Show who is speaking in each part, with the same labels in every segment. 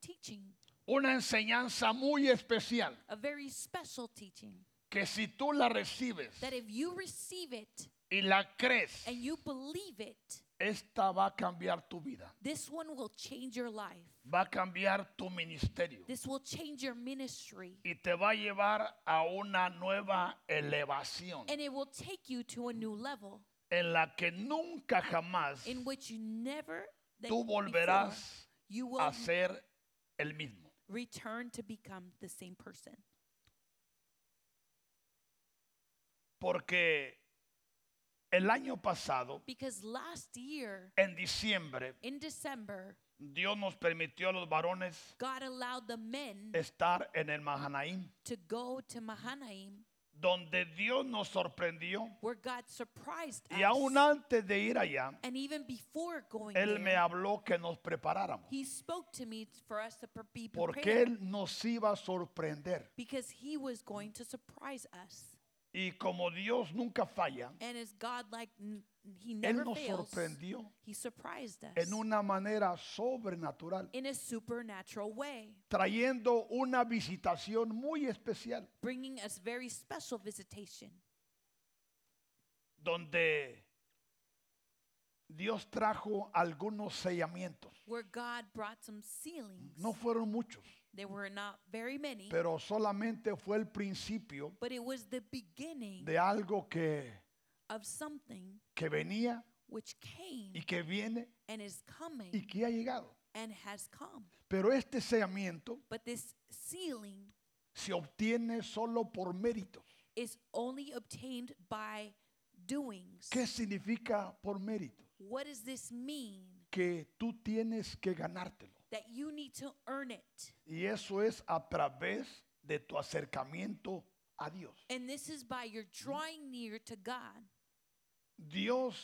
Speaker 1: teaching,
Speaker 2: una enseñanza muy especial
Speaker 1: a very special teaching,
Speaker 2: que si tú la recibes
Speaker 1: that if you receive it
Speaker 2: y la crees,
Speaker 1: and you believe it,
Speaker 2: esta va a cambiar tu vida,
Speaker 1: this one will change your life.
Speaker 2: va a cambiar tu ministerio
Speaker 1: This will change your ministry.
Speaker 2: y te va a llevar a una nueva elevación
Speaker 1: And it will take you to a new level
Speaker 2: en la que nunca jamás
Speaker 1: in which you never that
Speaker 2: tú
Speaker 1: before,
Speaker 2: volverás
Speaker 1: you will
Speaker 2: a ser el mismo.
Speaker 1: return to become the same person.
Speaker 2: Porque el año pasado,
Speaker 1: Because last year
Speaker 2: en diciembre,
Speaker 1: in December,
Speaker 2: Dios nos permitió a los varones
Speaker 1: God allowed the men
Speaker 2: Eh. estar en el Mahanaim,
Speaker 1: to go to Mahanaim
Speaker 2: donde Dios nos sorprendió.
Speaker 1: where God surprised
Speaker 2: Y
Speaker 1: us.
Speaker 2: aún antes de ir allá,
Speaker 1: and even before going
Speaker 2: Él me
Speaker 1: there,
Speaker 2: habló que nos preparáramos,
Speaker 1: he spoke to me for us to pre- be
Speaker 2: porque
Speaker 1: prepared
Speaker 2: Él nos iba a sorprender.
Speaker 1: because he was going to surprise us.
Speaker 2: Y como Dios nunca falla,
Speaker 1: And as God like n- he
Speaker 2: Él
Speaker 1: never
Speaker 2: nos
Speaker 1: fails.
Speaker 2: sorprendió
Speaker 1: He surprised us
Speaker 2: en una manera sobrenatural,
Speaker 1: in a supernatural way,
Speaker 2: trayendo una visitación muy especial,
Speaker 1: bringing us very special visitation
Speaker 2: donde Dios trajo algunos sellamientos.
Speaker 1: where God brought some sealings.
Speaker 2: No fueron muchos,
Speaker 1: There were not very many,
Speaker 2: pero solamente fue el principio
Speaker 1: but it was the beginning
Speaker 2: de algo que,
Speaker 1: of something
Speaker 2: que venía
Speaker 1: which came
Speaker 2: y que viene
Speaker 1: and is coming
Speaker 2: y que ha llegado.
Speaker 1: and has come.
Speaker 2: Pero este sellamiento
Speaker 1: But this sealing
Speaker 2: se obtiene solo por méritos.
Speaker 1: is only obtained by doings.
Speaker 2: ¿Qué significa por méritos?
Speaker 1: What does this mean?
Speaker 2: Que tú tienes que ganártelo.
Speaker 1: That you need to earn it.
Speaker 2: Y eso es a través de tu acercamiento a Dios.
Speaker 1: And this is by your drawing near to God.
Speaker 2: Dios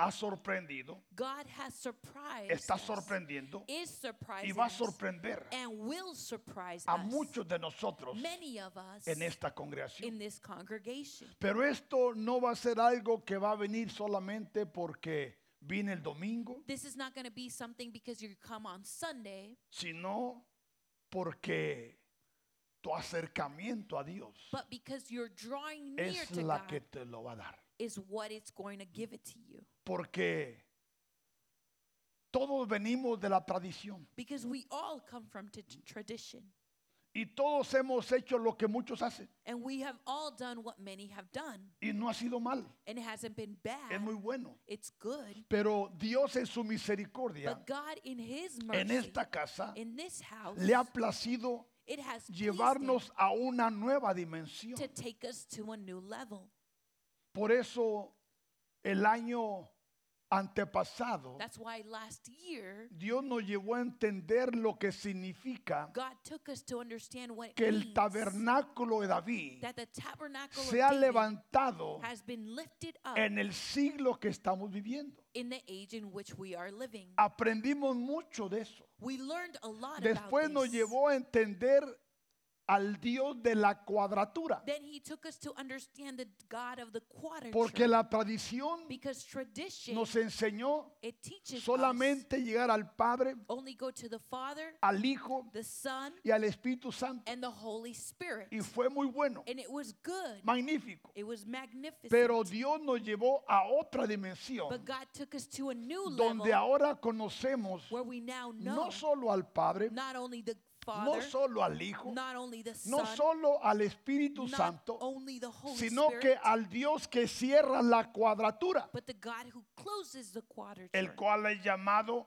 Speaker 2: ha sorprendido,
Speaker 1: God has surprised
Speaker 2: está
Speaker 1: us,
Speaker 2: sorprendiendo
Speaker 1: is
Speaker 2: y
Speaker 1: surprising
Speaker 2: va a
Speaker 1: us,
Speaker 2: sorprender
Speaker 1: and will surprise
Speaker 2: a
Speaker 1: us,
Speaker 2: muchos de nosotros
Speaker 1: many of us
Speaker 2: en esta congregación.
Speaker 1: in this congregation.
Speaker 2: Pero esto no va a ser algo que va a venir solamente porque viene el domingo,
Speaker 1: This is not going to be something because you come on Sunday,
Speaker 2: sino porque tu acercamiento a Dios
Speaker 1: but because you're drawing near
Speaker 2: es
Speaker 1: to
Speaker 2: la
Speaker 1: God
Speaker 2: que te lo va a dar.
Speaker 1: is what it's going to give it to you.
Speaker 2: Porque todos venimos de la tradición
Speaker 1: Because we all come from t- t- tradition,
Speaker 2: y todos hemos hecho lo que muchos hacen
Speaker 1: and we have all done what many have done,
Speaker 2: y no ha sido mal,
Speaker 1: and it hasn't been bad.
Speaker 2: es muy bueno.
Speaker 1: it's good,
Speaker 2: Pero Dios en su misericordia
Speaker 1: but God, in His mercy,
Speaker 2: en esta casa
Speaker 1: in this house,
Speaker 2: le ha placido
Speaker 1: it has pleased Him
Speaker 2: llevarnos a una nueva dimensión.
Speaker 1: to take us to a new level.
Speaker 2: Por eso el año antepasado
Speaker 1: That's why last year
Speaker 2: Dios nos llevó a entender lo que significa
Speaker 1: God took us to understand what it
Speaker 2: que el
Speaker 1: means
Speaker 2: tabernáculo de David
Speaker 1: that the tabernacle
Speaker 2: se ha
Speaker 1: of David
Speaker 2: levantado
Speaker 1: has been lifted up
Speaker 2: en el siglo que estamos viviendo.
Speaker 1: in the age in which we are living.
Speaker 2: Aprendimos mucho de eso.
Speaker 1: We learned a lot
Speaker 2: Después
Speaker 1: about
Speaker 2: nos
Speaker 1: this.
Speaker 2: llevó a entender al Dios de la cuadratura,
Speaker 1: Then he took us to understand the God of the quadrature
Speaker 2: porque la tradición
Speaker 1: because tradition
Speaker 2: nos enseñó
Speaker 1: it teaches us
Speaker 2: solamente llegar al Padre,
Speaker 1: only go to the Father,
Speaker 2: al Hijo
Speaker 1: the Son,
Speaker 2: y al Espíritu Santo.
Speaker 1: and the Holy Spirit.
Speaker 2: y fue muy bueno,
Speaker 1: and it was good.
Speaker 2: magnífico.
Speaker 1: It was magnificent.
Speaker 2: Pero Dios nos llevó a otra dimensión
Speaker 1: but God took us to a new
Speaker 2: donde
Speaker 1: level
Speaker 2: ahora conocemos
Speaker 1: where we now know
Speaker 2: no solo al Padre,
Speaker 1: not only the Father,
Speaker 2: no solo al Hijo,
Speaker 1: not only the
Speaker 2: no
Speaker 1: Son,
Speaker 2: solo al Espíritu
Speaker 1: not
Speaker 2: Santo,
Speaker 1: only the Holy
Speaker 2: sino
Speaker 1: Spirit,
Speaker 2: que al Dios que cierra la cuadratura,
Speaker 1: but the God who closes the quadrature,
Speaker 2: el cual es llamado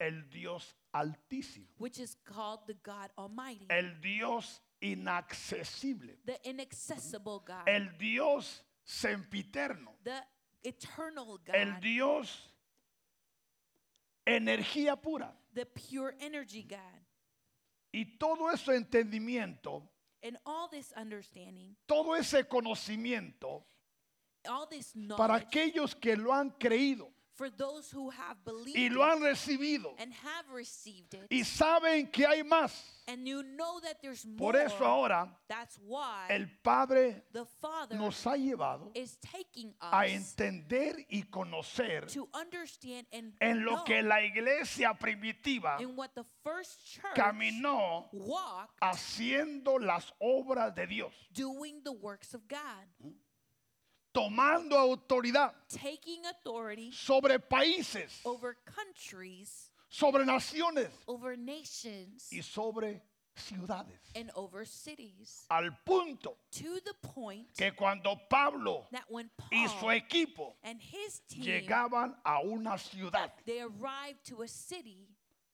Speaker 2: el Dios altísimo,
Speaker 1: which is called the God Almighty,
Speaker 2: el Dios inaccesible,
Speaker 1: the inaccessible God,
Speaker 2: el Dios sempiterno,
Speaker 1: the eternal God,
Speaker 2: el Dios energía pura.
Speaker 1: the pure energy God.
Speaker 2: Y todo ese entendimiento,
Speaker 1: And all this understanding,
Speaker 2: todo ese conocimiento,
Speaker 1: all this knowledge
Speaker 2: para aquellos que lo han creído
Speaker 1: for those who have believed
Speaker 2: y lo han
Speaker 1: it
Speaker 2: recibido
Speaker 1: and have received it
Speaker 2: y saben que hay más,
Speaker 1: And you know that there's more.
Speaker 2: Por eso ahora
Speaker 1: That's why
Speaker 2: el Padre
Speaker 1: the Father
Speaker 2: nos ha llevado
Speaker 1: is taking
Speaker 2: a
Speaker 1: us
Speaker 2: entender y conocer
Speaker 1: to understand and
Speaker 2: en lo
Speaker 1: know
Speaker 2: que la iglesia primitiva
Speaker 1: in what the first church
Speaker 2: caminó
Speaker 1: walked
Speaker 2: haciendo las obras de Dios,
Speaker 1: doing the works of God,
Speaker 2: tomando autoridad
Speaker 1: taking authority
Speaker 2: sobre países,
Speaker 1: over countries,
Speaker 2: sobre naciones
Speaker 1: over nations,
Speaker 2: y sobre ciudades.
Speaker 1: and over cities.
Speaker 2: Al punto
Speaker 1: To the point
Speaker 2: que cuando Pablo
Speaker 1: that when
Speaker 2: y su
Speaker 1: Paul
Speaker 2: equipo
Speaker 1: and his team
Speaker 2: llegaban a una ciudad,
Speaker 1: they arrived to a city,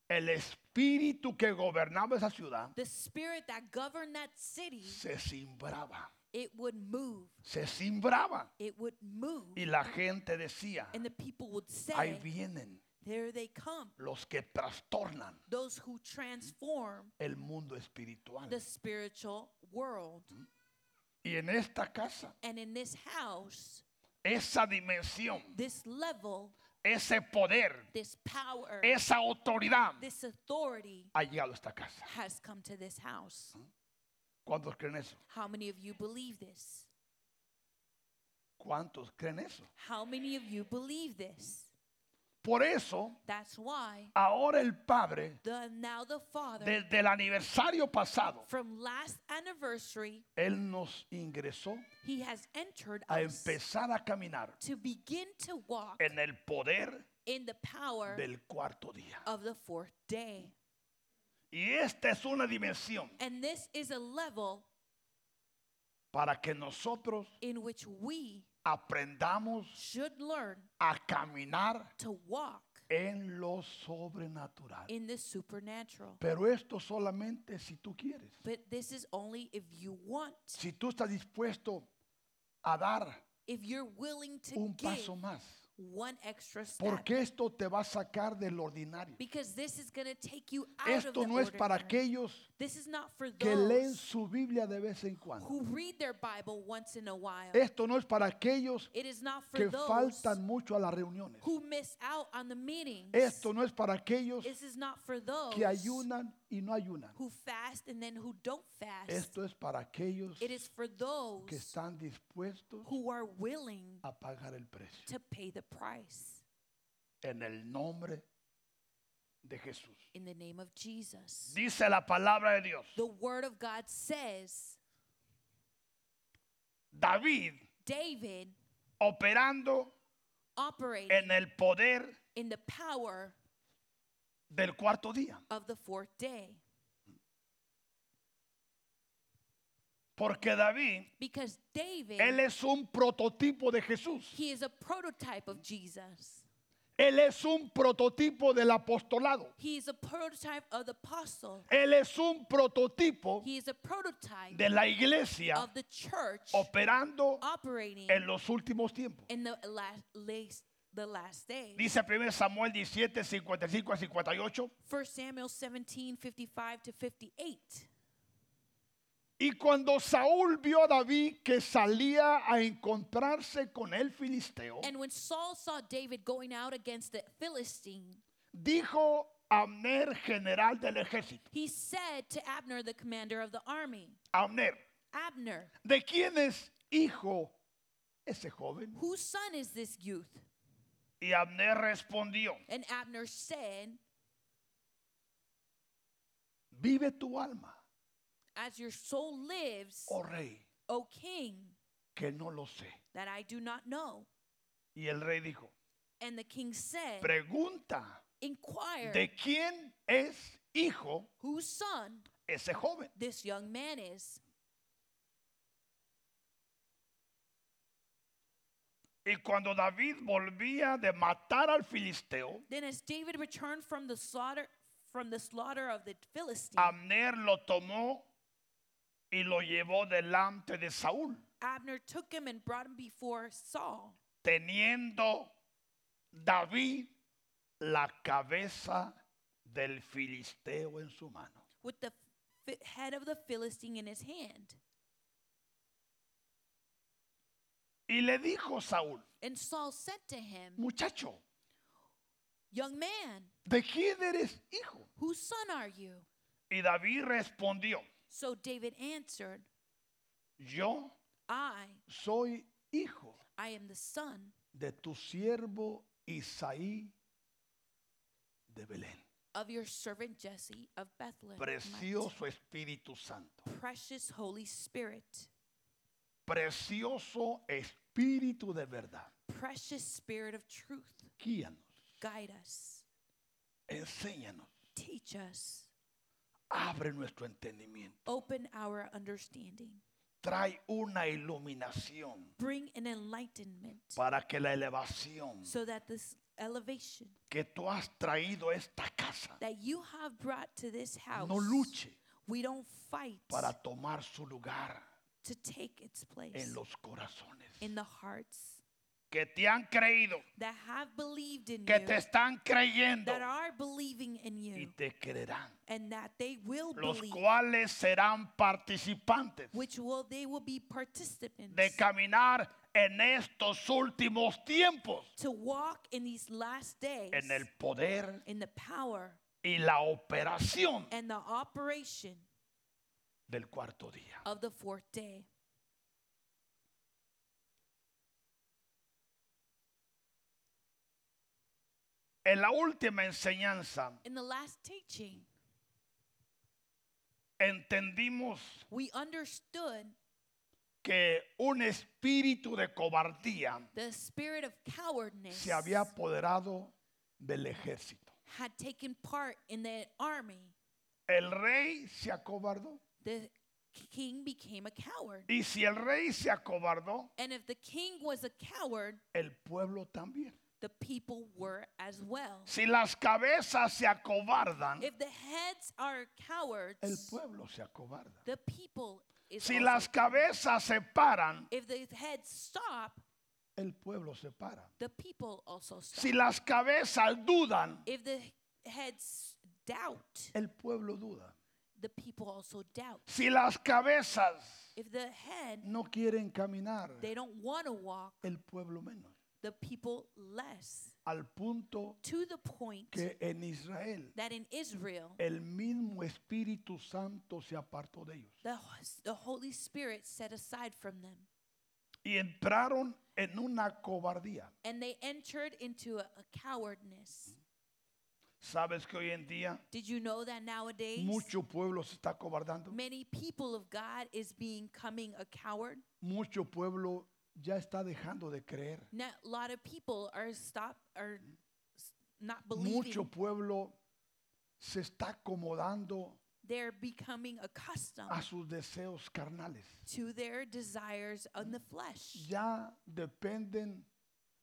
Speaker 2: el espíritu que gobernaba esa ciudad
Speaker 1: the spirit that governed that city,
Speaker 2: se simbraba,
Speaker 1: it would move.
Speaker 2: se simbraba.
Speaker 1: It would move.
Speaker 2: Y la gente decía,
Speaker 1: And the people would
Speaker 2: ahí
Speaker 1: say,
Speaker 2: vienen
Speaker 1: There they come.
Speaker 2: los que trastornan
Speaker 1: Those who transform
Speaker 2: el mundo espiritual.
Speaker 1: the spiritual world.
Speaker 2: Y en esta casa,
Speaker 1: And in this house,
Speaker 2: esa dimensión,
Speaker 1: this level,
Speaker 2: ese poder,
Speaker 1: this power,
Speaker 2: esa autoridad
Speaker 1: this authority
Speaker 2: ha llegado a esta casa.
Speaker 1: has come to this house.
Speaker 2: ¿Cuántos creen eso?
Speaker 1: How many of you believe this?
Speaker 2: ¿Cuántos creen eso?
Speaker 1: How many of you believe this?
Speaker 2: Por eso,
Speaker 1: That's why
Speaker 2: ahora el Padre,
Speaker 1: the now the Father
Speaker 2: desde el aniversario pasado,
Speaker 1: from last anniversary
Speaker 2: Él nos ingresó
Speaker 1: he has entered
Speaker 2: a
Speaker 1: us
Speaker 2: empezar a caminar
Speaker 1: to begin to walk
Speaker 2: en el poder
Speaker 1: in the power
Speaker 2: del cuarto día.
Speaker 1: of the fourth day.
Speaker 2: Y esta es una dimensión
Speaker 1: And this is a level
Speaker 2: para que nosotros
Speaker 1: in which we
Speaker 2: aprendamos
Speaker 1: should learn
Speaker 2: a caminar
Speaker 1: to walk
Speaker 2: en lo sobrenatural.
Speaker 1: in the supernatural.
Speaker 2: Pero esto solamente si tú quieres.
Speaker 1: But this is only if you want,
Speaker 2: Si tú estás dispuesto a dar
Speaker 1: if you're willing to
Speaker 2: un
Speaker 1: give
Speaker 2: paso más.
Speaker 1: one extra step.
Speaker 2: Porque esto te va a sacar del ordinario.
Speaker 1: Because this is going to take you out of the
Speaker 2: Esto no es para
Speaker 1: ordinary.
Speaker 2: aquellos
Speaker 1: This is not for
Speaker 2: que leen
Speaker 1: those
Speaker 2: su Biblia de vez en cuando.
Speaker 1: who read their Bible once in a while.
Speaker 2: Esto no es para aquellos
Speaker 1: It is not for
Speaker 2: que
Speaker 1: those
Speaker 2: faltan mucho a las reuniones.
Speaker 1: who miss out on the meetings.
Speaker 2: Esto no es para aquellos
Speaker 1: This is not for those
Speaker 2: que ayunan y no ayunan.
Speaker 1: who fast and then who don't fast.
Speaker 2: Esto es para aquellos
Speaker 1: It is for
Speaker 2: que
Speaker 1: those
Speaker 2: están dispuestos
Speaker 1: who are willing
Speaker 2: a pagar el precio.
Speaker 1: to pay the price
Speaker 2: En el nombre de Jesús.
Speaker 1: in the name of Jesus.
Speaker 2: Dice la palabra de Dios.
Speaker 1: The word of God says
Speaker 2: David
Speaker 1: David
Speaker 2: operando
Speaker 1: operated
Speaker 2: en el poder
Speaker 1: in the power
Speaker 2: del cuarto día.
Speaker 1: of the fourth day
Speaker 2: Porque David,
Speaker 1: because David
Speaker 2: él es un prototipo de Jesús.
Speaker 1: he is a prototype of Jesus.
Speaker 2: Él es un prototipo del apostolado.
Speaker 1: He is a prototype of the apostle.
Speaker 2: Él es un prototipo
Speaker 1: He is a prototype
Speaker 2: de la iglesia
Speaker 1: of the church
Speaker 2: operando
Speaker 1: operating
Speaker 2: en los últimos tiempos.
Speaker 1: in the last, last the last day.
Speaker 2: Dice 1 Samuel 17, 55 a 58.
Speaker 1: 1 Samuel 17, 55 to 58.
Speaker 2: Y cuando Saúl vio a David que salía a encontrarse con el filisteo,
Speaker 1: And when Saul saw David going out against the Philistine,
Speaker 2: dijo Abner, general del ejército.
Speaker 1: he said to Abner, the commander of the army,
Speaker 2: Abner,
Speaker 1: Abner,
Speaker 2: ¿de quién es hijo ese joven?
Speaker 1: whose son is this youth?
Speaker 2: Y Abner respondió,
Speaker 1: And Abner said,
Speaker 2: vive tu alma,
Speaker 1: As your soul lives,
Speaker 2: oh rey,
Speaker 1: O king,
Speaker 2: que no lo sé.
Speaker 1: that I do not know.
Speaker 2: Y el rey dijo,
Speaker 1: And the king said,
Speaker 2: pregunta,
Speaker 1: Inquire
Speaker 2: ¿de quién es hijo
Speaker 1: whose son
Speaker 2: ese joven?
Speaker 1: this young man is.
Speaker 2: Y cuando David volvía de matar al filisteo,
Speaker 1: Then as David returned from the slaughter from the slaughter of the Philistines,
Speaker 2: Abner lo tomó y lo llevó delante de Saúl,
Speaker 1: Abner took him and brought him before Saul,
Speaker 2: teniendo David la cabeza del filisteo en su mano.
Speaker 1: with the fi- head of the Philistine in his hand.
Speaker 2: Y le dijo Saúl,
Speaker 1: And Saul said to him,
Speaker 2: muchacho,
Speaker 1: Young man,
Speaker 2: ¿de quién eres hijo?
Speaker 1: whose son are you?
Speaker 2: Y David respondió,
Speaker 1: So David answered,
Speaker 2: yo
Speaker 1: I,
Speaker 2: soy hijo
Speaker 1: I am the son
Speaker 2: de tu siervo Isaí de Belén.
Speaker 1: of your servant Jesse of Bethlehem.
Speaker 2: Precioso Espíritu Santo.
Speaker 1: Precious Holy Spirit,
Speaker 2: Precioso Espíritu de verdad.
Speaker 1: precious Spirit of truth,
Speaker 2: Guíanos,
Speaker 1: guide us,
Speaker 2: enséñanos,
Speaker 1: teach us,
Speaker 2: abre nuestro entendimiento.
Speaker 1: open our understanding,
Speaker 2: Trae una iluminación
Speaker 1: bring an enlightenment
Speaker 2: para que la elevación
Speaker 1: so that this elevation
Speaker 2: que tú has traído a esta casa
Speaker 1: that you have brought to this house,
Speaker 2: no luche
Speaker 1: we don't fight
Speaker 2: para tomar su lugar
Speaker 1: to take its place
Speaker 2: en los corazones
Speaker 1: in the hearts
Speaker 2: que te han creído,
Speaker 1: that have believed in
Speaker 2: que
Speaker 1: you,
Speaker 2: te están creyendo
Speaker 1: that are believing in
Speaker 2: y
Speaker 1: you,
Speaker 2: te creerán,
Speaker 1: and that they will
Speaker 2: los
Speaker 1: believe,
Speaker 2: cuales serán participantes
Speaker 1: which will they will be participants
Speaker 2: de caminar en estos últimos tiempos
Speaker 1: to walk in these last days
Speaker 2: en el poder
Speaker 1: in the power
Speaker 2: y la operación
Speaker 1: and the operation
Speaker 2: del cuarto día.
Speaker 1: of the fourth day.
Speaker 2: En la última enseñanza
Speaker 1: In the last teaching,
Speaker 2: entendimos
Speaker 1: we understood
Speaker 2: que un espíritu de cobardía
Speaker 1: the spirit of cowardness
Speaker 2: se había apoderado del ejército.
Speaker 1: had taken part in the army.
Speaker 2: El rey se acobardó.
Speaker 1: The king became a coward.
Speaker 2: Y si el rey se acobardó,
Speaker 1: And if the king was a coward,
Speaker 2: el pueblo también.
Speaker 1: the people were as well.
Speaker 2: Si las cabezas se acobardan,
Speaker 1: If the heads are
Speaker 2: el
Speaker 1: cowards,
Speaker 2: pueblo se acobarda.
Speaker 1: the people is
Speaker 2: Si
Speaker 1: also
Speaker 2: las
Speaker 1: coward.
Speaker 2: cabezas se paran,
Speaker 1: If the heads stop,
Speaker 2: el pueblo se para.
Speaker 1: the people also stop.
Speaker 2: Si las cabezas dudan,
Speaker 1: if the heads doubt,
Speaker 2: el pueblo duda.
Speaker 1: the people also doubt.
Speaker 2: Si las cabezas
Speaker 1: If the head
Speaker 2: no quieren caminar,
Speaker 1: they don't want to walk,
Speaker 2: el pueblo menos.
Speaker 1: the people less.
Speaker 2: Al punto
Speaker 1: To the point
Speaker 2: que en Israel
Speaker 1: that in Israel
Speaker 2: el mismo Espíritu Santo se apartó de ellos.
Speaker 1: the, hos- the Holy Spirit set aside from them,
Speaker 2: Y entraron en una cobardía.
Speaker 1: and they entered into a, a cowardness.
Speaker 2: ¿Sabes que hoy en día
Speaker 1: Did you know that nowadays
Speaker 2: mucho pueblo se está cobardando?
Speaker 1: many people of God is becoming a coward?
Speaker 2: Mucho pueblo ya está dejando de creer.
Speaker 1: A lot of people are stop are s- not believing.
Speaker 2: Mucho pueblo se está acomodando
Speaker 1: They're becoming accustomed
Speaker 2: a sus deseos carnales.
Speaker 1: to their desires on the flesh.
Speaker 2: Ya dependen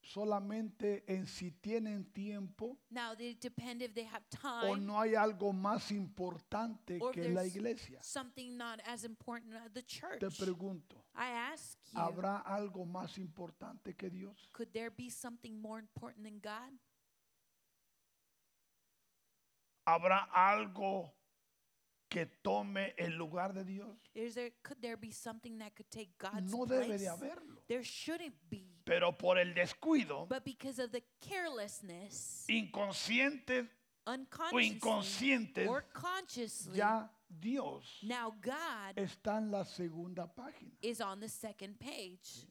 Speaker 2: solamente en si tienen tiempo
Speaker 1: Now they depend if they have
Speaker 2: o
Speaker 1: time
Speaker 2: no hay algo más importante
Speaker 1: or if
Speaker 2: que la
Speaker 1: there's
Speaker 2: iglesia.
Speaker 1: something not as important as the church.
Speaker 2: Te pregunto,
Speaker 1: I ask you,
Speaker 2: ¿habrá algo más importante que Dios?
Speaker 1: could there be something more important than God?
Speaker 2: ¿Habrá algo que tome el lugar de Dios?
Speaker 1: Is there could there be something that could take God's
Speaker 2: no
Speaker 1: place?
Speaker 2: debe de haberlo.
Speaker 1: There shouldn't be.
Speaker 2: Pero por el descuido,
Speaker 1: But because of the carelessness,
Speaker 2: inconscientes o
Speaker 1: unconsciously
Speaker 2: inconscientes,
Speaker 1: or consciously,
Speaker 2: ya Dios
Speaker 1: now God
Speaker 2: está en la segunda página.
Speaker 1: is on the second page.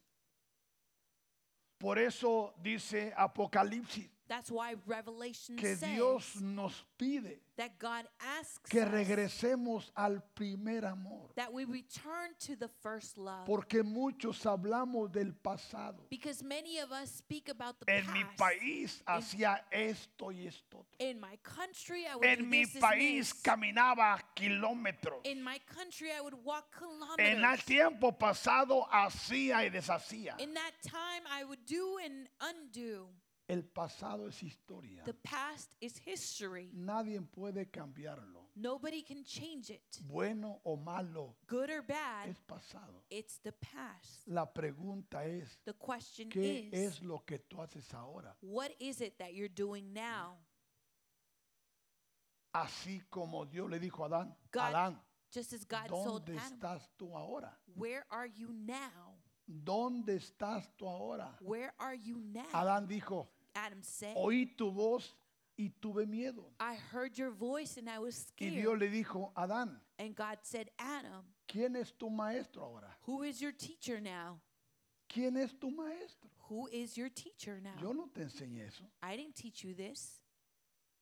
Speaker 2: Por eso dice Apocalipsis
Speaker 1: That's why Revelation
Speaker 2: que
Speaker 1: says
Speaker 2: Dios nos pide
Speaker 1: that God asks
Speaker 2: que
Speaker 1: us
Speaker 2: regresemos al primer amor.
Speaker 1: that we return to the first love.
Speaker 2: Porque muchos hablamos del pasado.
Speaker 1: because many of us speak about the
Speaker 2: En mi
Speaker 1: past.
Speaker 2: país hacía esto y esto. otro.
Speaker 1: In my country, I would
Speaker 2: En
Speaker 1: do
Speaker 2: mi
Speaker 1: this, this,
Speaker 2: país
Speaker 1: this.
Speaker 2: caminaba kilómetros.
Speaker 1: In my country, I would walk kilometers.
Speaker 2: En el tiempo pasado hacía y deshacía.
Speaker 1: In that time, I would do and undo.
Speaker 2: El pasado es historia.
Speaker 1: The past is history.
Speaker 2: Nadie puede cambiarlo.
Speaker 1: Nobody can change it.
Speaker 2: Bueno o malo
Speaker 1: Good or bad,
Speaker 2: es pasado.
Speaker 1: it's the past.
Speaker 2: La pregunta es,
Speaker 1: The question
Speaker 2: ¿qué
Speaker 1: is,
Speaker 2: es lo que tú haces ahora?
Speaker 1: what is it that you're doing now?
Speaker 2: Así como Dios le dijo a Adán,
Speaker 1: God
Speaker 2: Adán,
Speaker 1: Just as God told
Speaker 2: ¿dónde
Speaker 1: Adam,
Speaker 2: estás tú ahora?
Speaker 1: where are you now?
Speaker 2: ¿Dónde estás tú ahora?
Speaker 1: Where are you now?
Speaker 2: Adán dijo,
Speaker 1: Adam said,
Speaker 2: oí tu voz y tuve miedo.
Speaker 1: I heard your voice and I was
Speaker 2: Y Dios
Speaker 1: scared.
Speaker 2: le dijo, Adán,
Speaker 1: And God said, Adam,
Speaker 2: ¿quién es tu maestro ahora?
Speaker 1: who is your teacher now?
Speaker 2: ¿Quién es tu maestro?
Speaker 1: Who is your teacher
Speaker 2: Yo
Speaker 1: now?
Speaker 2: no te enseñé eso.
Speaker 1: I didn't teach you this.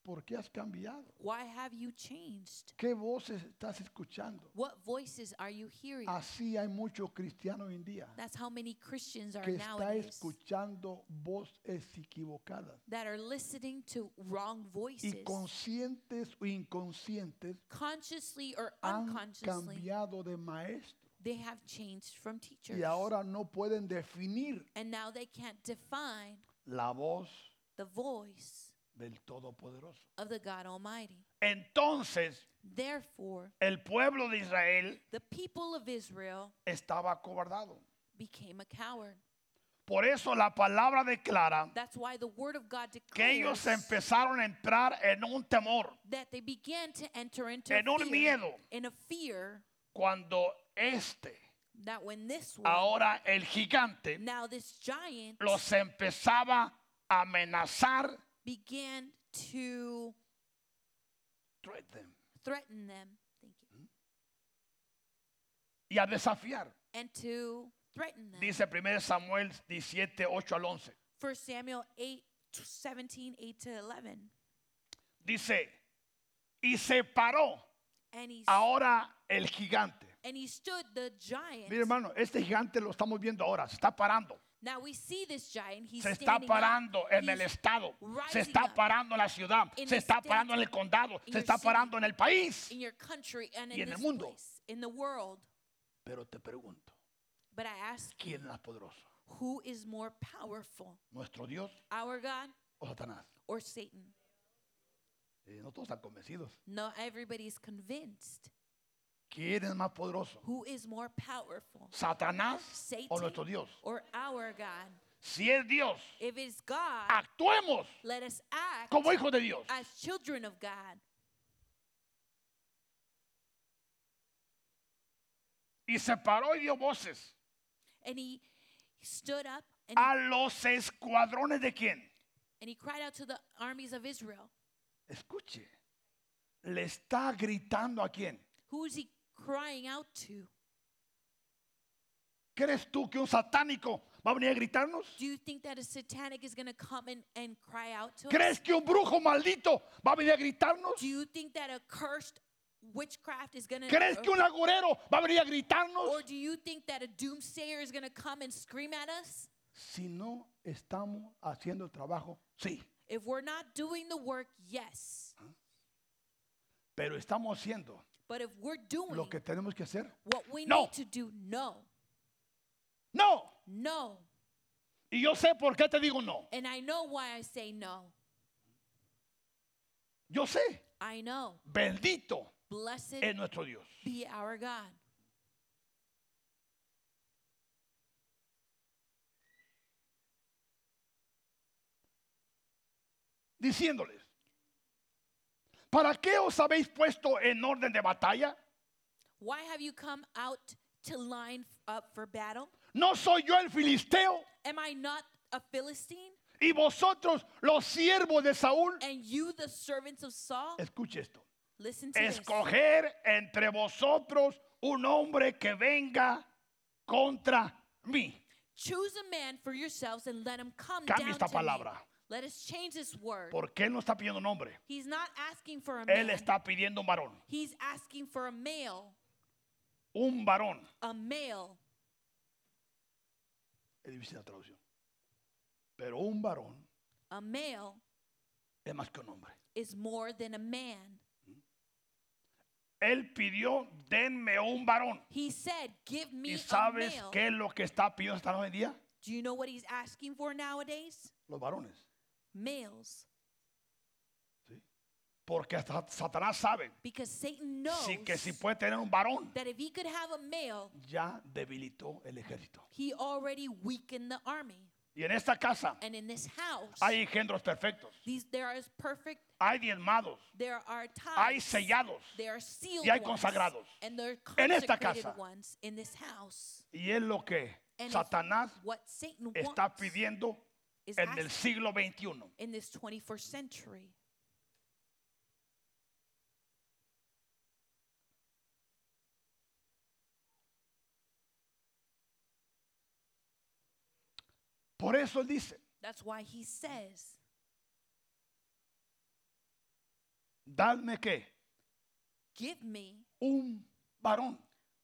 Speaker 2: ¿Por qué has cambiado?
Speaker 1: Why have you changed?
Speaker 2: ¿Qué voces estás escuchando?
Speaker 1: What voices are you hearing?
Speaker 2: Así hay muchos cristianos hoy en día
Speaker 1: That's how many Christians are
Speaker 2: que está
Speaker 1: nowadays
Speaker 2: escuchando voces equivocadas
Speaker 1: that are listening to wrong voices.
Speaker 2: y conscientes o inconscientes
Speaker 1: Consciously or
Speaker 2: han
Speaker 1: unconsciously,
Speaker 2: cambiado de maestro
Speaker 1: they have changed from teachers.
Speaker 2: y ahora no pueden definir
Speaker 1: and now they can't define
Speaker 2: la voz
Speaker 1: the voice
Speaker 2: del Todopoderoso.
Speaker 1: of the God Almighty.
Speaker 2: Entonces
Speaker 1: Therefore,
Speaker 2: el pueblo de Israel
Speaker 1: the people of Israel
Speaker 2: estaba acobardado.
Speaker 1: became a coward.
Speaker 2: Por eso la palabra declara
Speaker 1: That's why the word of God
Speaker 2: que ellos
Speaker 1: declares
Speaker 2: empezaron a entrar en un temor
Speaker 1: that they began to enter into
Speaker 2: En un
Speaker 1: fear,
Speaker 2: miedo.
Speaker 1: in a fear
Speaker 2: cuando este,
Speaker 1: that when this one,
Speaker 2: ahora el gigante,
Speaker 1: now this giant,
Speaker 2: los empezaba a amenazar.
Speaker 1: began to
Speaker 2: threaten,
Speaker 1: threaten them, thank you,
Speaker 2: Y a desafiar.
Speaker 1: and to threaten them.
Speaker 2: Dice 1 Samuel 17, 8 al 11.
Speaker 1: 1 Samuel 8, 17, 8 to 11.
Speaker 2: Dice, y se paró
Speaker 1: And he, s-
Speaker 2: ahora el gigante.
Speaker 1: and he stood the giant.
Speaker 2: Mire hermano, este gigante lo estamos viendo ahora, se está parando.
Speaker 1: Now we see this giant. He's
Speaker 2: se está
Speaker 1: standing
Speaker 2: parando
Speaker 1: up.
Speaker 2: en el
Speaker 1: He's
Speaker 2: estado, se
Speaker 1: rising
Speaker 2: está
Speaker 1: up
Speaker 2: parando en la ciudad,
Speaker 1: in
Speaker 2: se
Speaker 1: the
Speaker 2: está
Speaker 1: state,
Speaker 2: parando en el condado,
Speaker 1: in
Speaker 2: se
Speaker 1: your
Speaker 2: está
Speaker 1: city,
Speaker 2: parando en el país.
Speaker 1: in your country and
Speaker 2: y
Speaker 1: in
Speaker 2: en el
Speaker 1: this
Speaker 2: mundo.
Speaker 1: place, in the world.
Speaker 2: Pero te pregunto,
Speaker 1: But I ask,
Speaker 2: ¿quién es más poderoso?
Speaker 1: who is more powerful,
Speaker 2: ¿Nuestro Dios
Speaker 1: our God
Speaker 2: o Satanás?
Speaker 1: or Satan?
Speaker 2: Eh, no todos están convencidos.
Speaker 1: No, everybody's convinced.
Speaker 2: ¿Quién es más poderoso?
Speaker 1: Who is more powerful,
Speaker 2: ¿Satanás o
Speaker 1: Satan
Speaker 2: nuestro Dios?
Speaker 1: or our God?
Speaker 2: Si es Dios,
Speaker 1: If it's God,
Speaker 2: actuemos
Speaker 1: let us
Speaker 2: Ah.
Speaker 1: act
Speaker 2: como hijos de Dios.
Speaker 1: as children of God.
Speaker 2: Y se paró y dio voces
Speaker 1: And he stood up and,
Speaker 2: a los escuadrones de quién.
Speaker 1: and he cried out to the armies of Israel.
Speaker 2: Escuche, le está gritando a quién.
Speaker 1: Who is he crying out to?
Speaker 2: ¿Crees tú que un satánico va a venir a gritarnos?
Speaker 1: Do you think that a satanic is going to come and, and cry out to us?
Speaker 2: ¿Crees que un brujo maldito va a venir a gritarnos?
Speaker 1: Do you think that a cursed witchcraft is going to
Speaker 2: ¿Crees que un agorero va a venir a gritarnos?
Speaker 1: Or do you think that a doomsayer is going to come and scream at us?
Speaker 2: Si no estamos haciendo el trabajo, sí.
Speaker 1: If we're not doing the work, yes.
Speaker 2: Pero estamos haciendo
Speaker 1: But if we're doing
Speaker 2: lo que tenemos que hacer.
Speaker 1: what we
Speaker 2: No.
Speaker 1: need to do, no.
Speaker 2: No.
Speaker 1: No.
Speaker 2: Y yo sé por qué te digo no.
Speaker 1: And I know why I say no.
Speaker 2: Yo sé.
Speaker 1: I know.
Speaker 2: Bendito
Speaker 1: Blessed
Speaker 2: es nuestro Dios.
Speaker 1: be our God.
Speaker 2: Diciéndoles, ¿para qué os habéis puesto en orden de batalla?
Speaker 1: Why have you come out to line up for battle?
Speaker 2: ¿No soy yo el filisteo
Speaker 1: Am I not a Philistine?
Speaker 2: y vosotros los siervos de Saúl?
Speaker 1: And you, the servants of Saul?
Speaker 2: Escuche esto.
Speaker 1: Listen to this.
Speaker 2: Escoger entre vosotros un hombre que venga contra mí.
Speaker 1: Choose a man for yourselves and let him come
Speaker 2: Cambia
Speaker 1: down
Speaker 2: esta
Speaker 1: to
Speaker 2: palabra.
Speaker 1: me. Let us change this word.
Speaker 2: Porque él no está pidiendo un hombre.
Speaker 1: He's not asking for a
Speaker 2: Él
Speaker 1: man.
Speaker 2: está pidiendo un varón.
Speaker 1: He's asking for a male.
Speaker 2: Un varón.
Speaker 1: A male.
Speaker 2: Es difícil la traducción. Pero un varón
Speaker 1: A male
Speaker 2: es más que un hombre.
Speaker 1: is more than a man.
Speaker 2: Él pidió, denme un varón.
Speaker 1: He said, "Give me
Speaker 2: ¿Y
Speaker 1: a
Speaker 2: sabes
Speaker 1: male."
Speaker 2: qué es lo que está pidiendo hasta hoy en día?
Speaker 1: Do you know what he's asking for nowadays?
Speaker 2: Los varones.
Speaker 1: Males,
Speaker 2: Porque hasta Satanás sabe
Speaker 1: because Satan knows
Speaker 2: si- que si puede tener un varón,
Speaker 1: that if he could have a male,
Speaker 2: ya debilitó el ejército.
Speaker 1: he already weakened the army.
Speaker 2: Y en esta casa
Speaker 1: And in this house,
Speaker 2: hay engendros perfectos,
Speaker 1: these there are perfect.
Speaker 2: hay diezmados,
Speaker 1: There are
Speaker 2: hay
Speaker 1: times.
Speaker 2: sellados.
Speaker 1: There are sealed
Speaker 2: Y hay
Speaker 1: ones,
Speaker 2: consagrados.
Speaker 1: And there are
Speaker 2: En esta
Speaker 1: consecrated
Speaker 2: casa.
Speaker 1: ones in this house.
Speaker 2: Y es lo que
Speaker 1: And it's
Speaker 2: Satanás
Speaker 1: What Satan
Speaker 2: está
Speaker 1: wants
Speaker 2: pidiendo
Speaker 1: is
Speaker 2: en el
Speaker 1: asking
Speaker 2: siglo XXI.
Speaker 1: in this 21st century.
Speaker 2: Por eso él dice,
Speaker 1: That's why he says,
Speaker 2: dadme qué,
Speaker 1: Give me
Speaker 2: un varón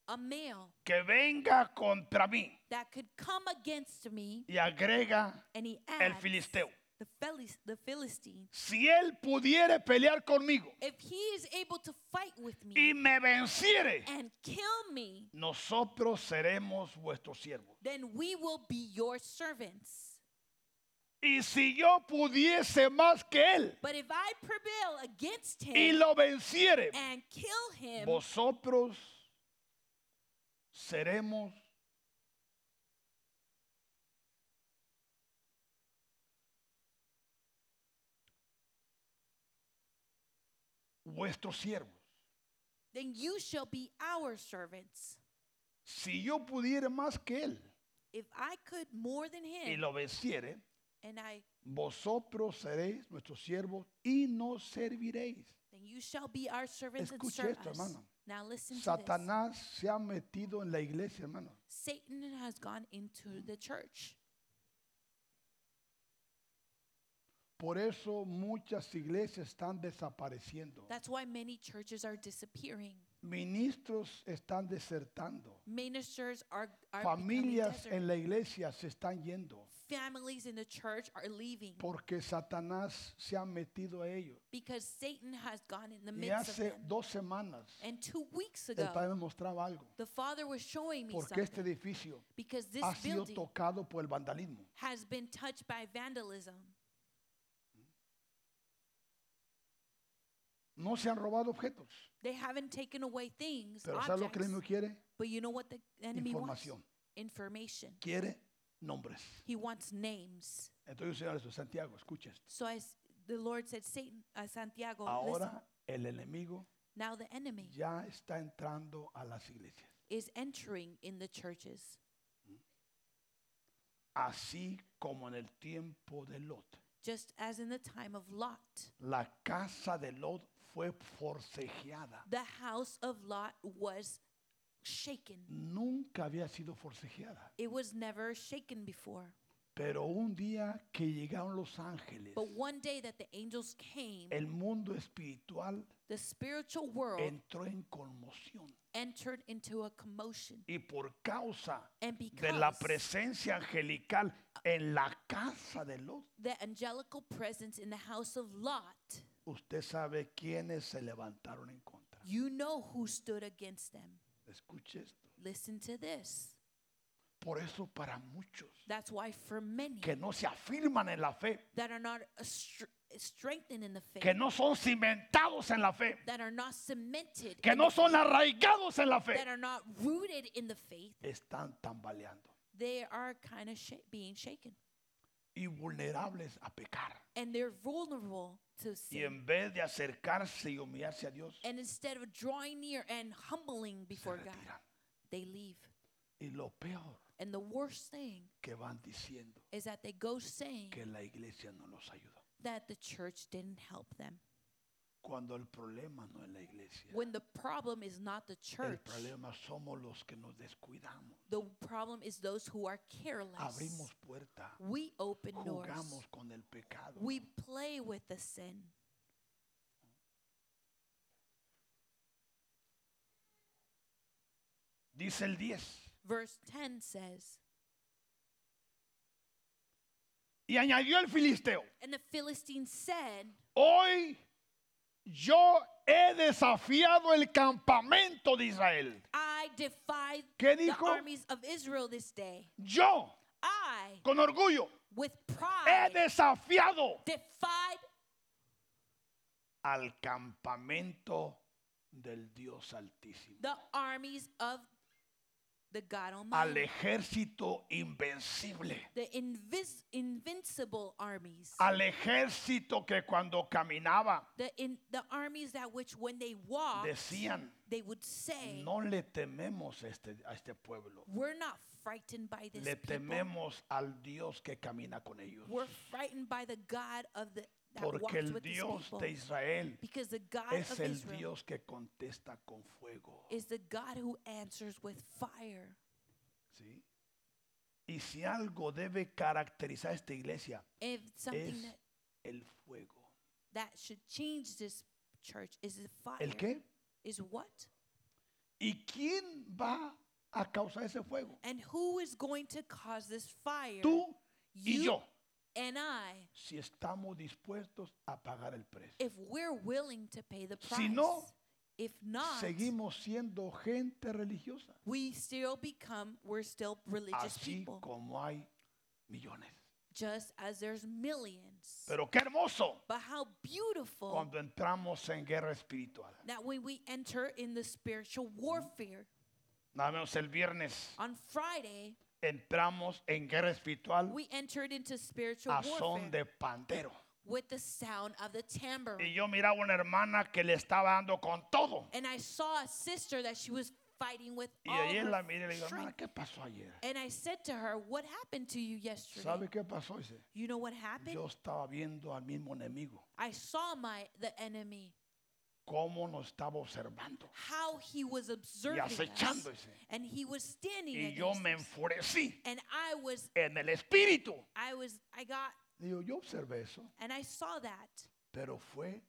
Speaker 1: a male
Speaker 2: que venga contra mí
Speaker 1: that could come against me.
Speaker 2: y agrega
Speaker 1: And he
Speaker 2: el
Speaker 1: adds,
Speaker 2: filisteo.
Speaker 1: the, Philis- the Philistine,
Speaker 2: Si él pudiere pelear conmigo
Speaker 1: if he is able to fight with
Speaker 2: y
Speaker 1: me
Speaker 2: me venciere,
Speaker 1: and kill me,
Speaker 2: nosotros seremos vuestros siervos.
Speaker 1: then we will be your servants.
Speaker 2: Y si yo pudiese más que él
Speaker 1: But if I prevail against
Speaker 2: y
Speaker 1: him
Speaker 2: lo venciere,
Speaker 1: and kill him,
Speaker 2: vosotros seremos vuestros siervos.
Speaker 1: then you shall be our servants.
Speaker 2: Si yo pudiere más que él
Speaker 1: If I could more than
Speaker 2: y
Speaker 1: him,
Speaker 2: lo venciere,
Speaker 1: and I,
Speaker 2: vosotros seréis nuestros siervos y nos serviréis.
Speaker 1: then you shall be our servants and
Speaker 2: Escuche
Speaker 1: serve
Speaker 2: esto,
Speaker 1: us.
Speaker 2: hermano.
Speaker 1: Now listen to this.
Speaker 2: Satanás se ha metido en la iglesia, hermano.
Speaker 1: Satan has gone into the church.
Speaker 2: Por eso muchas iglesias están desapareciendo.
Speaker 1: That's why many churches are disappearing.
Speaker 2: Ministros están desertando.
Speaker 1: Ministers are, are becoming
Speaker 2: Familias
Speaker 1: desert.
Speaker 2: en la iglesia se están yendo
Speaker 1: families in the church are leaving
Speaker 2: porque Satanás se ha metido a ellos.
Speaker 1: because Satan has gone in the
Speaker 2: Y
Speaker 1: midst of
Speaker 2: hace
Speaker 1: them.
Speaker 2: dos semanas
Speaker 1: And two weeks
Speaker 2: el
Speaker 1: ago,
Speaker 2: Padre me mostraba algo.
Speaker 1: the Father was showing me
Speaker 2: Porque este
Speaker 1: something
Speaker 2: edificio
Speaker 1: because this
Speaker 2: ha sido
Speaker 1: building
Speaker 2: tocado por el vandalismo.
Speaker 1: has been touched by vandalism.
Speaker 2: No se han robado objetos.
Speaker 1: They haven't taken away things,
Speaker 2: Pero ¿sabe lo que el
Speaker 1: objects,
Speaker 2: enemigo quiere?
Speaker 1: but you know what the enemy wants?
Speaker 2: Información.
Speaker 1: Information.
Speaker 2: Quiere nombres.
Speaker 1: He wants names.
Speaker 2: Entonces, Señor Jesús, Santiago, escucha esto.
Speaker 1: So as the Lord said, Satan, uh, Santiago, listen,
Speaker 2: Ahora el enemigo
Speaker 1: now the enemy
Speaker 2: ya está entrando a las iglesias.
Speaker 1: is entering in the churches,
Speaker 2: Así como en el tiempo de Lot.
Speaker 1: just as in the time of Lot.
Speaker 2: La casa de Lot fue forcejeada.
Speaker 1: The house of Lot was shaken.
Speaker 2: Nunca había sido forcejeada.
Speaker 1: It was never shaken before.
Speaker 2: Pero un día que llegaron los ángeles,
Speaker 1: But one day that the angels came,
Speaker 2: el mundo espiritual
Speaker 1: the spiritual world
Speaker 2: entró en conmoción.
Speaker 1: entered into a commotion.
Speaker 2: Y por causa
Speaker 1: And
Speaker 2: de la
Speaker 1: because
Speaker 2: presencia angelical en la casa de Lot,
Speaker 1: the angelical presence in the house of Lot,
Speaker 2: usted sabe quiénes se levantaron en contra.
Speaker 1: you know who stood against them.
Speaker 2: Escuche esto.
Speaker 1: Listen to this.
Speaker 2: Por eso para muchos
Speaker 1: That's why for many
Speaker 2: que no se afirman en la fe,
Speaker 1: that are not uh, str- strengthened in the
Speaker 2: que
Speaker 1: faith,
Speaker 2: no son cimentados en la fe,
Speaker 1: that are not cemented,
Speaker 2: que
Speaker 1: in
Speaker 2: no
Speaker 1: the
Speaker 2: son
Speaker 1: faith,
Speaker 2: arraigados en la
Speaker 1: that
Speaker 2: fe,
Speaker 1: are not rooted in the faith,
Speaker 2: están tambaleando
Speaker 1: they are kind of sh- being shaken
Speaker 2: y vulnerables a pecar.
Speaker 1: and they're vulnerable to
Speaker 2: Y
Speaker 1: sin.
Speaker 2: en vez de acercarse y humillarse a Dios,
Speaker 1: And instead of drawing near and humbling
Speaker 2: se
Speaker 1: before God,
Speaker 2: retiran.
Speaker 1: they leave.
Speaker 2: Y lo peor
Speaker 1: And the worst thing
Speaker 2: que van diciendo
Speaker 1: is that they go saying
Speaker 2: que la iglesia no los ayudó.
Speaker 1: that the church didn't help them
Speaker 2: Cuando el problema no es la iglesia,
Speaker 1: when the problem is not the church.
Speaker 2: el problema somos los que nos descuidamos,
Speaker 1: The problem is those who are careless.
Speaker 2: abrimos puertas,
Speaker 1: We open doors.
Speaker 2: jugamos con el pecado.
Speaker 1: We play with the sin.
Speaker 2: Dice el 10.
Speaker 1: Verse 10 says,
Speaker 2: Y añadió el filisteo,
Speaker 1: And the Philistine said,
Speaker 2: hoy yo he desafiado el campamento de Israel.
Speaker 1: I defy
Speaker 2: ¿Qué
Speaker 1: the
Speaker 2: dijo?
Speaker 1: armies of Israel this day.
Speaker 2: Yo,
Speaker 1: I,
Speaker 2: con orgullo,
Speaker 1: with
Speaker 2: he
Speaker 1: pride,
Speaker 2: desafiado
Speaker 1: defied
Speaker 2: al campamento del Dios Altísimo,
Speaker 1: the armies of the God
Speaker 2: al
Speaker 1: Almighty,
Speaker 2: ejército invencible,
Speaker 1: the invis- invincible armies,
Speaker 2: al ejército que cuando caminaba
Speaker 1: the, in- the armies that which when they walk,
Speaker 2: decían,
Speaker 1: they would say,
Speaker 2: no le tememos a este, a este pueblo,
Speaker 1: We're not frightened by this
Speaker 2: le
Speaker 1: people.
Speaker 2: tememos al Dios que camina con ellos.
Speaker 1: We're frightened by the God of the that walks
Speaker 2: Porque el
Speaker 1: with his
Speaker 2: Dios
Speaker 1: people.
Speaker 2: de Israel
Speaker 1: Because the God
Speaker 2: es
Speaker 1: of
Speaker 2: el
Speaker 1: Israel
Speaker 2: Dios que contesta con fuego.
Speaker 1: is the God who answers with fire.
Speaker 2: ¿sí? Y si algo debe caracterizar a esta iglesia,
Speaker 1: If something
Speaker 2: es
Speaker 1: that,
Speaker 2: el fuego.
Speaker 1: that should change this church is the fire.
Speaker 2: ¿El qué?
Speaker 1: Is what?
Speaker 2: ¿Y quién va a causar ese fuego?
Speaker 1: And who is going to cause this fire?
Speaker 2: Tú y
Speaker 1: You
Speaker 2: yo,
Speaker 1: and I,
Speaker 2: si estamos dispuestos a pagar el precio.
Speaker 1: if we're willing to pay the price.
Speaker 2: Si no,
Speaker 1: if not,
Speaker 2: Seguimos siendo gente religiosa,
Speaker 1: we still become, we're still religious
Speaker 2: así
Speaker 1: people,
Speaker 2: como hay millones.
Speaker 1: just as there's millions.
Speaker 2: Pero qué hermoso
Speaker 1: but how beautiful
Speaker 2: cuando entramos en guerra espiritual.
Speaker 1: that when we enter in the spiritual warfare
Speaker 2: Nada menos el viernes
Speaker 1: on Friday,
Speaker 2: entramos en guerra espiritual
Speaker 1: we entered into spiritual
Speaker 2: a
Speaker 1: warfare
Speaker 2: son de pandero.
Speaker 1: with the sound of the
Speaker 2: Y
Speaker 1: tambourine.
Speaker 2: yo miraba una hermana que le estaba dando con todo.
Speaker 1: And I saw a sister that she was fighting with
Speaker 2: Y
Speaker 1: all
Speaker 2: ayer
Speaker 1: her
Speaker 2: la miré y le digo,
Speaker 1: strength.
Speaker 2: hermana, ¿qué pasó ayer?
Speaker 1: And I said to her, What happened to you yesterday?
Speaker 2: ¿Sabe qué pasó? Dice,
Speaker 1: You know what happened?
Speaker 2: yo estaba viendo al mismo enemigo,
Speaker 1: I saw my the enemy,
Speaker 2: cómo nos estaba observando.
Speaker 1: how he was observing us,
Speaker 2: acechando, dice.
Speaker 1: and he was standing
Speaker 2: Y yo
Speaker 1: against
Speaker 2: me
Speaker 1: us.
Speaker 2: enfurecí
Speaker 1: And I was,
Speaker 2: en el espíritu.
Speaker 1: I was, I got,
Speaker 2: Digo, yo observé eso,
Speaker 1: and I saw that.
Speaker 2: pero fue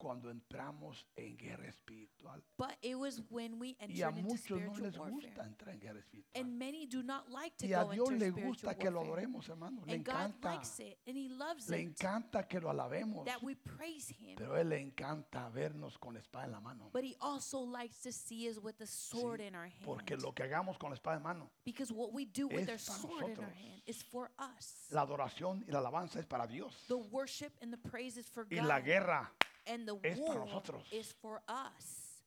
Speaker 2: cuando entramos en guerra espiritual.
Speaker 1: But it was when we entered
Speaker 2: Y a
Speaker 1: into
Speaker 2: muchos no
Speaker 1: spiritual
Speaker 2: les
Speaker 1: warfare.
Speaker 2: gusta entrar en guerra espiritual.
Speaker 1: And many do not like to
Speaker 2: Y a
Speaker 1: go
Speaker 2: Dios
Speaker 1: into
Speaker 2: le
Speaker 1: spiritual
Speaker 2: gusta que lo
Speaker 1: warfare.
Speaker 2: adoremos, hermano. Le
Speaker 1: And God
Speaker 2: encanta.
Speaker 1: likes it, and he loves
Speaker 2: Le
Speaker 1: it,
Speaker 2: encanta que lo alabemos.
Speaker 1: that we praise him.
Speaker 2: Pero a él le encanta vernos con la espada en la mano.
Speaker 1: But he also likes to see us with the sword
Speaker 2: Sí,
Speaker 1: in our hand.
Speaker 2: Porque lo que hagamos con la espada en mano,
Speaker 1: Because what we do
Speaker 2: es
Speaker 1: with
Speaker 2: para
Speaker 1: our sword in our
Speaker 2: nosotros.
Speaker 1: hand is for us.
Speaker 2: la adoración y la alabanza es para Dios.
Speaker 1: The worship and the praise is for
Speaker 2: Y la
Speaker 1: God.
Speaker 2: guerra,
Speaker 1: And the
Speaker 2: es para
Speaker 1: war
Speaker 2: nosotros.
Speaker 1: is for us.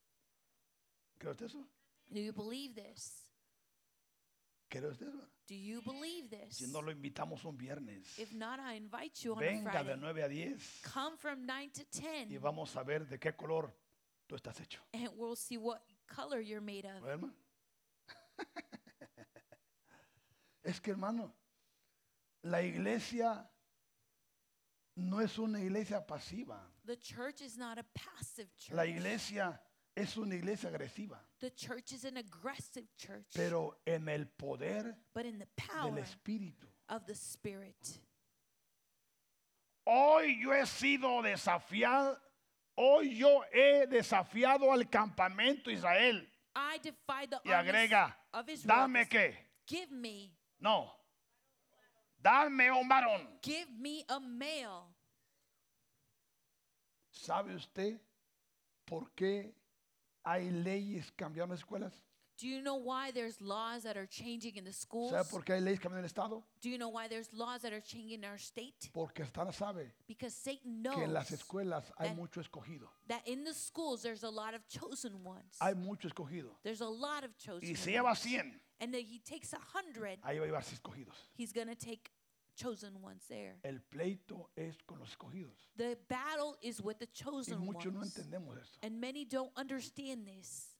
Speaker 2: ¿cree usted eso?
Speaker 1: Do you believe this?
Speaker 2: ¿Cree usted eso?
Speaker 1: Do you believe this?
Speaker 2: Si no lo invitamos un viernes,
Speaker 1: if not, I invite you on a
Speaker 2: venga
Speaker 1: Friday.
Speaker 2: de 9 a 10
Speaker 1: Come from 9 to 10,
Speaker 2: y vamos a ver de qué color tú estás hecho.
Speaker 1: and we'll see what color you're made of.
Speaker 2: ¿No, hermano? es que, hermano, la iglesia no es una iglesia pasiva.
Speaker 1: The church is not a passive church.
Speaker 2: La iglesia es una iglesia agresiva,
Speaker 1: the church is an aggressive church,
Speaker 2: pero en el poder
Speaker 1: but in the
Speaker 2: del
Speaker 1: power
Speaker 2: Espíritu.
Speaker 1: of the Spirit.
Speaker 2: Hoy yo he sido desafiado, hoy yo he desafiado al campamento Israel.
Speaker 1: I defy the
Speaker 2: Y
Speaker 1: armies
Speaker 2: agrega,
Speaker 1: of Israel.
Speaker 2: Dame qué,
Speaker 1: Give me,
Speaker 2: no, dame un varón.
Speaker 1: give me a male.
Speaker 2: ¿Sabe usted por qué hay leyes cambiando en las escuelas?
Speaker 1: Do you know why there's laws that are changing in the schools?
Speaker 2: ¿Sabe por qué hay leyes cambiando en el Estado?
Speaker 1: Do you know why there's laws that are changing in our state?
Speaker 2: Porque Satanás sabe
Speaker 1: Because Satan knows
Speaker 2: que en las escuelas hay
Speaker 1: that-
Speaker 2: mucho escogido.
Speaker 1: that in the schools there's a lot of chosen ones.
Speaker 2: Hay mucho escogido.
Speaker 1: there's a lot of chosen
Speaker 2: Y
Speaker 1: ones.
Speaker 2: si lleva 100,
Speaker 1: and that he takes a hundred,
Speaker 2: ahí va a llevarse escogidos.
Speaker 1: he's gonna take chosen ones there.
Speaker 2: El pleito es con los escogidos.
Speaker 1: The battle is with the
Speaker 2: Y
Speaker 1: chosen
Speaker 2: muchos no
Speaker 1: ones.
Speaker 2: entendemos eso.
Speaker 1: and many don't understand this.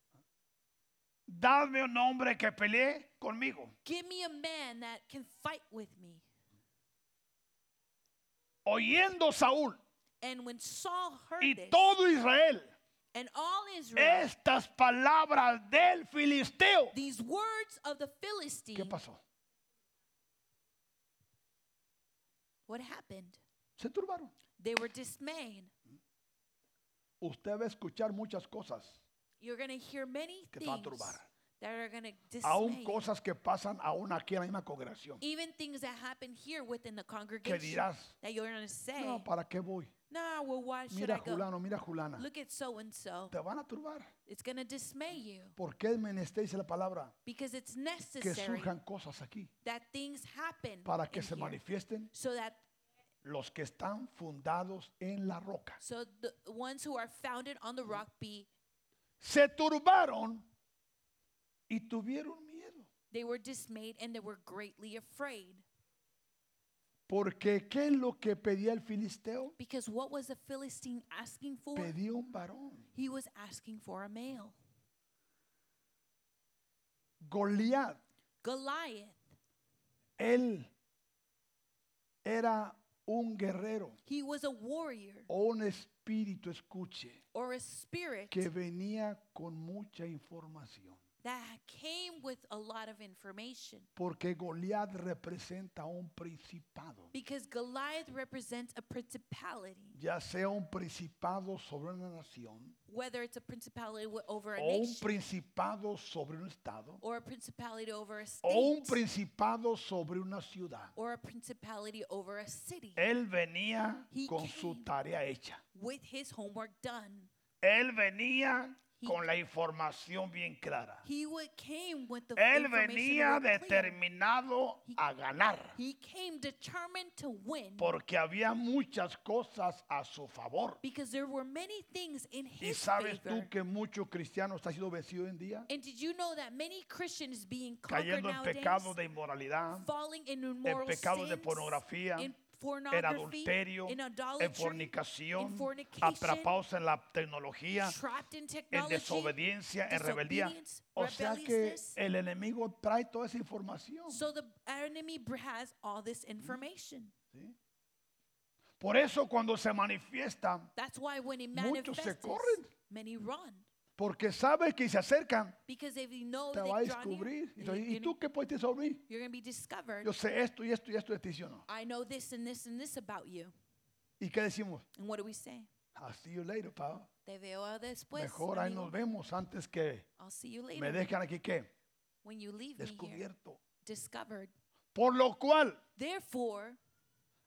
Speaker 2: Dadme un hombre que pelee conmigo.
Speaker 1: Give me a man that can fight with me.
Speaker 2: Oyendo Saúl
Speaker 1: And when Saul heard
Speaker 2: y
Speaker 1: this,
Speaker 2: todo Israel
Speaker 1: and all Israel,
Speaker 2: estas palabras del filisteo.
Speaker 1: these words of the Philistine,
Speaker 2: ¿Qué pasó?
Speaker 1: what happened?
Speaker 2: Se turbaron.
Speaker 1: They were dismayed.
Speaker 2: Usted va a escuchar muchas cosas,
Speaker 1: You're going to hear many
Speaker 2: Que te va a
Speaker 1: things
Speaker 2: turbar.
Speaker 1: that are going to dismay.
Speaker 2: aún
Speaker 1: you.
Speaker 2: cosas que pasan aún aquí en la misma congregación.
Speaker 1: Even things that happen here within the
Speaker 2: Que
Speaker 1: congregation
Speaker 2: dirás,
Speaker 1: that you're going to say,
Speaker 2: no, ¿para qué voy?
Speaker 1: nah, well, why should
Speaker 2: Mira
Speaker 1: I
Speaker 2: a
Speaker 1: go?
Speaker 2: Julano, mira a Julana.
Speaker 1: Look at so and so.
Speaker 2: Te van a turbar.
Speaker 1: It's going to dismay you
Speaker 2: ¿Por qué menester dice la palabra?
Speaker 1: because it's
Speaker 2: Que
Speaker 1: necessary
Speaker 2: surjan cosas aquí
Speaker 1: that things happen
Speaker 2: para que
Speaker 1: in
Speaker 2: se
Speaker 1: here
Speaker 2: manifiesten
Speaker 1: so that
Speaker 2: los que están fundados en la roca.
Speaker 1: so the ones who are founded on the rock be
Speaker 2: Se turbaron y tuvieron miedo.
Speaker 1: they were dismayed and they were greatly afraid
Speaker 2: Porque ¿qué es lo que pedía el filisteo?
Speaker 1: because what was the Philistine asking for?
Speaker 2: Pedía un varón.
Speaker 1: He was asking for a male.
Speaker 2: Goliat,
Speaker 1: Goliath,
Speaker 2: él era un guerrero
Speaker 1: he was a warrior
Speaker 2: o un espíritu, escuche,
Speaker 1: or a spirit
Speaker 2: que venía con mucha información.
Speaker 1: that came with a lot of information
Speaker 2: Porque Goliat representa un principado,
Speaker 1: because Goliath represents a principality,
Speaker 2: ya sea un principado sobre una nación
Speaker 1: whether it's a principality wi- over a
Speaker 2: o un
Speaker 1: nation
Speaker 2: principado sobre un estado
Speaker 1: or a principality over a
Speaker 2: o un
Speaker 1: state
Speaker 2: principado sobre una ciudad.
Speaker 1: or a principality over a city
Speaker 2: Él venía
Speaker 1: He
Speaker 2: con su
Speaker 1: came.
Speaker 2: tarea hecha.
Speaker 1: with his homework done.
Speaker 2: Él venía
Speaker 1: He-
Speaker 2: con la información bien clara.
Speaker 1: He wa- came with the
Speaker 2: Él
Speaker 1: information
Speaker 2: venía
Speaker 1: were clear.
Speaker 2: determinado
Speaker 1: He-
Speaker 2: a ganar,
Speaker 1: He came determined to win
Speaker 2: porque había muchas cosas a su favor.
Speaker 1: because there were many things in
Speaker 2: ¿Y
Speaker 1: his
Speaker 2: sabes tú
Speaker 1: favor.
Speaker 2: que muchos cristianos están siendo vencidos hoy en día?
Speaker 1: And did you know that many Christians being conquered
Speaker 2: Cayendo en pecado
Speaker 1: nowadays,
Speaker 2: de inmoralidad,
Speaker 1: falling in immoral
Speaker 2: pecado de
Speaker 1: sins,
Speaker 2: pornografía,
Speaker 1: in
Speaker 2: en
Speaker 1: pornography,
Speaker 2: adulterio,
Speaker 1: in
Speaker 2: en
Speaker 1: idolatry,
Speaker 2: fornicación,
Speaker 1: in fornication,
Speaker 2: atrapados en la tecnología,
Speaker 1: trapped in
Speaker 2: en
Speaker 1: technology,
Speaker 2: desobediencia, en rebeldía.
Speaker 1: disobedience,
Speaker 2: O sea que
Speaker 1: rebelliousness.
Speaker 2: el enemigo trae toda esa información.
Speaker 1: So the enemy br- has all this information.
Speaker 2: ¿sí? Por eso cuando se manifiesta,
Speaker 1: That's why when it
Speaker 2: Muchos se
Speaker 1: manifests,
Speaker 2: corren.
Speaker 1: many run
Speaker 2: porque sabe que se acercan,
Speaker 1: because if you know
Speaker 2: te
Speaker 1: that
Speaker 2: va a
Speaker 1: they draw near,
Speaker 2: descubrir. Y,
Speaker 1: you're,
Speaker 2: tú- ¿y
Speaker 1: gonna,
Speaker 2: tú qué puedes decir sobre mí?
Speaker 1: you're gonna be discovered.
Speaker 2: Yo sé esto y esto y esto de ti, ¿sí o no?
Speaker 1: I know this and this and this about you.
Speaker 2: ¿Y qué decimos?
Speaker 1: And what do we say?
Speaker 2: I'll see you later, pal.
Speaker 1: Te veo después.
Speaker 2: Mejor ahí nos
Speaker 1: Pues, amigo.
Speaker 2: vemos antes que
Speaker 1: I'll see you
Speaker 2: me
Speaker 1: later.
Speaker 2: dejan aquí qué?
Speaker 1: when you leave me here,
Speaker 2: Descubierto.
Speaker 1: discovered.
Speaker 2: Por lo cual
Speaker 1: Therefore,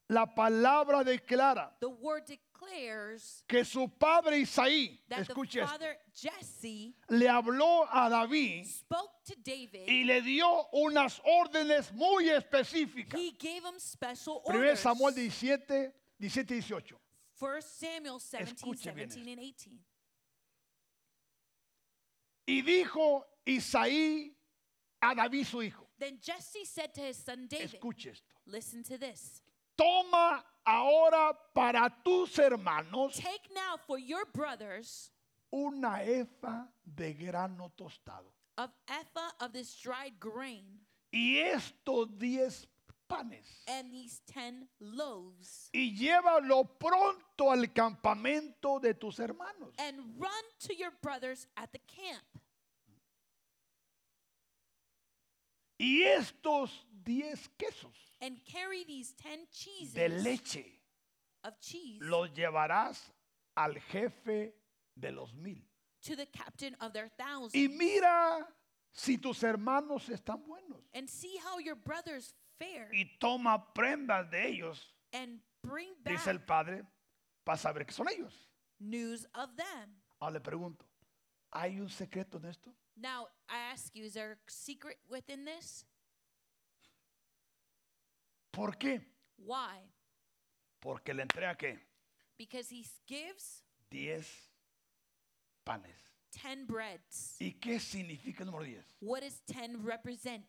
Speaker 2: la palabra declara
Speaker 1: the word declares
Speaker 2: que su padre Isaí,
Speaker 1: that
Speaker 2: escuche
Speaker 1: the
Speaker 2: esto,
Speaker 1: father Jesse
Speaker 2: le habló a David
Speaker 1: spoke to David.
Speaker 2: y le dio unas órdenes muy específicas.
Speaker 1: He gave him special
Speaker 2: 1
Speaker 1: orders.
Speaker 2: Samuel 17, 17 y 18.
Speaker 1: 1 Samuel 17,
Speaker 2: Escuche bien
Speaker 1: 17 and 18.
Speaker 2: Y dijo Isaí a David su hijo,
Speaker 1: Then Jesse said to his son David,
Speaker 2: escuche esto,
Speaker 1: Listen to this.
Speaker 2: toma ahora para tus hermanos
Speaker 1: Take now for your brothers
Speaker 2: una efa de grano tostado
Speaker 1: of ephah of this dried grain
Speaker 2: y estos diez panes
Speaker 1: and these ten loaves,
Speaker 2: y llévalo pronto al campamento de tus hermanos.
Speaker 1: and run to your brothers at the camp.
Speaker 2: Y estos diez quesos
Speaker 1: and carry these ten cheeses
Speaker 2: de leche
Speaker 1: of cheese
Speaker 2: los llevarás al jefe de los mil.
Speaker 1: to the captain of their thousand
Speaker 2: Y mira si tus hermanos están buenos.
Speaker 1: and see how your brothers fare
Speaker 2: Y toma prendas de ellos,
Speaker 1: and bring back
Speaker 2: dice el padre, para saber que son ellos.
Speaker 1: news of them.
Speaker 2: Ahora le pregunto, ¿hay un secreto en esto?
Speaker 1: Now, I ask you, is there a secret within this?
Speaker 2: ¿Por qué?
Speaker 1: Why?
Speaker 2: Porque le entrega qué?
Speaker 1: Because he gives
Speaker 2: Diez panes.
Speaker 1: ten breads.
Speaker 2: ¿Y qué significa el número 10?
Speaker 1: What does ten represent?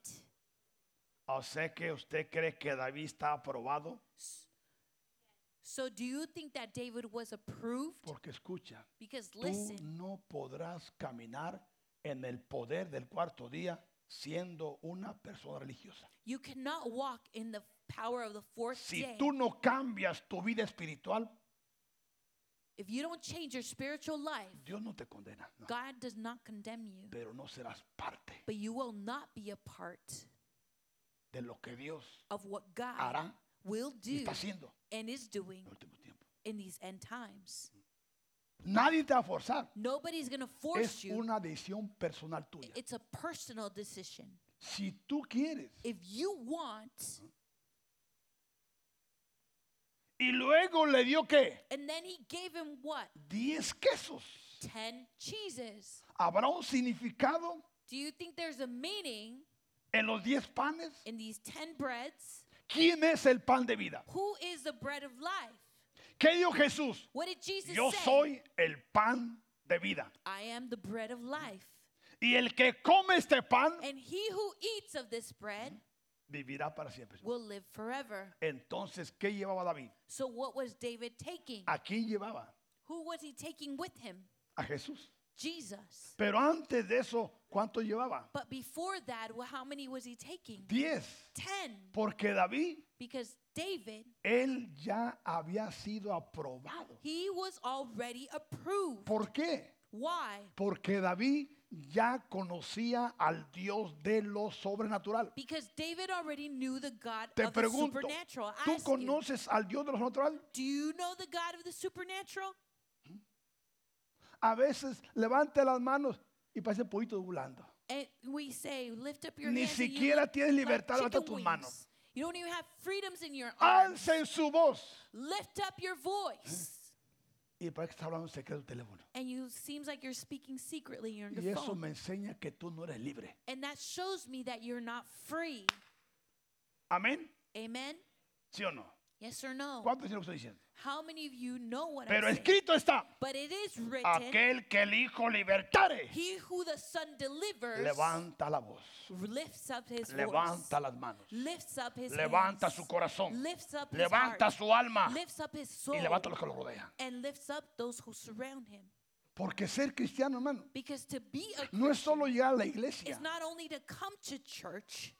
Speaker 2: O sea que usted cree que David está aprobado
Speaker 1: So, do you think that David was approved?
Speaker 2: porque escucha,
Speaker 1: Because
Speaker 2: tú
Speaker 1: listen,
Speaker 2: no podrás caminar en el poder del cuarto día siendo una persona religiosa.
Speaker 1: you cannot walk in the power of the fourth
Speaker 2: Si
Speaker 1: day
Speaker 2: tú no cambias tu vida espiritual,
Speaker 1: if you don't change your spiritual life.
Speaker 2: Dios no te condena, no,
Speaker 1: God does not condemn you,
Speaker 2: pero no serás parte
Speaker 1: but you will not be a part
Speaker 2: de lo que Dios
Speaker 1: of what God
Speaker 2: hará
Speaker 1: will
Speaker 2: y
Speaker 1: do
Speaker 2: está haciendo
Speaker 1: and is doing
Speaker 2: en el último tiempo.
Speaker 1: in these end times.
Speaker 2: Nadie te va a forzar.
Speaker 1: Nobody's going to
Speaker 2: Es
Speaker 1: force you.
Speaker 2: una decisión personal
Speaker 1: I-
Speaker 2: tuya.
Speaker 1: It's a personal decision.
Speaker 2: Si tú quieres
Speaker 1: If you want,
Speaker 2: y luego le dio qué?
Speaker 1: and then he gave him what?
Speaker 2: 10 quesos.
Speaker 1: 10 cheeses.
Speaker 2: ¿Habrá un significado
Speaker 1: Do you think there's a meaning
Speaker 2: en los 10 panes?
Speaker 1: in these 10 breads?
Speaker 2: ¿Quién es el pan de vida?
Speaker 1: Who is the bread of life?
Speaker 2: ¿Qué dijo Jesús?
Speaker 1: What did Jesus
Speaker 2: Yo
Speaker 1: say?
Speaker 2: soy el pan de vida.
Speaker 1: I am the bread of life.
Speaker 2: Y el que come este pan
Speaker 1: And he who eats of this bread
Speaker 2: vivirá para siempre.
Speaker 1: will live forever.
Speaker 2: Entonces, ¿qué llevaba David?
Speaker 1: So what was David taking?
Speaker 2: ¿A quién llevaba?
Speaker 1: Who was he taking with him?
Speaker 2: A Jesús.
Speaker 1: Jesus.
Speaker 2: Pero antes de eso, ¿cuánto llevaba?
Speaker 1: But before that, wh- how many was he taking?
Speaker 2: 10.
Speaker 1: Ten.
Speaker 2: Porque David,
Speaker 1: Because David,
Speaker 2: él ya había sido aprobado.
Speaker 1: he was already approved.
Speaker 2: ¿Por qué?
Speaker 1: Why?
Speaker 2: Porque David ya conocía al Dios de lo sobrenatural.
Speaker 1: Because David already knew the God
Speaker 2: Te
Speaker 1: of the
Speaker 2: pregunto,
Speaker 1: supernatural. I
Speaker 2: ¿tú
Speaker 1: ask you,
Speaker 2: conoces al Dios de lo sobrenatural?
Speaker 1: do you know the God of the supernatural?
Speaker 2: A veces levanta las manos y parece pollito volando.
Speaker 1: And we say, lift up your
Speaker 2: Ni
Speaker 1: hands. and you
Speaker 2: siquiera
Speaker 1: look
Speaker 2: tienes libertad,
Speaker 1: like
Speaker 2: levanta
Speaker 1: chicken
Speaker 2: tus
Speaker 1: wings.
Speaker 2: manos.
Speaker 1: You don't even have freedoms in your arms.
Speaker 2: Alcen su voz.
Speaker 1: Lift up your voice.
Speaker 2: Y parece que está hablando en secreto del teléfono.
Speaker 1: And you seems like you're speaking secretly in your
Speaker 2: Y eso
Speaker 1: phone.
Speaker 2: me enseña que tú no eres libre.
Speaker 1: And that shows me that you're not free.
Speaker 2: Amén.
Speaker 1: Amen?
Speaker 2: ¿Sí o no?
Speaker 1: Yes or no?
Speaker 2: ¿Cuántos dicen lo que estoy diciendo?
Speaker 1: How many of you know what
Speaker 2: Pero
Speaker 1: I'm saying?
Speaker 2: escrito está:
Speaker 1: But it is written,
Speaker 2: Aquel que el Hijo libertare,
Speaker 1: he who the Son delivers
Speaker 2: levanta la voz,
Speaker 1: lifts up his
Speaker 2: levanta
Speaker 1: voice,
Speaker 2: las manos,
Speaker 1: lifts up his
Speaker 2: levanta
Speaker 1: hands,
Speaker 2: su corazón,
Speaker 1: lifts up his
Speaker 2: levanta
Speaker 1: heart,
Speaker 2: su alma
Speaker 1: lifts up his soul,
Speaker 2: y levanta los que lo rodean.
Speaker 1: and lifts up those who surround him.
Speaker 2: Porque ser cristiano, hermano,
Speaker 1: Because to be a
Speaker 2: no es
Speaker 1: Christian
Speaker 2: solo llegar a la iglesia.
Speaker 1: is not only to come to church,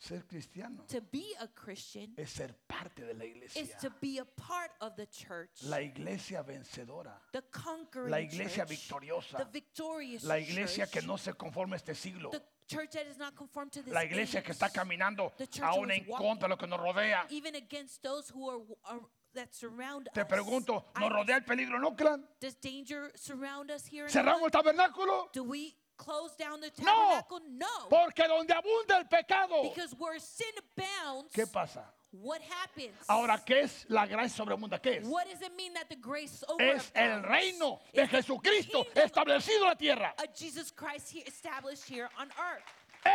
Speaker 2: Ser cristiano
Speaker 1: to be a Christian
Speaker 2: es ser parte de la
Speaker 1: is
Speaker 2: iglesia.
Speaker 1: to be a part of the church,
Speaker 2: La iglesia vencedora.
Speaker 1: the conquering
Speaker 2: La iglesia
Speaker 1: church,
Speaker 2: victoriosa.
Speaker 1: the victorious
Speaker 2: La iglesia que
Speaker 1: church,
Speaker 2: no se conforma a este siglo.
Speaker 1: the church that is not conformed to this
Speaker 2: La iglesia que está
Speaker 1: age.
Speaker 2: caminando
Speaker 1: The church
Speaker 2: aún
Speaker 1: was
Speaker 2: en contra de lo que nos rodea.
Speaker 1: even against those who are, are that surround
Speaker 2: Te
Speaker 1: us.
Speaker 2: pregunto,
Speaker 1: I
Speaker 2: ¿nos
Speaker 1: ask,
Speaker 2: rodea el peligro en Oakland?
Speaker 1: does danger surround us here? in
Speaker 2: ¿Cerramos el
Speaker 1: Oakland?
Speaker 2: tabernáculo?
Speaker 1: Do we close down the
Speaker 2: No.
Speaker 1: tabernacle? No,
Speaker 2: Porque donde abunda el pecado,
Speaker 1: because where sin abounds,
Speaker 2: ¿qué pasa?
Speaker 1: what happens?
Speaker 2: Ahora, ¿qué es la gracia sobreabunda? ¿Qué es?
Speaker 1: what does it mean that the grace
Speaker 2: Es
Speaker 1: overabounds?
Speaker 2: el reino de
Speaker 1: It's the
Speaker 2: Jesucristo
Speaker 1: kingdom
Speaker 2: establecido en la tierra.
Speaker 1: of Jesus Christ here established here on earth.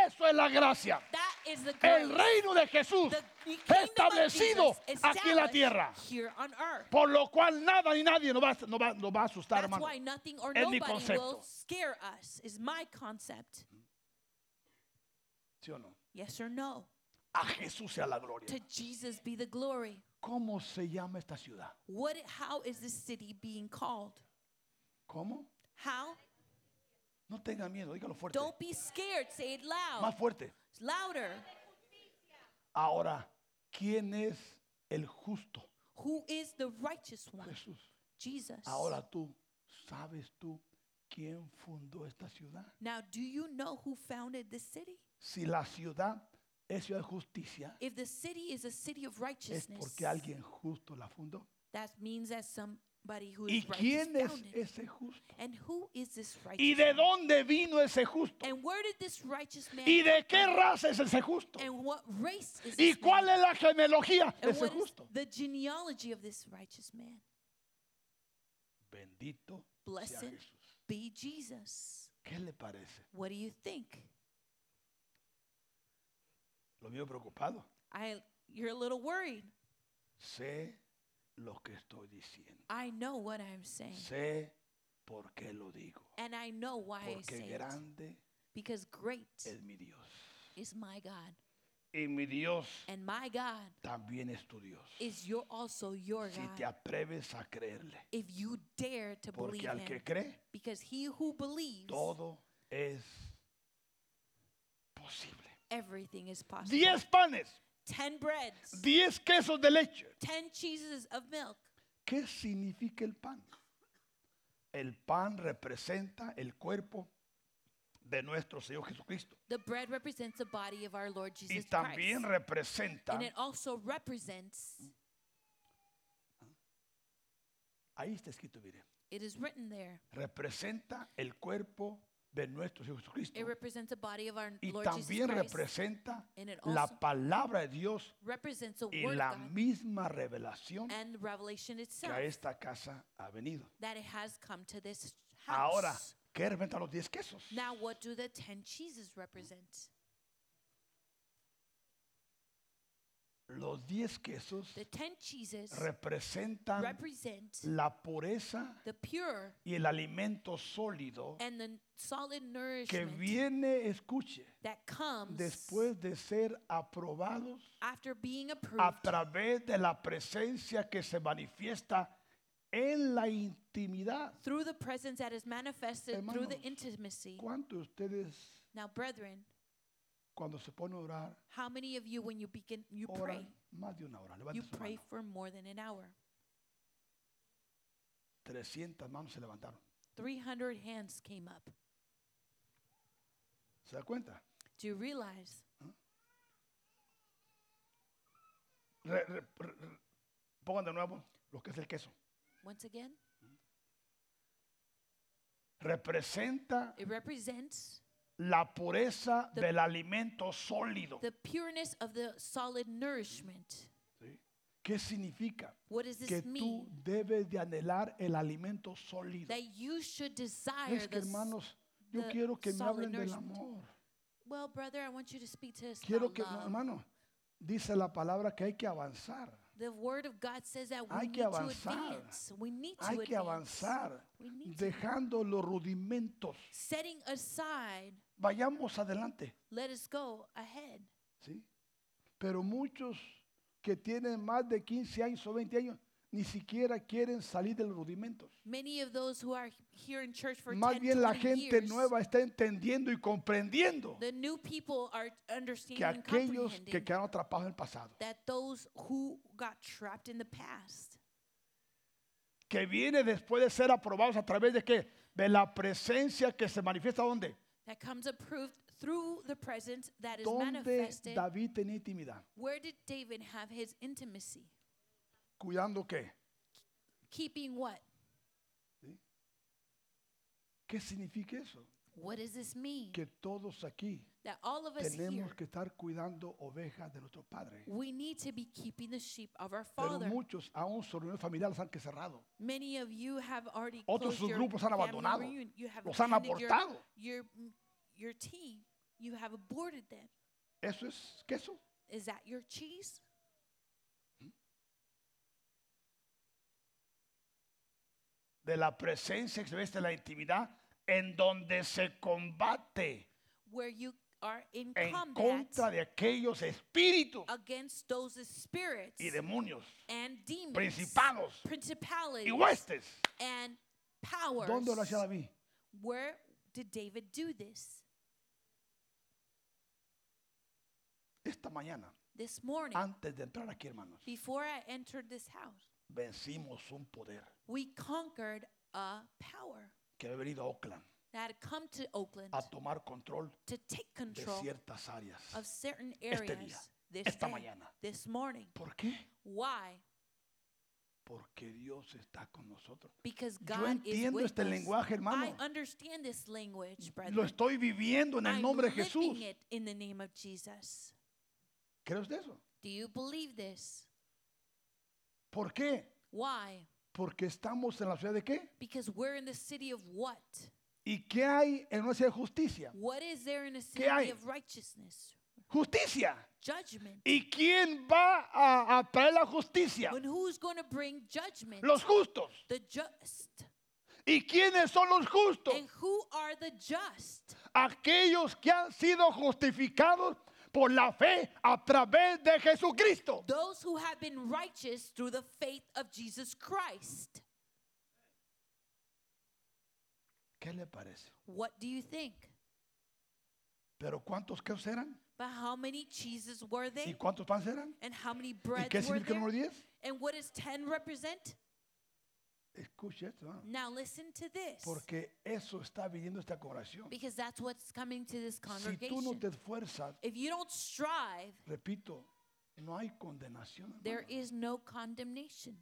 Speaker 2: Eso es la gracia.
Speaker 1: That is the grace.
Speaker 2: El reino de Jesús
Speaker 1: the the kingdom of
Speaker 2: establecido
Speaker 1: Jesus
Speaker 2: aquí en la
Speaker 1: established
Speaker 2: tierra.
Speaker 1: Here on earth.
Speaker 2: Por lo cual nada ni nadie nos va, a- nos va- nos va a asustar,
Speaker 1: That's
Speaker 2: hermano.
Speaker 1: why nothing or
Speaker 2: Es mi
Speaker 1: nobody will
Speaker 2: concepto.
Speaker 1: scare us, is my concept.
Speaker 2: ¿Sí o no?
Speaker 1: Yes or no?
Speaker 2: A Jesús sea la gloria.
Speaker 1: To Jesus be the glory.
Speaker 2: ¿Cómo se llama esta ciudad?
Speaker 1: What? How is this city being called?
Speaker 2: ¿Cómo?
Speaker 1: How?
Speaker 2: No tenga miedo, dígalo fuerte.
Speaker 1: Don't be scared. Say it
Speaker 2: Más
Speaker 1: loud.
Speaker 2: fuerte.
Speaker 1: Louder.
Speaker 2: Ahora, ¿quién es el justo?
Speaker 1: Who is the righteous one?
Speaker 2: Jesús.
Speaker 1: Jesus.
Speaker 2: Ahora tú, ¿sabes tú quién fundó esta ciudad?
Speaker 1: Now, do you know who founded this city?
Speaker 2: Si la ciudad es ciudad de justicia,
Speaker 1: If the city is a city of
Speaker 2: es
Speaker 1: righteousness,
Speaker 2: porque alguien justo la fundó.
Speaker 1: that means that somebody who
Speaker 2: ¿Y
Speaker 1: is righteous
Speaker 2: quién es
Speaker 1: founded.
Speaker 2: ese justo?
Speaker 1: And who is this righteous?
Speaker 2: ¿Y de
Speaker 1: man?
Speaker 2: dónde vino ese justo?
Speaker 1: And where did this righteous man
Speaker 2: ¿Y de
Speaker 1: come
Speaker 2: qué
Speaker 1: from?
Speaker 2: raza es ese justo?
Speaker 1: And what race is
Speaker 2: ¿Y
Speaker 1: this
Speaker 2: cuál
Speaker 1: man?
Speaker 2: es la genealogía de
Speaker 1: And
Speaker 2: ese
Speaker 1: what is
Speaker 2: justo?
Speaker 1: the genealogy of this righteous man?
Speaker 2: Bendito sea
Speaker 1: Blessed
Speaker 2: Jesús.
Speaker 1: be Jesus.
Speaker 2: ¿Qué le parece?
Speaker 1: What do you think?
Speaker 2: Lo veo preocupado.
Speaker 1: I you're a little worried.
Speaker 2: Sé lo que estoy diciendo.
Speaker 1: I know what I'm saying.
Speaker 2: Sé por qué lo digo.
Speaker 1: And I know why I
Speaker 2: Porque
Speaker 1: say it.
Speaker 2: grande
Speaker 1: Because great
Speaker 2: es mi Dios.
Speaker 1: is my God.
Speaker 2: Y mi Dios
Speaker 1: And my God
Speaker 2: también es tu Dios.
Speaker 1: is your also your
Speaker 2: Si te
Speaker 1: God.
Speaker 2: atreves a creerle.
Speaker 1: If you dare to believe
Speaker 2: Porque al
Speaker 1: him.
Speaker 2: que cree,
Speaker 1: Because he who believes
Speaker 2: todo es posible.
Speaker 1: everything is possible.
Speaker 2: Diez panes,
Speaker 1: Ten breads,
Speaker 2: diez quesos de leche.
Speaker 1: ten cheeses of milk.
Speaker 2: ¿Qué significa el pan? El pan representa el cuerpo de nuestro Señor Jesucristo.
Speaker 1: The bread represents the body of our Lord
Speaker 2: Y
Speaker 1: Jesus Christ.
Speaker 2: también representa,
Speaker 1: And it also represents,
Speaker 2: ahí está escrito, mire,
Speaker 1: it is written there,
Speaker 2: representa el cuerpo de nuestro Señor Jesucristo.
Speaker 1: it represents the body of our
Speaker 2: Y
Speaker 1: Lord Jesus
Speaker 2: también
Speaker 1: Christ.
Speaker 2: representa
Speaker 1: And it also
Speaker 2: la palabra de Dios
Speaker 1: represents the
Speaker 2: y
Speaker 1: word
Speaker 2: la
Speaker 1: of God
Speaker 2: misma revelación
Speaker 1: and revelation
Speaker 2: que
Speaker 1: itself
Speaker 2: a esta casa ha venido.
Speaker 1: that it has come to this house.
Speaker 2: Ahora, ¿qué representan los diez quesos?
Speaker 1: now, what do the ten cheeses represent?
Speaker 2: Los diez quesos
Speaker 1: The ten cheeses
Speaker 2: representan
Speaker 1: represent
Speaker 2: la pureza
Speaker 1: the pure
Speaker 2: y el alimento sólido
Speaker 1: and the solid
Speaker 2: que
Speaker 1: nourishment
Speaker 2: viene, escuche,
Speaker 1: that comes
Speaker 2: después de ser aprobados
Speaker 1: after being approved
Speaker 2: a través de la presencia que se manifiesta en la intimidad.
Speaker 1: through the presence that is manifested through the
Speaker 2: Hermanos,
Speaker 1: intimacy.
Speaker 2: ¿Cuántos de ustedes
Speaker 1: Now, brethren,
Speaker 2: cuando se pone a orar,
Speaker 1: how many of you, when you begin, you pray,
Speaker 2: oran más de una hora? Levanten
Speaker 1: you
Speaker 2: su
Speaker 1: pray
Speaker 2: mano.
Speaker 1: for more than an hour?
Speaker 2: 300 manos se levantaron.
Speaker 1: 300 hands came up.
Speaker 2: ¿Se da cuenta?
Speaker 1: Do you realize?
Speaker 2: Re- re- re- re- pongan de nuevo lo que es el queso.
Speaker 1: Once again,
Speaker 2: Representa
Speaker 1: it represents
Speaker 2: la pureza
Speaker 1: The-
Speaker 2: del alimento sólido.
Speaker 1: the pureness of the solid nourishment.
Speaker 2: ¿sí? ¿Qué significa?
Speaker 1: What does
Speaker 2: Que
Speaker 1: this
Speaker 2: tú
Speaker 1: mean?
Speaker 2: debes de anhelar el alimento sólido.
Speaker 1: That you should desire
Speaker 2: Es que
Speaker 1: this.
Speaker 2: hermanos, yo
Speaker 1: the
Speaker 2: quiero que me
Speaker 1: solid
Speaker 2: hablen del
Speaker 1: nourishment.
Speaker 2: amor.
Speaker 1: Well, brother, I want you to speak to us
Speaker 2: Quiero
Speaker 1: about
Speaker 2: que,
Speaker 1: love.
Speaker 2: hermano, dice la palabra que hay que avanzar.
Speaker 1: The word of God says that we
Speaker 2: Hay
Speaker 1: need
Speaker 2: que
Speaker 1: to
Speaker 2: avanzar.
Speaker 1: advance. We need to
Speaker 2: Hay que
Speaker 1: advance.
Speaker 2: avanzar
Speaker 1: We need to-
Speaker 2: dejando los rudimentos.
Speaker 1: Setting aside,
Speaker 2: Vayamos adelante,
Speaker 1: let us go ahead.
Speaker 2: ¿sí? Pero muchos que tienen más de 15 años o 20 años ni siquiera quieren salir de los rudimentos.
Speaker 1: Many of those who are here in church for
Speaker 2: Más
Speaker 1: 10,
Speaker 2: bien la
Speaker 1: 20
Speaker 2: gente
Speaker 1: years,
Speaker 2: nueva está entendiendo y comprendiendo
Speaker 1: the new people are understanding
Speaker 2: que
Speaker 1: and
Speaker 2: aquellos
Speaker 1: comprehending
Speaker 2: que quedaron atrapados en el pasado,
Speaker 1: that those who got trapped in the past,
Speaker 2: que viene después de ser aprobados a través de qué? De la presencia que se manifiesta ¿dónde?
Speaker 1: that comes approved through the presence that is
Speaker 2: Donde
Speaker 1: manifested.
Speaker 2: David tenía intimidad.
Speaker 1: Where did David have his intimacy?
Speaker 2: ¿Cuidando qué?
Speaker 1: Keeping what?
Speaker 2: ¿Qué significa eso?
Speaker 1: What does this mean?
Speaker 2: Que todos aquí
Speaker 1: That all of us here,
Speaker 2: tenemos que estar cuidando ovejas de nuestro Padre.
Speaker 1: we need to be keeping the sheep of our
Speaker 2: Pero
Speaker 1: Father.
Speaker 2: muchos aún sus reuniones familiares han que cerrado.
Speaker 1: Many of you have already
Speaker 2: Otros
Speaker 1: closed
Speaker 2: sus
Speaker 1: your
Speaker 2: grupos han
Speaker 1: family
Speaker 2: abandonado,
Speaker 1: reunion. You have
Speaker 2: los han
Speaker 1: abandoned your-
Speaker 2: abortado.
Speaker 1: Your, m- your team, you have aborted them.
Speaker 2: ¿Eso es queso?
Speaker 1: Is that your cheese?
Speaker 2: De la presencia que se ve de la intimidad en donde se combate
Speaker 1: Where you are in
Speaker 2: en
Speaker 1: combat
Speaker 2: contra de aquellos espíritus
Speaker 1: against those spirits
Speaker 2: y demonios
Speaker 1: and demons,
Speaker 2: principados y
Speaker 1: principalities,
Speaker 2: y huestes.
Speaker 1: and powers.
Speaker 2: ¿Dónde lo hacía David?
Speaker 1: Where did David do this?
Speaker 2: Esta mañana,
Speaker 1: This morning,
Speaker 2: antes de entrar aquí, hermanos,
Speaker 1: before I entered this house,
Speaker 2: vencimos un poder
Speaker 1: we conquered a power
Speaker 2: que había venido a Oakland
Speaker 1: that had come to Oakland
Speaker 2: a tomar control
Speaker 1: to take
Speaker 2: de
Speaker 1: control
Speaker 2: ciertas áreas.
Speaker 1: of certain
Speaker 2: este
Speaker 1: areas
Speaker 2: día,
Speaker 1: this
Speaker 2: esta
Speaker 1: day,
Speaker 2: mañana.
Speaker 1: this morning.
Speaker 2: ¿Por qué?
Speaker 1: Why?
Speaker 2: Porque Dios está con nosotros.
Speaker 1: Because
Speaker 2: Yo
Speaker 1: God is
Speaker 2: entiendo
Speaker 1: with
Speaker 2: este
Speaker 1: us.
Speaker 2: lenguaje, hermano.
Speaker 1: I understand this language, brother.
Speaker 2: Lo estoy viviendo en el
Speaker 1: I'm
Speaker 2: nombre de
Speaker 1: living
Speaker 2: Jesús.
Speaker 1: it in the name of Jesus.
Speaker 2: ¿Cree usted eso?
Speaker 1: Do you believe this?
Speaker 2: ¿Por qué?
Speaker 1: Why?
Speaker 2: Porque estamos en la ciudad de qué?
Speaker 1: Because we're in the city of what?
Speaker 2: ¿Y qué hay en una ciudad de justicia?
Speaker 1: What is there in the
Speaker 2: hay?
Speaker 1: city of righteousness?
Speaker 2: Justicia.
Speaker 1: Judgment.
Speaker 2: ¿Y quién va a, a traer la justicia?
Speaker 1: And who's going to bring judgment?
Speaker 2: Los justos.
Speaker 1: the just.
Speaker 2: ¿Y quiénes son los justos?
Speaker 1: And who are the just?
Speaker 2: Aquellos que han sido justificados por la fe a través de Jesucristo.
Speaker 1: Those who have been righteous through the faith of Jesus Christ.
Speaker 2: ¿Qué le parece?
Speaker 1: What do you think?
Speaker 2: ¿Pero cuántos quesos eran?
Speaker 1: But how many cheeses were
Speaker 2: ¿Y
Speaker 1: they?
Speaker 2: cuántos panes eran?
Speaker 1: And how many
Speaker 2: ¿Y
Speaker 1: breads
Speaker 2: qué
Speaker 1: were
Speaker 2: significa el
Speaker 1: there?
Speaker 2: número 10?
Speaker 1: And what does 10 represent?
Speaker 2: Escuche esto, hermano,
Speaker 1: Now listen to this.
Speaker 2: porque eso está viviendo esta congregación.
Speaker 1: Because that's what's coming to this
Speaker 2: Si tú no
Speaker 1: congregation.
Speaker 2: te esfuerzas,
Speaker 1: If you don't strive,
Speaker 2: repito, no hay condenación.
Speaker 1: there
Speaker 2: hermano.
Speaker 1: is no condemnation.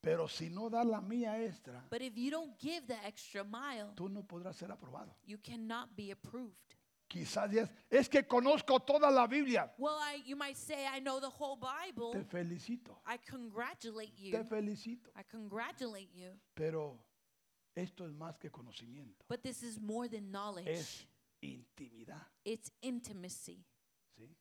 Speaker 2: Pero si no das la mía extra,
Speaker 1: But if you don't give the extra mile,
Speaker 2: tú no podrás ser aprobado.
Speaker 1: you cannot be approved.
Speaker 2: Quizás digas, es que conozco toda la Biblia.
Speaker 1: Well, I, you might say, I know the whole Bible.
Speaker 2: Te felicito,
Speaker 1: I congratulate you.
Speaker 2: te felicito.
Speaker 1: I congratulate you.
Speaker 2: Pero esto es más que conocimiento,
Speaker 1: But this is more than knowledge,
Speaker 2: es intimidad.
Speaker 1: it's intimacy.
Speaker 2: ¿sí?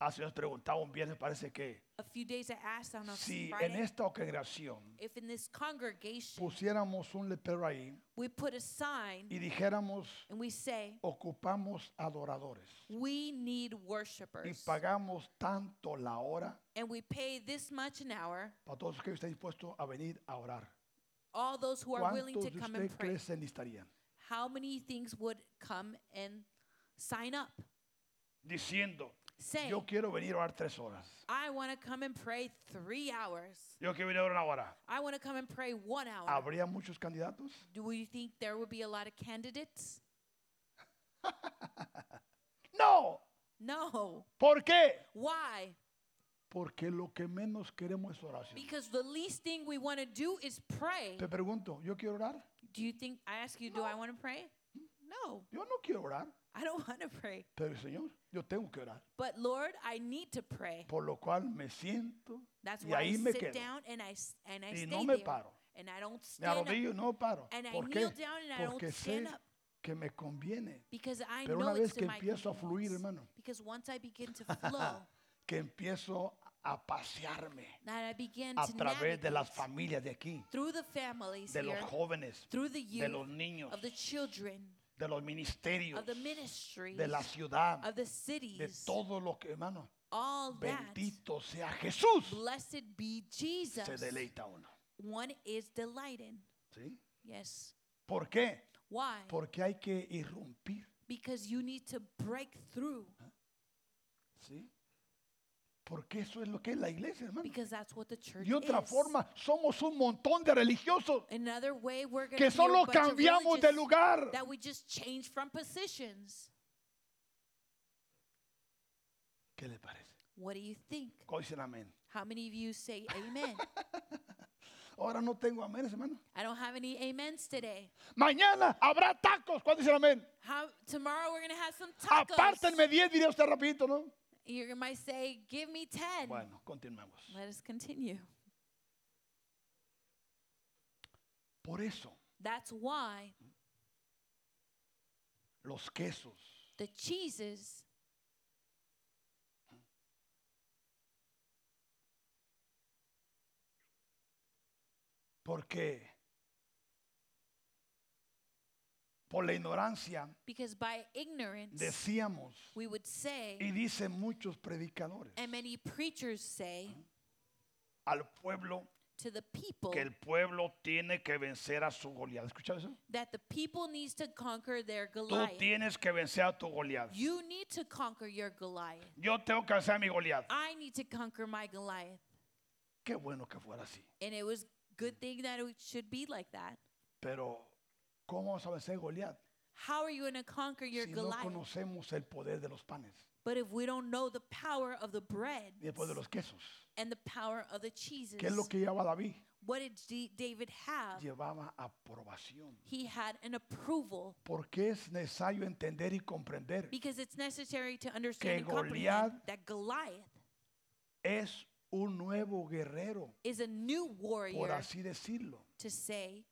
Speaker 2: Hace nos preguntaba un viernes, parece que
Speaker 1: A few days I asked on a
Speaker 2: si en
Speaker 1: Friday
Speaker 2: esta congregación
Speaker 1: if in this congregation
Speaker 2: pusiéramos un letrero ahí
Speaker 1: we put a sign
Speaker 2: y dijéramos
Speaker 1: and we say,
Speaker 2: ocupamos adoradores
Speaker 1: we need
Speaker 2: y
Speaker 1: worshipers
Speaker 2: pagamos tanto la hora
Speaker 1: and we pay this much an hour,
Speaker 2: para todos los que estén dispuestos a venir a orar.
Speaker 1: all those who are willing
Speaker 2: ¿Cuántos
Speaker 1: to
Speaker 2: de
Speaker 1: come and
Speaker 2: ustedes
Speaker 1: pray,
Speaker 2: creen se enlistarían?
Speaker 1: how many things would come and sign up?
Speaker 2: Diciendo,
Speaker 1: Say,
Speaker 2: yo quiero venir a orar tres horas.
Speaker 1: I want to come and pray three hours.
Speaker 2: Yo quiero venir a orar una hora.
Speaker 1: I want to come and pray one hour.
Speaker 2: ¿Habría muchos candidatos?
Speaker 1: Do you think there would be a lot of candidates? No.
Speaker 2: ¿Por qué?
Speaker 1: Why?
Speaker 2: Porque lo que menos queremos es oración.
Speaker 1: Because the least thing we want to do is pray.
Speaker 2: Te pregunto, ¿yo quiero orar?
Speaker 1: Do you think I ask you, do I want to pray?
Speaker 2: Mm-hmm.
Speaker 1: No,
Speaker 2: Yo no quiero orar.
Speaker 1: I don't want to pray.
Speaker 2: Pero Señor, yo tengo que orar.
Speaker 1: But Lord, I need to pray.
Speaker 2: Por lo cual me siento
Speaker 1: That's
Speaker 2: y
Speaker 1: why I
Speaker 2: ahí me
Speaker 1: sit
Speaker 2: quedo.
Speaker 1: down and I s- and I
Speaker 2: Y
Speaker 1: stay
Speaker 2: no me
Speaker 1: there.
Speaker 2: paro.
Speaker 1: And I don't
Speaker 2: Me
Speaker 1: stand up
Speaker 2: arrodillo y no paro.
Speaker 1: And I
Speaker 2: ¿Por
Speaker 1: kneel
Speaker 2: qué?
Speaker 1: down and I don't
Speaker 2: Porque sé
Speaker 1: stand up.
Speaker 2: que me conviene.
Speaker 1: because I
Speaker 2: Pero
Speaker 1: know
Speaker 2: una vez
Speaker 1: it's to
Speaker 2: que
Speaker 1: my
Speaker 2: empiezo a fluir,
Speaker 1: convenience.
Speaker 2: hermano.
Speaker 1: Because once I begin to flow,
Speaker 2: Que empiezo a pasearme
Speaker 1: that I begin
Speaker 2: a
Speaker 1: to
Speaker 2: través de las
Speaker 1: navigate
Speaker 2: familias de aquí,
Speaker 1: through the families
Speaker 2: de los
Speaker 1: here,
Speaker 2: jóvenes,
Speaker 1: through the youth,
Speaker 2: de los niños,
Speaker 1: of the children,
Speaker 2: de los ministerios,
Speaker 1: of the ministries,
Speaker 2: de la ciudad,
Speaker 1: of the
Speaker 2: de
Speaker 1: cities,
Speaker 2: todo lo que, hermano.
Speaker 1: all that.
Speaker 2: Bendito sea Jesús.
Speaker 1: Blessed be Jesus.
Speaker 2: Se deleita uno.
Speaker 1: One is delighted.
Speaker 2: ¿sí?
Speaker 1: Yes.
Speaker 2: ¿Por qué?
Speaker 1: Why?
Speaker 2: Porque hay que irrumpir.
Speaker 1: because you need to break through.
Speaker 2: ¿sí? Porque eso es lo que es la iglesia, hermano.
Speaker 1: Because that's what the church
Speaker 2: De otra
Speaker 1: is.
Speaker 2: forma, somos un montón de religiosos
Speaker 1: Another way we're going
Speaker 2: que solo cambiamos de lugar.
Speaker 1: That we just change from positions.
Speaker 2: ¿Qué le parece?
Speaker 1: What do you think?
Speaker 2: ¿Cómo dicen amén?
Speaker 1: How many of you say amen?
Speaker 2: Ahora no tengo amén, hermano.
Speaker 1: I don't have any amens today.
Speaker 2: Mañana habrá tacos. ¿Cuándo dicen amén?
Speaker 1: How tomorrow we're gonna have some tacos.
Speaker 2: Apártenme 10, diría usted rapidito, ¿no?
Speaker 1: You might say, "Give me 10.
Speaker 2: Bueno, continuamos.
Speaker 1: Let us continue.
Speaker 2: Por eso,
Speaker 1: That's why
Speaker 2: los quesos,
Speaker 1: the cheeses
Speaker 2: porque por la ignorancia
Speaker 1: Because by ignorance,
Speaker 2: decíamos
Speaker 1: we would say,
Speaker 2: y dicen muchos predicadores
Speaker 1: and many preachers say
Speaker 2: al pueblo
Speaker 1: to the people,
Speaker 2: que el pueblo tiene que vencer a su Goliat. ¿Escuchas eso?
Speaker 1: that the people needs to conquer their
Speaker 2: Tú
Speaker 1: Goliath.
Speaker 2: tienes que vencer a tu Goliat.
Speaker 1: You need to conquer your Goliath.
Speaker 2: Yo tengo que vencer a mi Goliat.
Speaker 1: I need to conquer my Goliath.
Speaker 2: Qué bueno que fuera así.
Speaker 1: And it was good thing that it should be like that.
Speaker 2: Pero ¿cómo vamos a vencer a Goliat
Speaker 1: How are you going to conquer your
Speaker 2: si no
Speaker 1: Goliath?
Speaker 2: conocemos el poder de los panes
Speaker 1: But if we don't know the power of the bread
Speaker 2: y el poder de los quesos?
Speaker 1: and the power of the cheeses,
Speaker 2: ¿Qué es lo que llevaba David?
Speaker 1: what did D- David have?
Speaker 2: Llevaba aprobación.
Speaker 1: He had an approval
Speaker 2: Porque es necesario entender y comprender
Speaker 1: because it's necessary to understand and comprehend
Speaker 2: Goliath
Speaker 1: that Goliath
Speaker 2: es un nuevo guerrero,
Speaker 1: is a new
Speaker 2: por
Speaker 1: warrior
Speaker 2: así decirlo.
Speaker 1: to say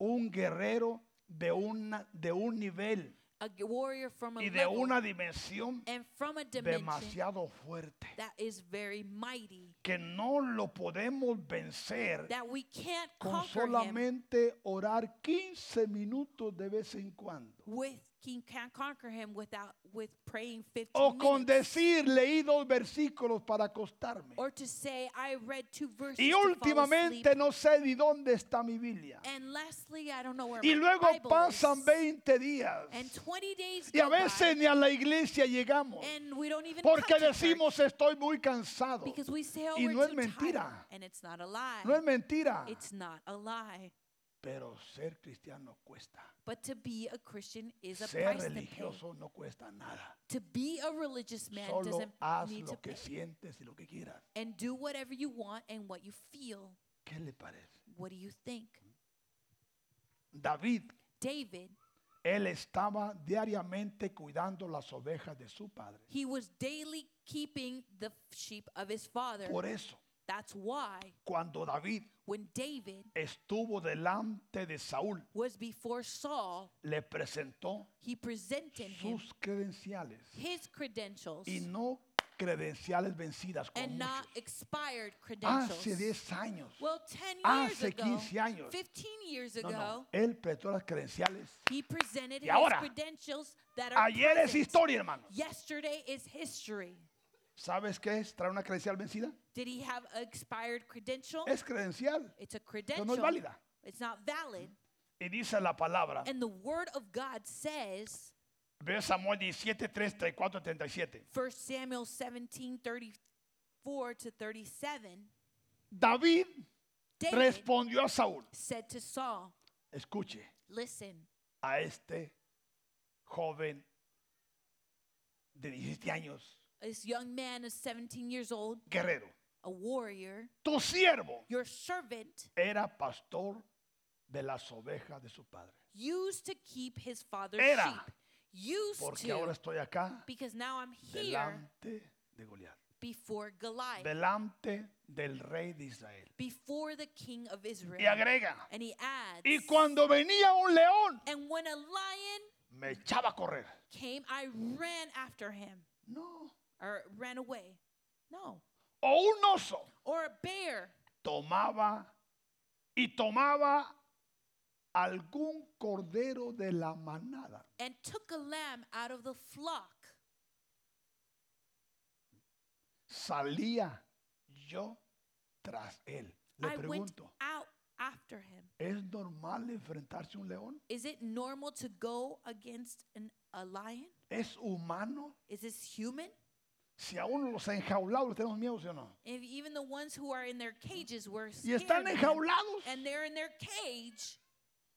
Speaker 2: Un guerrero de, una, de un nivel
Speaker 1: a g- warrior from a
Speaker 2: y de
Speaker 1: level
Speaker 2: una dimensión
Speaker 1: and from a dimension
Speaker 2: demasiado fuerte
Speaker 1: that is very mighty
Speaker 2: que no lo podemos vencer
Speaker 1: that we can't
Speaker 2: con
Speaker 1: conquer him
Speaker 2: solamente orar 15 minutos de vez en cuando
Speaker 1: with he can't conquer him without with praying 15
Speaker 2: o con
Speaker 1: minutes
Speaker 2: decir leí dos versículos para acostarme
Speaker 1: or to say I read two verses
Speaker 2: y
Speaker 1: to fall
Speaker 2: últimamente
Speaker 1: asleep,
Speaker 2: no sé ni dónde está mi Biblia
Speaker 1: and lastly I don't know where
Speaker 2: y
Speaker 1: my
Speaker 2: luego
Speaker 1: Bible
Speaker 2: pasan
Speaker 1: is.
Speaker 2: 20 días
Speaker 1: and 20 days
Speaker 2: y a
Speaker 1: go by,
Speaker 2: veces ni a la iglesia llegamos
Speaker 1: and we don't even
Speaker 2: porque
Speaker 1: come to church.
Speaker 2: decimos estoy muy cansado
Speaker 1: Because we say, oh,
Speaker 2: Y
Speaker 1: we're
Speaker 2: no es
Speaker 1: too tired,"
Speaker 2: mentira.
Speaker 1: And it's not a lie.
Speaker 2: no es mentira
Speaker 1: It's not a lie.
Speaker 2: pero ser cristiano cuesta
Speaker 1: But to be a Christian is a
Speaker 2: Ser
Speaker 1: price to pay.
Speaker 2: religioso no cuesta nada.
Speaker 1: To be a religious man
Speaker 2: Solo
Speaker 1: doesn't
Speaker 2: haz
Speaker 1: need to
Speaker 2: lo
Speaker 1: pay.
Speaker 2: que sientes y lo que quieras.
Speaker 1: And do whatever you want and what you feel.
Speaker 2: ¿Qué le parece?
Speaker 1: What do you think?
Speaker 2: David,
Speaker 1: David,
Speaker 2: él estaba diariamente cuidando las ovejas de su padre.
Speaker 1: he was daily keeping the sheep of his father.
Speaker 2: Por eso,
Speaker 1: That's why
Speaker 2: cuando David
Speaker 1: when David
Speaker 2: estuvo delante de Saúl,
Speaker 1: was before Saul,
Speaker 2: le presentó
Speaker 1: he presented him
Speaker 2: sus credenciales
Speaker 1: his credentials
Speaker 2: y no credenciales vencidas como
Speaker 1: and not
Speaker 2: muchos. Ah,
Speaker 1: expired credentials.
Speaker 2: Hace 10 años.
Speaker 1: Well, 10 years
Speaker 2: Ah, Hace
Speaker 1: ago,
Speaker 2: 15 años.
Speaker 1: 15 years ago,
Speaker 2: No, no, él presentó las credenciales.
Speaker 1: he presented
Speaker 2: Y
Speaker 1: his
Speaker 2: ahora,
Speaker 1: credentials that are
Speaker 2: Ayer es
Speaker 1: present.
Speaker 2: historia, hermano.
Speaker 1: Yesterday is history.
Speaker 2: ¿Sabes qué es traer una credencial vencida?
Speaker 1: Did he have an expired credential?
Speaker 2: Es credencial.
Speaker 1: it's a
Speaker 2: no
Speaker 1: credential.
Speaker 2: es válida.
Speaker 1: It's not valid.
Speaker 2: Y dice la palabra,
Speaker 1: And the word of God says,
Speaker 2: ve Samuel 17, 3, 34, 37.
Speaker 1: 1 Samuel 17, 34 to 37,
Speaker 2: David
Speaker 1: David
Speaker 2: respondió a Saúl,
Speaker 1: said to Saul,
Speaker 2: escuche
Speaker 1: listen,
Speaker 2: a este joven de 17 años,
Speaker 1: This young man is 17 years old,
Speaker 2: guerrero.
Speaker 1: a warrior.
Speaker 2: Tu siervo
Speaker 1: Your servant
Speaker 2: era pastor de las ovejas de su padre.
Speaker 1: used to keep his father's
Speaker 2: Era.
Speaker 1: sheep. Used
Speaker 2: Porque
Speaker 1: to.
Speaker 2: ahora estoy acá
Speaker 1: because now I'm here
Speaker 2: delante de Goliat,
Speaker 1: before Goliath,
Speaker 2: delante del rey de Israel.
Speaker 1: before the king of Israel.
Speaker 2: Y agrega,
Speaker 1: and he adds,
Speaker 2: y cuando venía un león,
Speaker 1: and when a lion
Speaker 2: me echaba a correr.
Speaker 1: came, I ran after him
Speaker 2: No.
Speaker 1: or ran away. No.
Speaker 2: O un oso
Speaker 1: Or a bear
Speaker 2: tomaba y tomaba algún cordero de la manada.
Speaker 1: and took a lamb out of the flock.
Speaker 2: Salía yo tras él. Le
Speaker 1: I went
Speaker 2: pregunto,
Speaker 1: out after him.
Speaker 2: ¿es normal enfrentarse a un león?
Speaker 1: Is it normal to go against an, a lion?
Speaker 2: ¿Es humano?
Speaker 1: Is this human?
Speaker 2: Si a uno los enjaulados les tenemos miedo, ¿sí o no?
Speaker 1: If even the ones who are in their cages were
Speaker 2: Y
Speaker 1: scared
Speaker 2: están
Speaker 1: of them,
Speaker 2: enjaulados.
Speaker 1: and they're in their cage,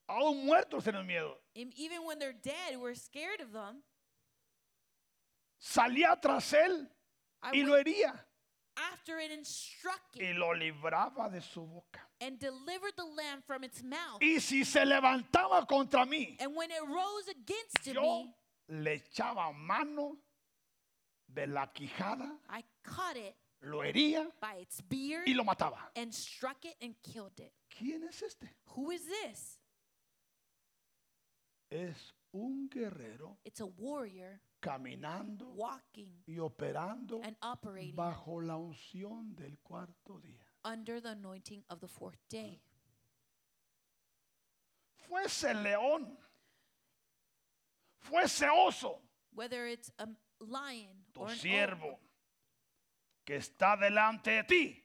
Speaker 2: A un muerto les tenemos miedo.
Speaker 1: and even when they're dead, we're scared of them.
Speaker 2: Salía tras él
Speaker 1: I
Speaker 2: y
Speaker 1: went
Speaker 2: lo hería
Speaker 1: after it and struck
Speaker 2: y
Speaker 1: it
Speaker 2: lo libraba de su boca.
Speaker 1: and delivered the lamb from its mouth.
Speaker 2: Y si se levantaba contra mí,
Speaker 1: And when it rose against me,
Speaker 2: yo le echaba mano de la quijada,
Speaker 1: I caught it
Speaker 2: lo hería
Speaker 1: by its beard
Speaker 2: y lo mataba.
Speaker 1: and struck it and killed it.
Speaker 2: ¿Quién es este?
Speaker 1: Who is this?
Speaker 2: Es un guerrero
Speaker 1: It's a warrior
Speaker 2: caminando
Speaker 1: walking
Speaker 2: y operando
Speaker 1: and operating
Speaker 2: bajo la unción del cuarto día.
Speaker 1: under the anointing of the fourth day.
Speaker 2: Fuese león, fuese oso,
Speaker 1: Whether it's a lion
Speaker 2: tu
Speaker 1: or an oak,
Speaker 2: siervo que está delante de ti,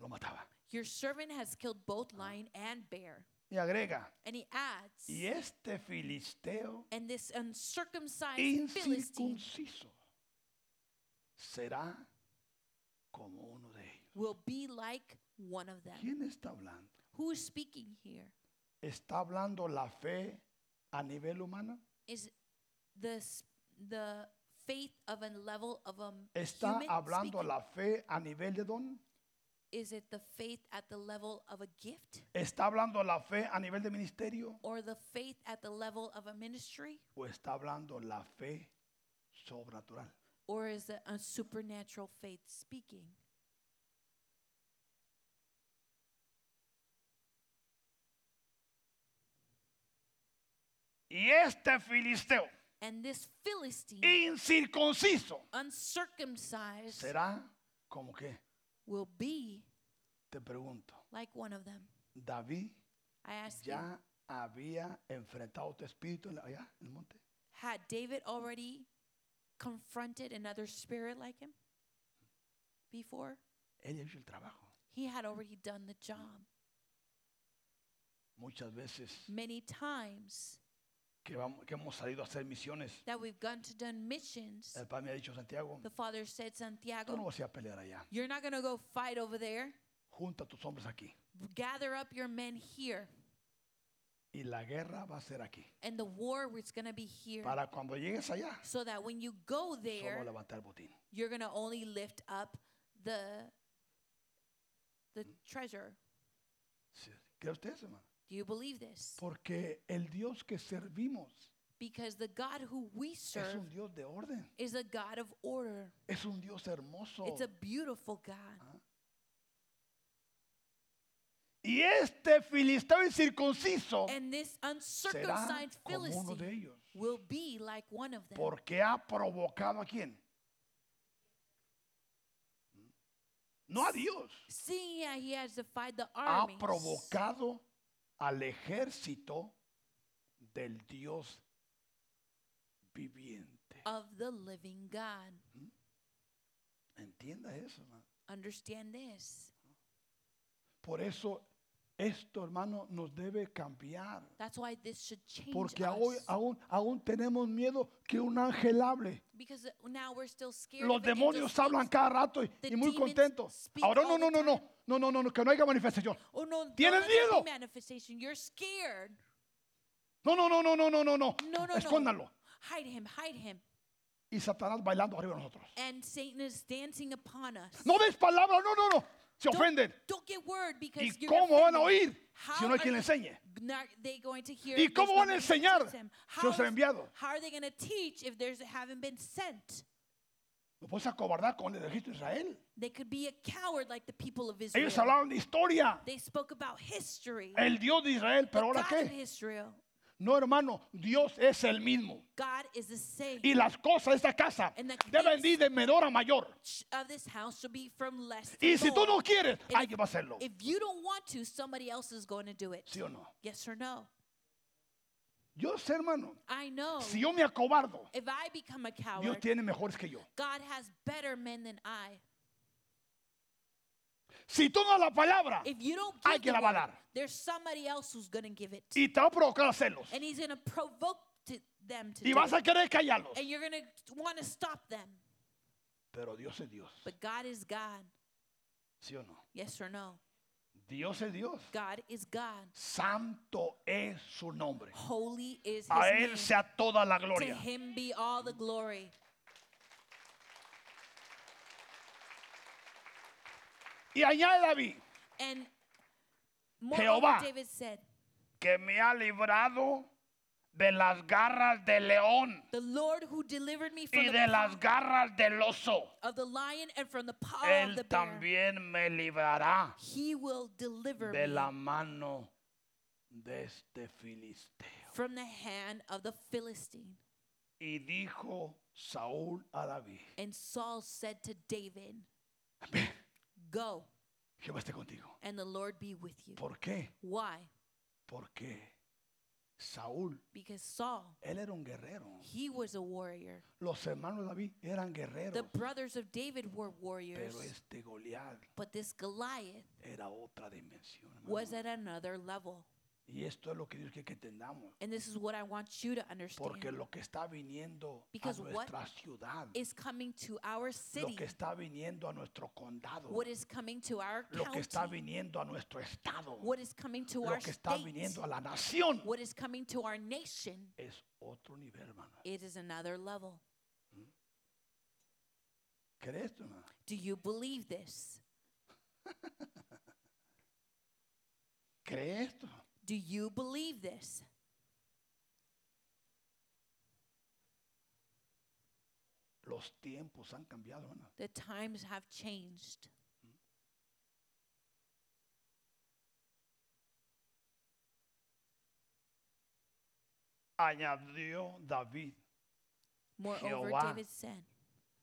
Speaker 2: lo mataba.
Speaker 1: your servant has killed both lion and bear.
Speaker 2: Y agrega,
Speaker 1: And he adds,
Speaker 2: y este filisteo
Speaker 1: and this uncircumcised Philistine
Speaker 2: incircunciso será como uno de ellos.
Speaker 1: will be like one of them.
Speaker 2: ¿Quién está hablando?
Speaker 1: Who is speaking here?
Speaker 2: ¿Está hablando la fe a nivel humano?
Speaker 1: Is the s- the faith of a level of a m-
Speaker 2: ¿Está
Speaker 1: human
Speaker 2: hablando
Speaker 1: speaking?
Speaker 2: la fe a nivel de don?
Speaker 1: Is it the faith at the level of a gift
Speaker 2: ¿Está hablando la fe a nivel de ministerio?
Speaker 1: or the faith at the level of a ministry
Speaker 2: ¿O está hablando la fe sobrenatural?
Speaker 1: or is it a supernatural faith speaking?
Speaker 2: Y este filisteo
Speaker 1: And this Philistine,
Speaker 2: incircunciso
Speaker 1: uncircumcised,
Speaker 2: será como que,
Speaker 1: will be
Speaker 2: te pregunto,
Speaker 1: like one of them.
Speaker 2: David
Speaker 1: I ask you,
Speaker 2: ya había enfrentado este espíritu en la- allá en el monte.
Speaker 1: had David already confronted another spirit like him before?
Speaker 2: Él hizo el trabajo.
Speaker 1: He had already done the job.
Speaker 2: Muchas veces
Speaker 1: Many times
Speaker 2: que, vamos- que hemos salido a hacer misiones,
Speaker 1: that we've gone to done missions,
Speaker 2: el Padre me ha dicho, Santiago,
Speaker 1: the father said,
Speaker 2: tú Oh, no
Speaker 1: Santiago,
Speaker 2: vas a ir a pelear allá.
Speaker 1: you're not going to go fight over there.
Speaker 2: Junta a tus hombres aquí.
Speaker 1: Gather up your men here.
Speaker 2: Y la guerra va a ser aquí.
Speaker 1: And the war is going to be here.
Speaker 2: Para cuando llegues allá,
Speaker 1: So that when you go
Speaker 2: solo
Speaker 1: there,
Speaker 2: levantar el botín.
Speaker 1: you're going to only lift up the, the treasure.
Speaker 2: Sí. ¿Cree usted eso, hermano?
Speaker 1: Do you believe this?
Speaker 2: Porque el Dios que servimos
Speaker 1: Because the God who we
Speaker 2: es
Speaker 1: serve
Speaker 2: un Dios de orden.
Speaker 1: is a God of order.
Speaker 2: Es un Dios hermoso.
Speaker 1: It's a beautiful God.
Speaker 2: Y este filisteo incircunciso
Speaker 1: And this
Speaker 2: será
Speaker 1: uncircumcised
Speaker 2: Oh. como uno de
Speaker 1: Philistine
Speaker 2: ellos.
Speaker 1: will be like one of them
Speaker 2: Porque ha provocado a quién? No a Dios.
Speaker 1: seeing that he has defied the
Speaker 2: Ha
Speaker 1: armies
Speaker 2: provocado al ejército del Dios viviente.
Speaker 1: of the living God.
Speaker 2: Entienda eso, hermano.
Speaker 1: Understand this.
Speaker 2: Por eso esto, hermano, nos debe cambiar.
Speaker 1: That's why this should change
Speaker 2: Porque
Speaker 1: us.
Speaker 2: hoy aún, aún tenemos miedo que un ángel hable.
Speaker 1: because now we're still scared.
Speaker 2: Los
Speaker 1: of it and
Speaker 2: demonios
Speaker 1: just
Speaker 2: hablan
Speaker 1: thinks-
Speaker 2: cada rato y,
Speaker 1: The
Speaker 2: y muy
Speaker 1: demons
Speaker 2: contentos.
Speaker 1: speak
Speaker 2: Ahora no,
Speaker 1: all
Speaker 2: no,
Speaker 1: the
Speaker 2: no, no,
Speaker 1: time.
Speaker 2: no, no, no, no, que no haya manifestación.
Speaker 1: Oh no! don't
Speaker 2: Tienes
Speaker 1: let there be
Speaker 2: miedo.
Speaker 1: Manifestation. You're scared.
Speaker 2: No, no, no, no, no, no, no, no.
Speaker 1: No, no, no.
Speaker 2: Escóndalo.
Speaker 1: hide him, hide him.
Speaker 2: y Satanás bailando arriba de nosotros.
Speaker 1: And Satan is dancing upon us.
Speaker 2: No des palabras, no, no, no. Se ofenden.
Speaker 1: Don't get word because
Speaker 2: ¿Y
Speaker 1: you're
Speaker 2: cómo van a
Speaker 1: offended.
Speaker 2: oír si
Speaker 1: How
Speaker 2: no hay
Speaker 1: are
Speaker 2: quien le enseñe?
Speaker 1: not- they going to hear
Speaker 2: ¿Y
Speaker 1: if there's
Speaker 2: cómo van a
Speaker 1: nobody to teach
Speaker 2: enseñar
Speaker 1: them?
Speaker 2: si no
Speaker 1: How
Speaker 2: será
Speaker 1: is-
Speaker 2: enviado?
Speaker 1: How are they going to teach if there's haven't been sent?
Speaker 2: Lo puedes acobardar con el ejército de Israel.
Speaker 1: They could be a coward like the people of Israel.
Speaker 2: Ellos hablaban de historia.
Speaker 1: They spoke about history.
Speaker 2: El Dios de Israel, pero
Speaker 1: But
Speaker 2: ahora
Speaker 1: God in
Speaker 2: qué?
Speaker 1: Israel,
Speaker 2: No, hermano, Dios es el mismo.
Speaker 1: God is the same.
Speaker 2: Y las cosas de esta casa
Speaker 1: And the
Speaker 2: deben
Speaker 1: things-
Speaker 2: ir de menor a mayor.
Speaker 1: Each of this house should be from less to
Speaker 2: Y si tú
Speaker 1: more.
Speaker 2: no quieres,
Speaker 1: And
Speaker 2: alguien va a hacerlo.
Speaker 1: If you don't want to, somebody else is going to do it.
Speaker 2: ¿Sí oh. o no?
Speaker 1: Yes or no?
Speaker 2: Yo sé, hermano,
Speaker 1: I know.
Speaker 2: si yo me acobardo,
Speaker 1: If I become a
Speaker 2: Dios
Speaker 1: coward,
Speaker 2: tiene mejores que yo.
Speaker 1: God has better men than I.
Speaker 2: Si tú no das la palabra
Speaker 1: If you don't
Speaker 2: Hay
Speaker 1: give
Speaker 2: que la
Speaker 1: the word,
Speaker 2: valar.
Speaker 1: there's somebody else who's going to give it.
Speaker 2: y te va a provocar hacerlos,
Speaker 1: and he's going to provoke to them to
Speaker 2: y
Speaker 1: do
Speaker 2: vas
Speaker 1: it.
Speaker 2: a querer callarlos,
Speaker 1: And you're going to want to stop them.
Speaker 2: pero Dios es Dios.
Speaker 1: But God is God.
Speaker 2: ¿Sí o no?
Speaker 1: Yes or no?
Speaker 2: Dios es Dios.
Speaker 1: God is God.
Speaker 2: Santo es su nombre.
Speaker 1: Holy is his
Speaker 2: A Él
Speaker 1: name.
Speaker 2: sea toda la
Speaker 1: to
Speaker 2: gloria.
Speaker 1: him be all the glory.
Speaker 2: Y añade David,
Speaker 1: And moreover,
Speaker 2: Jehová.
Speaker 1: David said,
Speaker 2: que me ha librado de las garras del león
Speaker 1: The Lord who delivered me from
Speaker 2: y
Speaker 1: the
Speaker 2: de las
Speaker 1: paw
Speaker 2: garras del oso.
Speaker 1: of the lion and from the paw of Oh, the
Speaker 2: Él
Speaker 1: bear,
Speaker 2: también me librará
Speaker 1: he will deliver
Speaker 2: de
Speaker 1: me
Speaker 2: la mano de este filisteo.
Speaker 1: from the hand of the Philistine.
Speaker 2: Y dijo Saúl a David,
Speaker 1: And Saul said to David, Go,
Speaker 2: Jehová esté contigo.
Speaker 1: and the Lord be with you.
Speaker 2: ¿Por qué?
Speaker 1: Why?
Speaker 2: Porque Saúl,
Speaker 1: Because Saul,
Speaker 2: él era un guerrero.
Speaker 1: he was a warrior.
Speaker 2: Los hermanos de David eran
Speaker 1: The
Speaker 2: guerreros,
Speaker 1: brothers of David were warriors.
Speaker 2: pero este Goliat
Speaker 1: But this Goliath
Speaker 2: era otra dimensión. hermano.
Speaker 1: was at another level.
Speaker 2: Y esto es lo que Dios quiere que entendamos.
Speaker 1: And this is what I want you to understand.
Speaker 2: Porque lo que está viniendo a
Speaker 1: Because what
Speaker 2: nuestra ciudad,
Speaker 1: is coming to our
Speaker 2: lo
Speaker 1: city,
Speaker 2: que está viniendo a nuestro condado,
Speaker 1: what is coming to our
Speaker 2: lo que está
Speaker 1: county,
Speaker 2: viniendo a nuestro estado,
Speaker 1: what is coming to
Speaker 2: lo
Speaker 1: our
Speaker 2: que está
Speaker 1: state,
Speaker 2: viniendo a la nación,
Speaker 1: what is coming to our nation,
Speaker 2: es otro nivel, hermano.
Speaker 1: it is another level.
Speaker 2: ¿Crees tú, hermano?
Speaker 1: Do you believe this?
Speaker 2: ¿Crees tú?
Speaker 1: Do you believe this?
Speaker 2: Los tiempos han cambiado, hermano.
Speaker 1: The times have changed.
Speaker 2: Añadió David
Speaker 1: Moreover,
Speaker 2: Jehová,
Speaker 1: David said,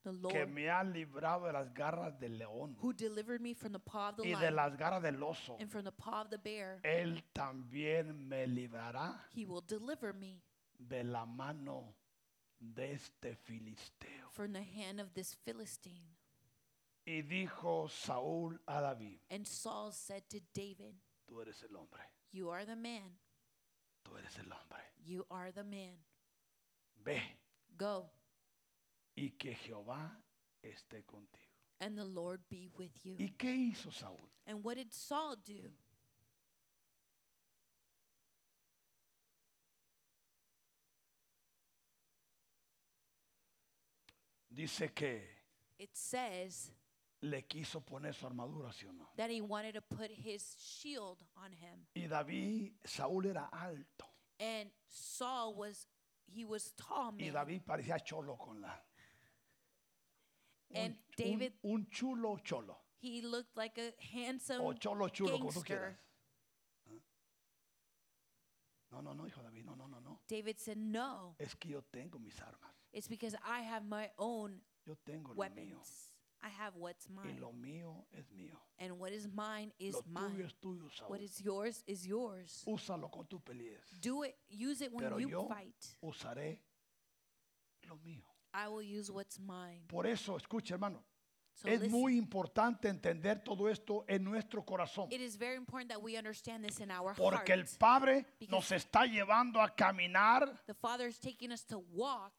Speaker 1: The
Speaker 2: que
Speaker 1: Lord
Speaker 2: me ha librado de las garras del león
Speaker 1: who delivered me from the paw of the
Speaker 2: y de
Speaker 1: lion
Speaker 2: las garras del oso.
Speaker 1: and from the paw of the bear,
Speaker 2: Él también me librará
Speaker 1: he will deliver me
Speaker 2: de la mano de este filisteo.
Speaker 1: from the hand of this Philistine.
Speaker 2: Y dijo Saúl a David,
Speaker 1: And Saul said to David,
Speaker 2: tú eres el hombre,
Speaker 1: You are the man,
Speaker 2: tú eres el hombre.
Speaker 1: you are the man.
Speaker 2: Ve
Speaker 1: Go,
Speaker 2: y que Jehová esté contigo.
Speaker 1: and the Lord be with you.
Speaker 2: ¿Y qué hizo Saúl?
Speaker 1: And what did Saul do?
Speaker 2: Dice que
Speaker 1: It says
Speaker 2: le quiso poner su armadura, ¿sí o no?
Speaker 1: that he wanted to put his shield on him.
Speaker 2: Y David, Saúl era alto.
Speaker 1: And Saul was, he was tall
Speaker 2: Y
Speaker 1: man.
Speaker 2: David parecía cholo con la...
Speaker 1: And David-
Speaker 2: un, un chulo cholo.
Speaker 1: He looked like a handsome
Speaker 2: O cholo chulo, como tú
Speaker 1: gangster.
Speaker 2: quieras. ¿Ah? No, no, no, hijo David, no, no, no, no.
Speaker 1: David said, No,
Speaker 2: Es que yo tengo mis armas.
Speaker 1: it's because I have my own
Speaker 2: Yo tengo lo
Speaker 1: weapons.
Speaker 2: mío.
Speaker 1: I have what's
Speaker 2: Y
Speaker 1: mine.
Speaker 2: lo mío es mío.
Speaker 1: And what is mine is
Speaker 2: Lo tuyo
Speaker 1: mine.
Speaker 2: es tuyo, Saúl.
Speaker 1: What is yours is yours.
Speaker 2: Úsalo con tu peleas.
Speaker 1: Do it, use it when
Speaker 2: Pero
Speaker 1: you
Speaker 2: yo
Speaker 1: fight.
Speaker 2: usaré lo mío.
Speaker 1: I will use what's mine.
Speaker 2: Por eso, escucha, hermano.
Speaker 1: So
Speaker 2: es
Speaker 1: listen,
Speaker 2: muy importante entender todo esto en nuestro corazón.
Speaker 1: it is very important that we understand this in our heart.
Speaker 2: Porque el Padre
Speaker 1: Because-
Speaker 2: nos está llevando a caminar
Speaker 1: The Father is taking us to walk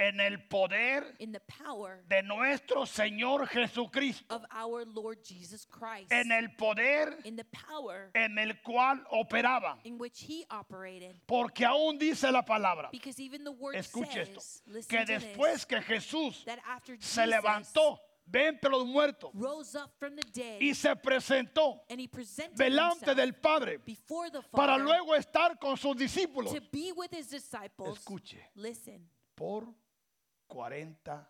Speaker 2: en el poder
Speaker 1: in the power
Speaker 2: de nuestro Señor Jesucristo,
Speaker 1: of our Lord Jesus Christ,
Speaker 2: en el poder
Speaker 1: in the power
Speaker 2: en el cual operaban.
Speaker 1: in which he operated.
Speaker 2: Porque aún dice la palabra,
Speaker 1: Because even the word
Speaker 2: escuche esto,
Speaker 1: says, listen
Speaker 2: que
Speaker 1: to this,
Speaker 2: después que Jesús
Speaker 1: that after
Speaker 2: se
Speaker 1: Jesus
Speaker 2: levantó de entre los muertos
Speaker 1: rose up from the dead
Speaker 2: y se presentó
Speaker 1: and he presented
Speaker 2: delante
Speaker 1: himself
Speaker 2: del Padre
Speaker 1: before the Father
Speaker 2: para luego estar con sus discípulos,
Speaker 1: to be with his disciples,
Speaker 2: Escuche.
Speaker 1: listen,
Speaker 2: por 40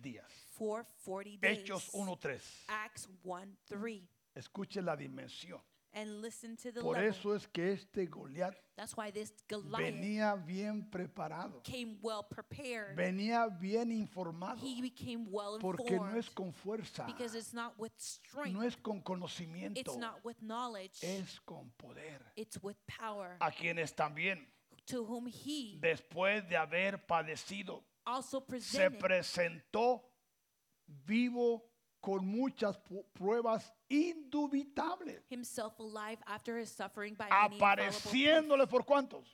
Speaker 2: días.
Speaker 1: for 40 days.
Speaker 2: Hechos 1.3.
Speaker 1: Acts 1 3.
Speaker 2: Escuche la dimensión.
Speaker 1: And listen to the
Speaker 2: Por
Speaker 1: level.
Speaker 2: eso es que este Goliat
Speaker 1: That's why this Goliath
Speaker 2: venía bien preparado,
Speaker 1: came well prepared.
Speaker 2: venía bien informado,
Speaker 1: he became well
Speaker 2: porque
Speaker 1: informed
Speaker 2: no es con fuerza,
Speaker 1: because it's not with strength,
Speaker 2: no es con conocimiento,
Speaker 1: it's not with knowledge,
Speaker 2: es con poder.
Speaker 1: it's with power.
Speaker 2: A quienes también,
Speaker 1: to whom he
Speaker 2: después de haber padecido,
Speaker 1: also
Speaker 2: se
Speaker 1: presented
Speaker 2: presentó vivo con muchas pu- pruebas indubitables,
Speaker 1: himself alive after his suffering by many
Speaker 2: apareciéndole
Speaker 1: infallible proofs,
Speaker 2: por cuántos,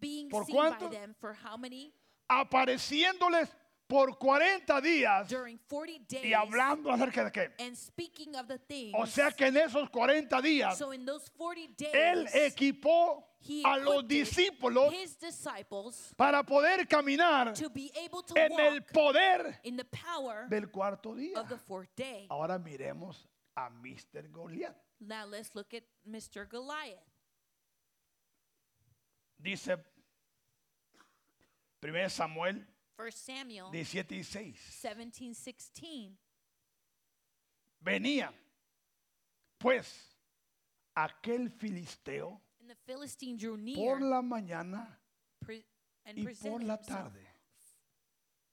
Speaker 1: being
Speaker 2: ¿por
Speaker 1: seen
Speaker 2: cuánto?
Speaker 1: by them for how many?
Speaker 2: apareciéndoles por 40 días
Speaker 1: During 40 days
Speaker 2: y hablando acerca de qué.
Speaker 1: and speaking of the things.
Speaker 2: O sea que en esos 40 días,
Speaker 1: so in those 40 days,
Speaker 2: Él equipó
Speaker 1: he
Speaker 2: a los
Speaker 1: equipped
Speaker 2: discípulos
Speaker 1: his disciples
Speaker 2: para poder caminar
Speaker 1: to be able to
Speaker 2: en
Speaker 1: walk
Speaker 2: el poder
Speaker 1: in the power
Speaker 2: del cuarto día.
Speaker 1: of the fourth day.
Speaker 2: Ahora miremos a Mr. Goliat.
Speaker 1: Now let's look at Mr. Goliath.
Speaker 2: Dice 1 Samuel
Speaker 1: 1 Samuel
Speaker 2: 17 y 6.
Speaker 1: 17 16.
Speaker 2: Venía, pues, aquel filisteo
Speaker 1: And the Philistine drew near
Speaker 2: por la mañana
Speaker 1: pre- and
Speaker 2: y por
Speaker 1: presented
Speaker 2: la
Speaker 1: himself
Speaker 2: tarde.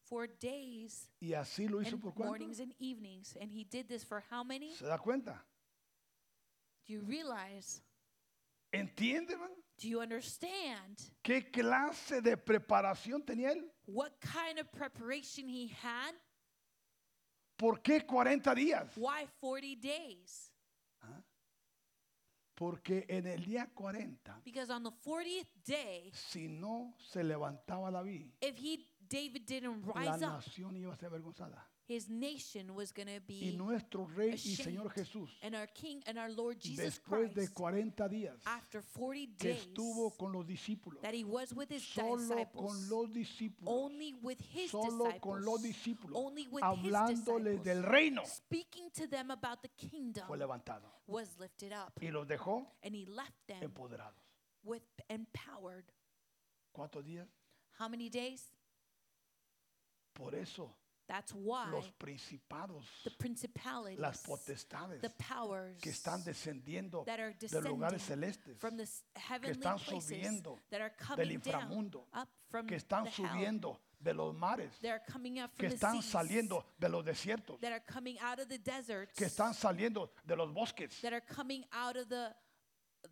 Speaker 1: for days
Speaker 2: Y así lo hizo
Speaker 1: and
Speaker 2: por cuánto.
Speaker 1: mornings and evenings. And he did this for how many?
Speaker 2: ¿Se da cuenta?
Speaker 1: Do you realize?
Speaker 2: ¿Entiende, hermano?
Speaker 1: Do you understand
Speaker 2: ¿Qué clase de preparación tenía él?
Speaker 1: what kind of preparation he had?
Speaker 2: ¿Por qué 40 días?
Speaker 1: Why 40 days?
Speaker 2: Porque en el día 40,
Speaker 1: Because on the 40th day,
Speaker 2: si no se levantaba David,
Speaker 1: if he David didn't
Speaker 2: la
Speaker 1: rise up,
Speaker 2: nación iba a ser avergonzada.
Speaker 1: his nation was going to
Speaker 2: Y
Speaker 1: be
Speaker 2: nuestro Rey y
Speaker 1: ashamed.
Speaker 2: Señor Jesús,
Speaker 1: And our King and our Lord Jesus
Speaker 2: después de
Speaker 1: Christ,
Speaker 2: 40 días
Speaker 1: after 40
Speaker 2: que
Speaker 1: days
Speaker 2: estuvo con los discípulos,
Speaker 1: that he was with his
Speaker 2: solo
Speaker 1: disciples,
Speaker 2: con los discípulos,
Speaker 1: only with his
Speaker 2: solo
Speaker 1: disciples,
Speaker 2: con los discípulos,
Speaker 1: only with his
Speaker 2: hablándoles del
Speaker 1: disciples,
Speaker 2: reino,
Speaker 1: speaking to them about the kingdom,
Speaker 2: fue levantado
Speaker 1: was lifted up,
Speaker 2: y los dejó
Speaker 1: and he left them
Speaker 2: empoderados.
Speaker 1: with empowered.
Speaker 2: ¿Cuántos días?
Speaker 1: How many days?
Speaker 2: Por eso
Speaker 1: That's why
Speaker 2: los principados,
Speaker 1: the principalities,
Speaker 2: las potestades
Speaker 1: the powers
Speaker 2: que están descendiendo
Speaker 1: that are
Speaker 2: de lugares
Speaker 1: descending
Speaker 2: celestes,
Speaker 1: from the s- heavenly
Speaker 2: están
Speaker 1: places
Speaker 2: subiendo
Speaker 1: that are coming down
Speaker 2: inframundo,
Speaker 1: up from
Speaker 2: que están
Speaker 1: the hell.
Speaker 2: subiendo de los mares,
Speaker 1: They're coming up
Speaker 2: que
Speaker 1: from the
Speaker 2: están
Speaker 1: seas,
Speaker 2: saliendo de los desiertos,
Speaker 1: that are coming out of the deserts,
Speaker 2: que están saliendo de los bosques,
Speaker 1: that are coming out of the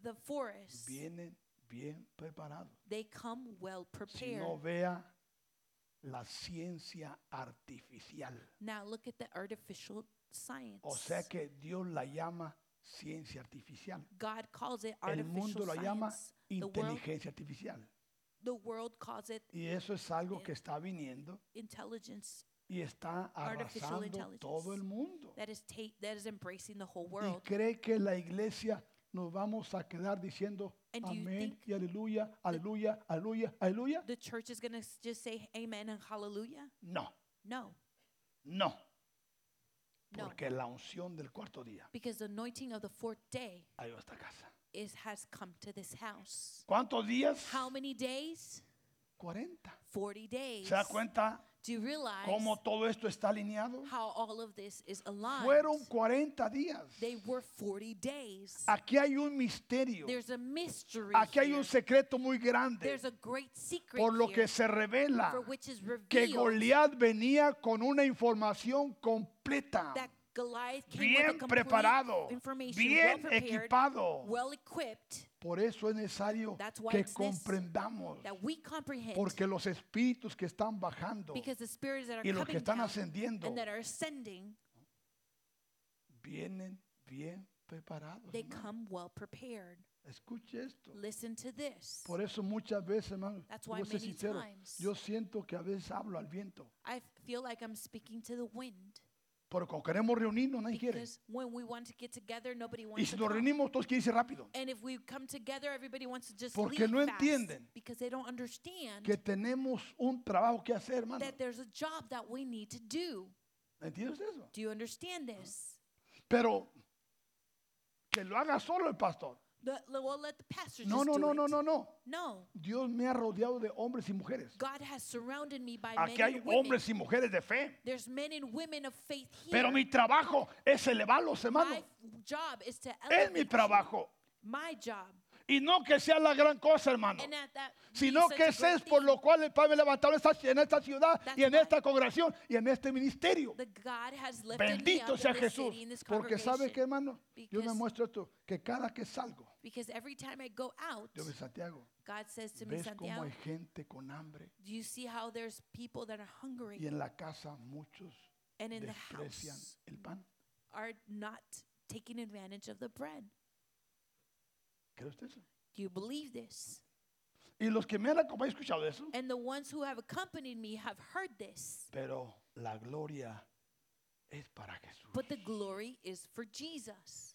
Speaker 1: the forest.
Speaker 2: vienen bien preparados.
Speaker 1: They come well
Speaker 2: Si
Speaker 1: prepared.
Speaker 2: no vea la ciencia artificial,
Speaker 1: Now look at the artificial science.
Speaker 2: o sea que Dios la llama ciencia artificial.
Speaker 1: God calls it
Speaker 2: El
Speaker 1: artificial
Speaker 2: mundo la llama
Speaker 1: science. The world,
Speaker 2: inteligencia artificial.
Speaker 1: the world calls it
Speaker 2: Y eso es algo
Speaker 1: Eh
Speaker 2: que está viniendo
Speaker 1: intelligence
Speaker 2: y está
Speaker 1: Artificial
Speaker 2: arrasando
Speaker 1: intelligence.
Speaker 2: todo el mundo.
Speaker 1: that is ta- that is embracing the whole
Speaker 2: Y
Speaker 1: world.
Speaker 2: cree que la iglesia nos vamos a quedar diciendo
Speaker 1: And do you
Speaker 2: amén
Speaker 1: think
Speaker 2: y aleluya, aleluya, aleluya, aleluya.
Speaker 1: The church is going to just say amen and hallelujah?
Speaker 2: No,
Speaker 1: No.
Speaker 2: no.
Speaker 1: No.
Speaker 2: Porque la unción del cuarto día
Speaker 1: Because the anointing of the fourth day
Speaker 2: ha ido a esta casa.
Speaker 1: is has come to this house.
Speaker 2: ¿Cuántos días?
Speaker 1: How many days?
Speaker 2: 40.
Speaker 1: 40 days.
Speaker 2: ¿Se da cuenta
Speaker 1: Do you realize
Speaker 2: cómo todo esto está alineado?
Speaker 1: how all of this is aligned?
Speaker 2: Fueron 40 días.
Speaker 1: They were 40 days.
Speaker 2: Aquí hay un misterio.
Speaker 1: There's a mystery.
Speaker 2: Aquí hay
Speaker 1: here.
Speaker 2: un secreto muy grande.
Speaker 1: There's a great secret
Speaker 2: Por lo
Speaker 1: here
Speaker 2: que se revela
Speaker 1: for which is
Speaker 2: que
Speaker 1: revealed
Speaker 2: Goliat venía con una información completa,
Speaker 1: that Goliath came
Speaker 2: bien
Speaker 1: with a complete
Speaker 2: preparado,
Speaker 1: information, well
Speaker 2: bien
Speaker 1: prepared,
Speaker 2: equipado.
Speaker 1: well equipped,
Speaker 2: Por eso es necesario
Speaker 1: That's why
Speaker 2: que
Speaker 1: it's necessary
Speaker 2: comprendamos,
Speaker 1: that we comprehend
Speaker 2: porque los espíritus que están bajando
Speaker 1: because the spirits that are
Speaker 2: y los
Speaker 1: coming
Speaker 2: que están
Speaker 1: down
Speaker 2: ascendiendo
Speaker 1: and that are ascending,
Speaker 2: vienen bien preparados.
Speaker 1: they
Speaker 2: hermano.
Speaker 1: come well prepared.
Speaker 2: Escuche esto.
Speaker 1: Listen to this.
Speaker 2: Por eso muchas veces, hermano,
Speaker 1: That's why
Speaker 2: yo soy
Speaker 1: many
Speaker 2: sincero,
Speaker 1: times-
Speaker 2: yo siento que a veces hablo al viento.
Speaker 1: I feel like I'm speaking to the wind.
Speaker 2: Pero cuando queremos reunirnos, nadie quiere.
Speaker 1: Because when we want to get together, nobody
Speaker 2: Y
Speaker 1: wants
Speaker 2: si
Speaker 1: to
Speaker 2: nos
Speaker 1: come.
Speaker 2: reunimos, todos quieren irse rápido.
Speaker 1: And if we come together, everybody wants to just
Speaker 2: Porque
Speaker 1: leave
Speaker 2: no
Speaker 1: fast
Speaker 2: entienden
Speaker 1: because they don't understand
Speaker 2: Que tenemos un trabajo que hacer, hermano.
Speaker 1: that there's a job that we need to do.
Speaker 2: ¿Entiendes eso?
Speaker 1: Do you understand this?
Speaker 2: Pero que lo haga solo el pastor.
Speaker 1: The, le- well, let the pastor
Speaker 2: No,
Speaker 1: just
Speaker 2: no,
Speaker 1: do
Speaker 2: no,
Speaker 1: it.
Speaker 2: no, no, no.
Speaker 1: No,
Speaker 2: Dios me ha rodeado de hombres y mujeres.
Speaker 1: God has surrounded me by
Speaker 2: Aquí
Speaker 1: men
Speaker 2: hay
Speaker 1: and women.
Speaker 2: hombres y mujeres de fe.
Speaker 1: There's men and women of faith here.
Speaker 2: Pero mi trabajo es elevarlos,
Speaker 1: my
Speaker 2: hermano.
Speaker 1: job is to
Speaker 2: Es
Speaker 1: elevate
Speaker 2: mi
Speaker 1: you.
Speaker 2: trabajo.
Speaker 1: My job.
Speaker 2: Y no que sea la gran cosa, hermano.
Speaker 1: And that that be
Speaker 2: Sino
Speaker 1: such
Speaker 2: que
Speaker 1: a
Speaker 2: ese
Speaker 1: great
Speaker 2: es por
Speaker 1: thing.
Speaker 2: lo cual el Padre levantó en esta, en esta ciudad
Speaker 1: That's
Speaker 2: y en
Speaker 1: why-
Speaker 2: esta congregación y en este ministerio.
Speaker 1: that God has lifted me up
Speaker 2: Bendito
Speaker 1: in
Speaker 2: sea
Speaker 1: this
Speaker 2: Jesús.
Speaker 1: city, in this
Speaker 2: Porque sabe que,
Speaker 1: congregation.
Speaker 2: hermano, yo me
Speaker 1: Because-
Speaker 2: muestro esto, que cada que salgo,
Speaker 1: Because every time I go out,
Speaker 2: yo me Santiago,
Speaker 1: God says to me,
Speaker 2: ves cómo
Speaker 1: Santiago,
Speaker 2: hay gente con hambre
Speaker 1: do you see how there's people that are
Speaker 2: y
Speaker 1: hungry
Speaker 2: en la casa muchos
Speaker 1: and in the
Speaker 2: desprecian
Speaker 1: house
Speaker 2: el pan.
Speaker 1: are not taking advantage of the bread?
Speaker 2: ¿Cree usted eso?
Speaker 1: Do you believe this?
Speaker 2: Y los que me han acompañado, he escuchado eso?
Speaker 1: And the ones who have accompanied me have heard this.
Speaker 2: Pero la gloria es para Jesús.
Speaker 1: But the glory is for Jesus.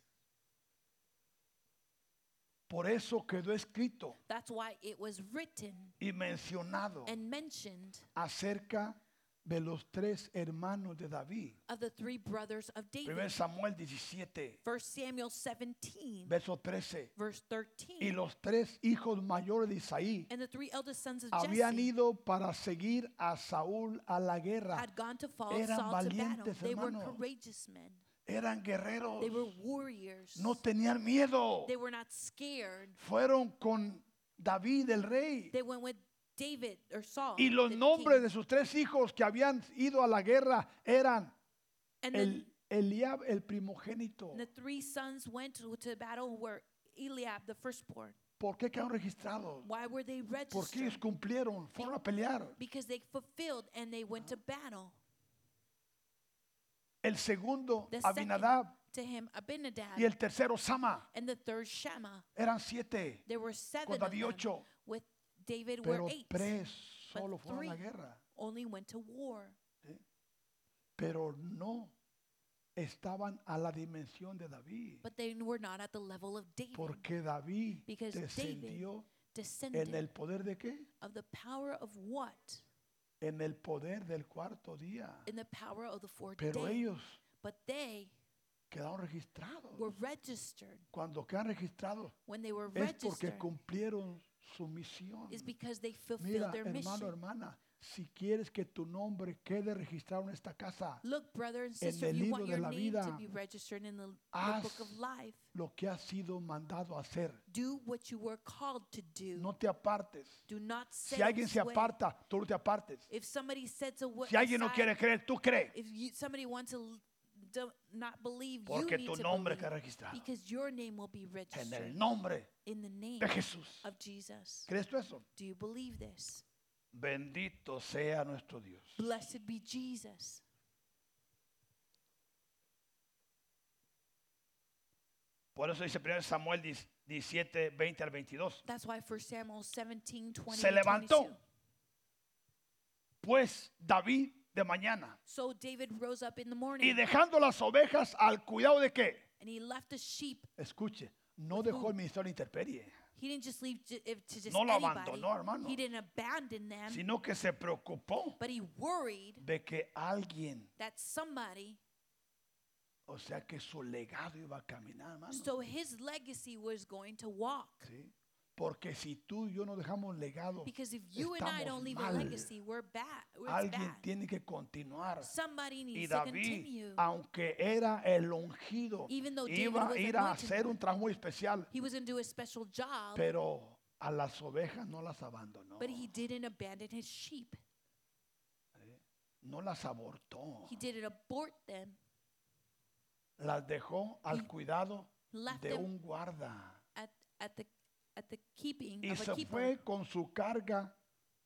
Speaker 2: Por eso quedó escrito
Speaker 1: That's why it was written
Speaker 2: y mencionado
Speaker 1: and mentioned
Speaker 2: acerca de los tres hermanos de David.
Speaker 1: of the three brothers of
Speaker 2: 1
Speaker 1: David.
Speaker 2: Samuel 17,
Speaker 1: 1 Samuel 17,
Speaker 2: verso 13.
Speaker 1: verse
Speaker 2: Y
Speaker 1: 13.
Speaker 2: los tres hijos mayores de Isaí
Speaker 1: And the three eldest sons of
Speaker 2: habían
Speaker 1: Jesse
Speaker 2: ido para seguir a Saúl a la guerra.
Speaker 1: had gone to follow
Speaker 2: Eran
Speaker 1: Saul to battle.
Speaker 2: valientes,
Speaker 1: They were
Speaker 2: hermano.
Speaker 1: courageous men.
Speaker 2: Eran guerreros.
Speaker 1: They were warriors.
Speaker 2: No tenían miedo.
Speaker 1: They were not scared.
Speaker 2: Fueron con David el rey.
Speaker 1: They went with David or Saul.
Speaker 2: Y los
Speaker 1: the
Speaker 2: nombres
Speaker 1: king.
Speaker 2: de sus tres hijos que habían ido a la guerra eran
Speaker 1: and the,
Speaker 2: el, Eliab, el primogénito.
Speaker 1: and the three sons went to, to battle were Eliab, the firstborn.
Speaker 2: ¿Por qué quedaron registrados?
Speaker 1: Why were they
Speaker 2: Porque
Speaker 1: registered?
Speaker 2: ellos cumplieron, fueron a pelear.
Speaker 1: Because they fulfilled and they went to battle.
Speaker 2: El segundo,
Speaker 1: The second
Speaker 2: Abinadab.
Speaker 1: to him, Abinadab,
Speaker 2: Y el tercero, Sama.
Speaker 1: and the third, Shammah.
Speaker 2: Eran siete.
Speaker 1: There were seven
Speaker 2: Con
Speaker 1: of
Speaker 2: David
Speaker 1: them.
Speaker 2: ocho.
Speaker 1: With David
Speaker 2: Pero
Speaker 1: were eight.
Speaker 2: tres solo
Speaker 1: but
Speaker 2: fueron a la
Speaker 1: three.
Speaker 2: guerra.
Speaker 1: Only went to war.
Speaker 2: Pero no estaban a la dimensión de David.
Speaker 1: But they were not at the level of David.
Speaker 2: Porque David
Speaker 1: Because David
Speaker 2: descendió
Speaker 1: descended
Speaker 2: en el poder de qué?
Speaker 1: of the power of what?
Speaker 2: En el poder del cuarto día.
Speaker 1: In the power of the fourth
Speaker 2: Pero
Speaker 1: day.
Speaker 2: ellos
Speaker 1: But they
Speaker 2: quedaron registrados.
Speaker 1: were registered.
Speaker 2: Cuando quedan registrados
Speaker 1: When they were
Speaker 2: es
Speaker 1: registered,
Speaker 2: porque cumplieron su misión.
Speaker 1: is because they fulfilled
Speaker 2: Mira,
Speaker 1: their mission.
Speaker 2: hermano, hermana, si quieres que tu nombre quede registrado en esta casa,
Speaker 1: Look, brother and
Speaker 2: En
Speaker 1: sister,
Speaker 2: el
Speaker 1: if you
Speaker 2: libro
Speaker 1: want
Speaker 2: de
Speaker 1: your
Speaker 2: la
Speaker 1: name to
Speaker 2: vida,
Speaker 1: be registered in the, the book
Speaker 2: haz-
Speaker 1: of life,
Speaker 2: lo que has sido mandado a hacer,
Speaker 1: do what you were called to do.
Speaker 2: no te apartes.
Speaker 1: do not set
Speaker 2: Si alguien se
Speaker 1: sway.
Speaker 2: aparta, tú no te apartes.
Speaker 1: If somebody sets a
Speaker 2: Si alguien no quiere creer, tú cree.
Speaker 1: if you, somebody wants to l- don't, not believe, you
Speaker 2: Porque
Speaker 1: need
Speaker 2: tu
Speaker 1: to
Speaker 2: nombre
Speaker 1: believe
Speaker 2: queda registrado.
Speaker 1: because your name will be
Speaker 2: En
Speaker 1: registered
Speaker 2: el nombre
Speaker 1: in the name
Speaker 2: de Jesús.
Speaker 1: of Jesus.
Speaker 2: ¿Crees tú eso?
Speaker 1: Do you believe this?
Speaker 2: Bendito sea nuestro Dios.
Speaker 1: Blessed be Jesus.
Speaker 2: Por eso dice 1 Samuel 10, 17, 20 al 22.
Speaker 1: That's why 1 Samuel 17, 20
Speaker 2: Se
Speaker 1: and 22.
Speaker 2: levantó. Pues David de mañana.
Speaker 1: So David rose up in the
Speaker 2: Y
Speaker 1: morning
Speaker 2: dejando las ovejas al cuidado de qué?
Speaker 1: and he left the sheep.
Speaker 2: Escuche, no dejó el ministerio de interperie,
Speaker 1: He didn't just leave j- if- to just
Speaker 2: No lo
Speaker 1: anybody.
Speaker 2: abandonó, hermano.
Speaker 1: He didn't abandon them,
Speaker 2: sino que se preocupó
Speaker 1: but he worried
Speaker 2: de que alguien,
Speaker 1: that somebody
Speaker 2: o sea que su legado iba a caminar, hermano.
Speaker 1: So his legacy was going to walk.
Speaker 2: ¿sí? Porque si tú y yo no dejamos legado,
Speaker 1: Because if you and I
Speaker 2: Estamos
Speaker 1: don't leave
Speaker 2: mal.
Speaker 1: a legacy, we're bad. We're it's
Speaker 2: alguien
Speaker 1: bad.
Speaker 2: tiene que continuar.
Speaker 1: Somebody
Speaker 2: Y
Speaker 1: needs to
Speaker 2: David,
Speaker 1: continue.
Speaker 2: aunque era el ungido,
Speaker 1: Even though David
Speaker 2: iba a
Speaker 1: was
Speaker 2: ir a
Speaker 1: anointed.
Speaker 2: hacer un trabajo muy especial,
Speaker 1: He was going to do a special job,
Speaker 2: pero a las ovejas no las abandonó,
Speaker 1: Um, but he didn't abandon his sheep.
Speaker 2: no las abortó,
Speaker 1: He didn't abort them.
Speaker 2: las dejó al cuidado
Speaker 1: left
Speaker 2: de
Speaker 1: them
Speaker 2: un guarda.
Speaker 1: At, at the at the keeping
Speaker 2: Y
Speaker 1: of a
Speaker 2: se
Speaker 1: keeper,
Speaker 2: fue con su carga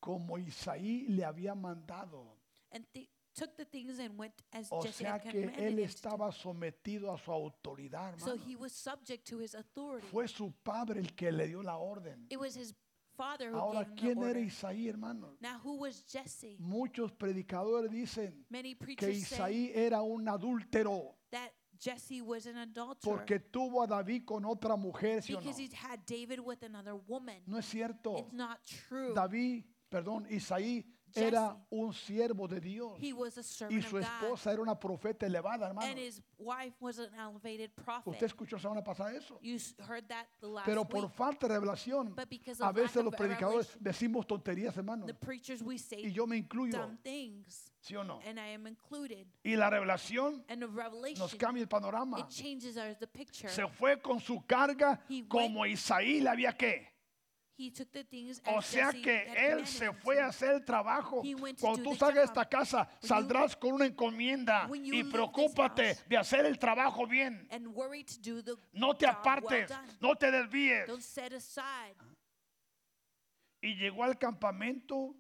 Speaker 2: como Isaí le había mandado.
Speaker 1: and thi- took the things and went as
Speaker 2: O
Speaker 1: Jesse
Speaker 2: sea
Speaker 1: had
Speaker 2: que él
Speaker 1: commanded him. to do.
Speaker 2: estaba sometido a su autoridad,
Speaker 1: So
Speaker 2: hermano.
Speaker 1: he was subject to his authority.
Speaker 2: Fue su padre el que le dio la orden.
Speaker 1: It was his father who
Speaker 2: Ahora,
Speaker 1: gave him
Speaker 2: ¿quién
Speaker 1: the
Speaker 2: era
Speaker 1: order.
Speaker 2: Isaí, hermano?
Speaker 1: Now, who was Jesse?
Speaker 2: Muchos predicadores dicen
Speaker 1: Many
Speaker 2: que
Speaker 1: preachers say
Speaker 2: Isaí era un adúltero
Speaker 1: that Jesse was an adulterer
Speaker 2: porque tuvo a David con otra mujer, ¿sí o no?
Speaker 1: because he had David with another woman.
Speaker 2: No es cierto.
Speaker 1: It's not true.
Speaker 2: David, perdón, Isaí
Speaker 1: Jesse.
Speaker 2: era un siervo de Dios
Speaker 1: He was a
Speaker 2: y
Speaker 1: servant of
Speaker 2: su
Speaker 1: God,
Speaker 2: esposa era una profeta elevada, hermano.
Speaker 1: and his wife was an elevated
Speaker 2: ¿Usted
Speaker 1: prophet.
Speaker 2: escuchó la semana pasada eso?
Speaker 1: You s- heard that the last
Speaker 2: Pero por
Speaker 1: week.
Speaker 2: falta de revelación,
Speaker 1: But because
Speaker 2: a
Speaker 1: of lack
Speaker 2: veces
Speaker 1: of
Speaker 2: los predicadores
Speaker 1: revelation,
Speaker 2: decimos tonterías, hermano.
Speaker 1: the preachers we say
Speaker 2: Y yo me incluyo,
Speaker 1: dumb things,
Speaker 2: ¿sí o no?
Speaker 1: and I am included.
Speaker 2: Y la revelación
Speaker 1: And the revelation
Speaker 2: nos cambia el panorama.
Speaker 1: it changes our the picture.
Speaker 2: Se fue con su carga
Speaker 1: He went-
Speaker 2: como Isaí la había que.
Speaker 1: He took the things
Speaker 2: O
Speaker 1: as
Speaker 2: sea
Speaker 1: Jesse
Speaker 2: que
Speaker 1: had
Speaker 2: él
Speaker 1: commanded
Speaker 2: se
Speaker 1: him
Speaker 2: fue a
Speaker 1: to.
Speaker 2: hacer el trabajo.
Speaker 1: He went to
Speaker 2: Cuando
Speaker 1: do
Speaker 2: tú
Speaker 1: the
Speaker 2: salgas de
Speaker 1: job.
Speaker 2: esta casa,
Speaker 1: you-
Speaker 2: saldrás con una encomienda
Speaker 1: when you
Speaker 2: y
Speaker 1: leave this
Speaker 2: preocúpate
Speaker 1: house,
Speaker 2: de hacer el trabajo bien.
Speaker 1: and worry to do the
Speaker 2: No te
Speaker 1: job well
Speaker 2: apartes,
Speaker 1: done.
Speaker 2: no te desvíes.
Speaker 1: Don't set aside.
Speaker 2: Y llegó al campamento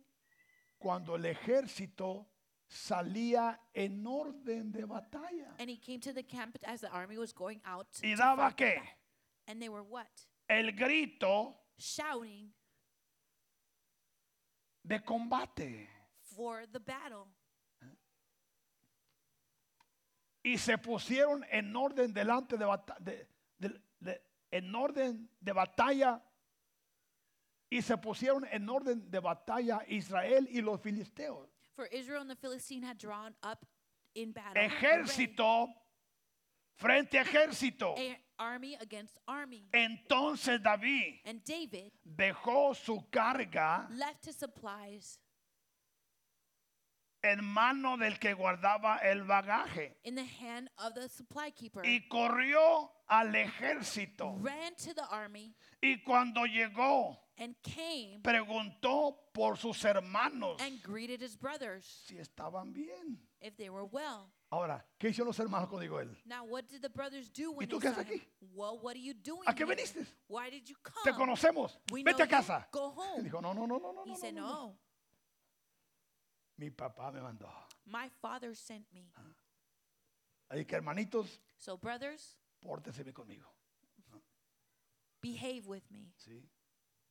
Speaker 2: cuando el ejército salía en orden de batalla.
Speaker 1: And he came to the camp as the army was going out.
Speaker 2: ¿Y
Speaker 1: to
Speaker 2: daba
Speaker 1: fight the
Speaker 2: qué?
Speaker 1: battle. And they were what?
Speaker 2: El grito
Speaker 1: Shouting
Speaker 2: de combate.
Speaker 1: for the battle.
Speaker 2: Y se pusieron en orden delante de, bata- de- de- de- en orden de batalla. Y se pusieron en orden de batalla Israel y los filisteos.
Speaker 1: For Israel and the Philistine had drawn up in battle. array.
Speaker 2: Ejército frente a ejército.
Speaker 1: A- army against army.
Speaker 2: Entonces David
Speaker 1: And David
Speaker 2: dejó su carga
Speaker 1: left his supplies
Speaker 2: en mano del que guardaba el bagaje
Speaker 1: in the hand of the supply keeper.
Speaker 2: y corrió al ejército.
Speaker 1: Ran to the army
Speaker 2: Y cuando llegó,
Speaker 1: and came
Speaker 2: preguntó por sus hermanos
Speaker 1: and greeted his brothers
Speaker 2: si estaban bien.
Speaker 1: if they were well.
Speaker 2: Ahora, ¿qué hicieron los hermanos cuando llegó él?
Speaker 1: Now, what did the brothers do when
Speaker 2: tú
Speaker 1: they
Speaker 2: qué
Speaker 1: saw
Speaker 2: haces
Speaker 1: him?
Speaker 2: aquí?
Speaker 1: Well, what are you doing?
Speaker 2: ¿A qué
Speaker 1: here?
Speaker 2: viniste?
Speaker 1: Why did you come?
Speaker 2: Te conocemos.
Speaker 1: We
Speaker 2: Vete
Speaker 1: know
Speaker 2: a casa.
Speaker 1: You. Go home.
Speaker 2: Dijo, no, no, no, no, no,
Speaker 1: he
Speaker 2: no,
Speaker 1: said,
Speaker 2: no, no.
Speaker 1: No,
Speaker 2: Mi papá me mandó.
Speaker 1: my father sent me.
Speaker 2: Así que hermanitos,
Speaker 1: So, brothers,
Speaker 2: pórtense bien conmigo.
Speaker 1: behave with me.
Speaker 2: ¿sí?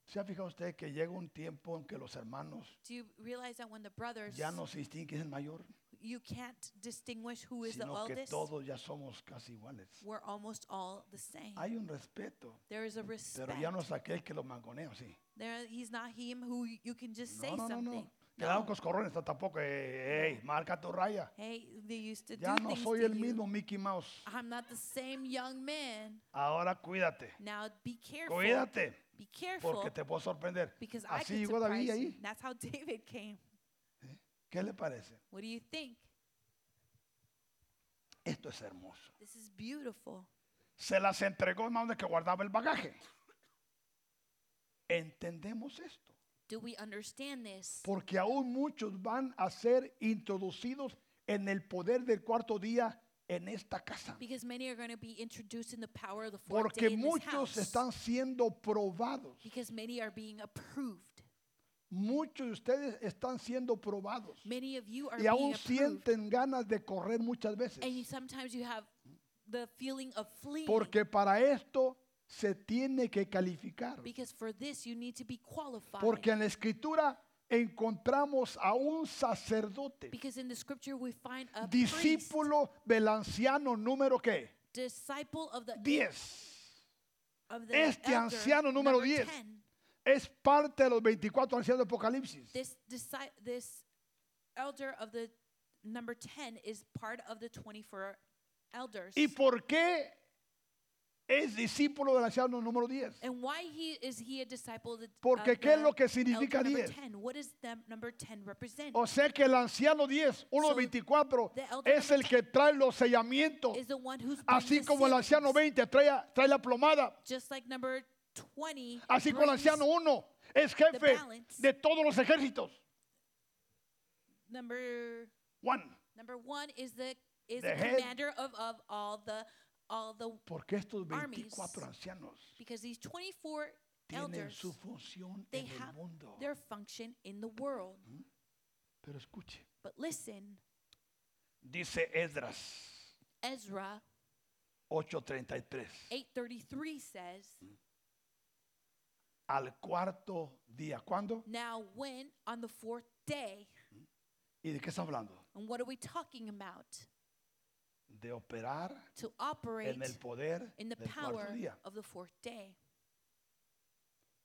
Speaker 2: ¿Se ha fijado usted que llega un tiempo en que los hermanos
Speaker 1: Do you realize that when the brothers,
Speaker 2: ya no se distinguen quién es el mayor,
Speaker 1: you can't distinguish who is the
Speaker 2: sino que
Speaker 1: eldest?
Speaker 2: todos ya somos casi iguales?
Speaker 1: We're almost all the same.
Speaker 2: Hay un respeto,
Speaker 1: there is a respect.
Speaker 2: pero ya no es aquel que lo mangonea, sí.
Speaker 1: there, he's not him who y- you can just say
Speaker 2: No, no, no,
Speaker 1: something.
Speaker 2: no. Te dan
Speaker 1: No.
Speaker 2: coscorrones, t- tampoco, ey, ey, marca tu raya.
Speaker 1: Hey, they used to
Speaker 2: Ya
Speaker 1: do
Speaker 2: no
Speaker 1: things
Speaker 2: soy
Speaker 1: to
Speaker 2: el
Speaker 1: you.
Speaker 2: mismo Mickey Mouse.
Speaker 1: I'm not the same young man.
Speaker 2: Ahora cuídate,
Speaker 1: Now be careful.
Speaker 2: cuídate,
Speaker 1: Be careful.
Speaker 2: porque te puedo sorprender.
Speaker 1: because I
Speaker 2: Así
Speaker 1: could
Speaker 2: llegó David
Speaker 1: surprise you.
Speaker 2: ahí.
Speaker 1: That's how David came.
Speaker 2: ¿Qué le parece?
Speaker 1: What do you think?
Speaker 2: Esto es hermoso.
Speaker 1: This is beautiful.
Speaker 2: Se las entregó en manos de que guardaba el bagaje. Entendemos esto.
Speaker 1: Do we understand this?
Speaker 2: Porque aún muchos van a ser introducidos en el poder del cuarto día en esta casa.
Speaker 1: Because many are going to be introduced in the power of the fourth
Speaker 2: Porque
Speaker 1: day in this house.
Speaker 2: muchos están siendo probados.
Speaker 1: because many are being approved.
Speaker 2: Muchos de ustedes están siendo probados.
Speaker 1: Many of you are
Speaker 2: Y
Speaker 1: being
Speaker 2: aún
Speaker 1: approved.
Speaker 2: sienten ganas de correr muchas
Speaker 1: And you,
Speaker 2: veces.
Speaker 1: sometimes you have the feeling of fleeing.
Speaker 2: Porque para esto se tiene que calificar.
Speaker 1: because for this you need to be qualified.
Speaker 2: Porque en la escritura encontramos a un sacerdote,
Speaker 1: because in the scripture we find a priest,
Speaker 2: discípulo del anciano número qué?
Speaker 1: disciple of the
Speaker 2: 10.
Speaker 1: of the
Speaker 2: Este
Speaker 1: elder,
Speaker 2: anciano número
Speaker 1: number
Speaker 2: 10.
Speaker 1: 10.
Speaker 2: Es parte de los 24 ancianos de Apocalipsis.
Speaker 1: this deci- this elder of the number 10 is part of the 24 elders
Speaker 2: ¿Y por qué es discípulo del anciano número 10?
Speaker 1: and why he is he a disciple of the,
Speaker 2: Porque
Speaker 1: of
Speaker 2: ¿qué es
Speaker 1: the
Speaker 2: lo que significa Oh,
Speaker 1: elder number
Speaker 2: 10?
Speaker 1: 10 what does the number 10 represent
Speaker 2: O sea que el anciano 10, uno de
Speaker 1: So,
Speaker 2: 24,
Speaker 1: the elder
Speaker 2: es el
Speaker 1: number
Speaker 2: que trae los sellamientos.
Speaker 1: is the one who's bringing
Speaker 2: Así
Speaker 1: the
Speaker 2: como el anciano
Speaker 1: seals.
Speaker 2: 20 trae, a- trae la plomada.
Speaker 1: just like number 20
Speaker 2: Así como el
Speaker 1: brings-
Speaker 2: anciano 1 es jefe
Speaker 1: balance.
Speaker 2: de todos los ejércitos.
Speaker 1: number
Speaker 2: Juan.
Speaker 1: number 1 is the is
Speaker 2: The
Speaker 1: the
Speaker 2: head.
Speaker 1: commander of, of all the all the
Speaker 2: Porque estos
Speaker 1: Armies
Speaker 2: 24 ancianos
Speaker 1: because these 24
Speaker 2: tienen
Speaker 1: elders
Speaker 2: su función
Speaker 1: they
Speaker 2: en el
Speaker 1: have
Speaker 2: mundo.
Speaker 1: their function in the world
Speaker 2: Pero escuche,
Speaker 1: but listen
Speaker 2: dice Esdras
Speaker 1: Ezra
Speaker 2: 8:33.
Speaker 1: 8:33 says,
Speaker 2: Al cuarto día. ¿Cuándo?
Speaker 1: "Now when on the fourth day,
Speaker 2: ¿Y de qué está hablando?
Speaker 1: and what are we talking about?
Speaker 2: De operar
Speaker 1: To operate
Speaker 2: en el poder
Speaker 1: in the
Speaker 2: del cuarto
Speaker 1: power
Speaker 2: día.
Speaker 1: of the fourth day."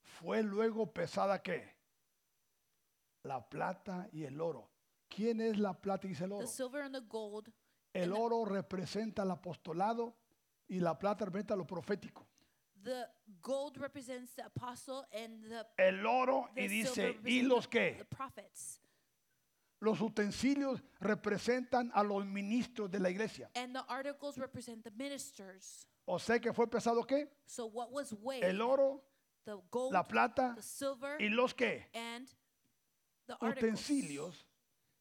Speaker 2: Fue luego pesada qué? La plata y el oro. ¿Quién es la plata y es el oro?
Speaker 1: The silver and the gold,
Speaker 2: El
Speaker 1: and the-
Speaker 2: oro representa el apostolado y la plata representa lo profético.
Speaker 1: the gold represents the apostle and the
Speaker 2: El oro
Speaker 1: the
Speaker 2: y
Speaker 1: silver
Speaker 2: dice, ¿y
Speaker 1: represents
Speaker 2: los
Speaker 1: the-
Speaker 2: qué?
Speaker 1: The prophets.
Speaker 2: Los utensilios representan a los ministros de la iglesia.
Speaker 1: And the articles represent the ministers.
Speaker 2: O sea que fue pesado qué?
Speaker 1: So what was weighed?
Speaker 2: El oro,
Speaker 1: the gold,
Speaker 2: la plata
Speaker 1: the silver,
Speaker 2: y los qué?
Speaker 1: and the articles.
Speaker 2: Utensilios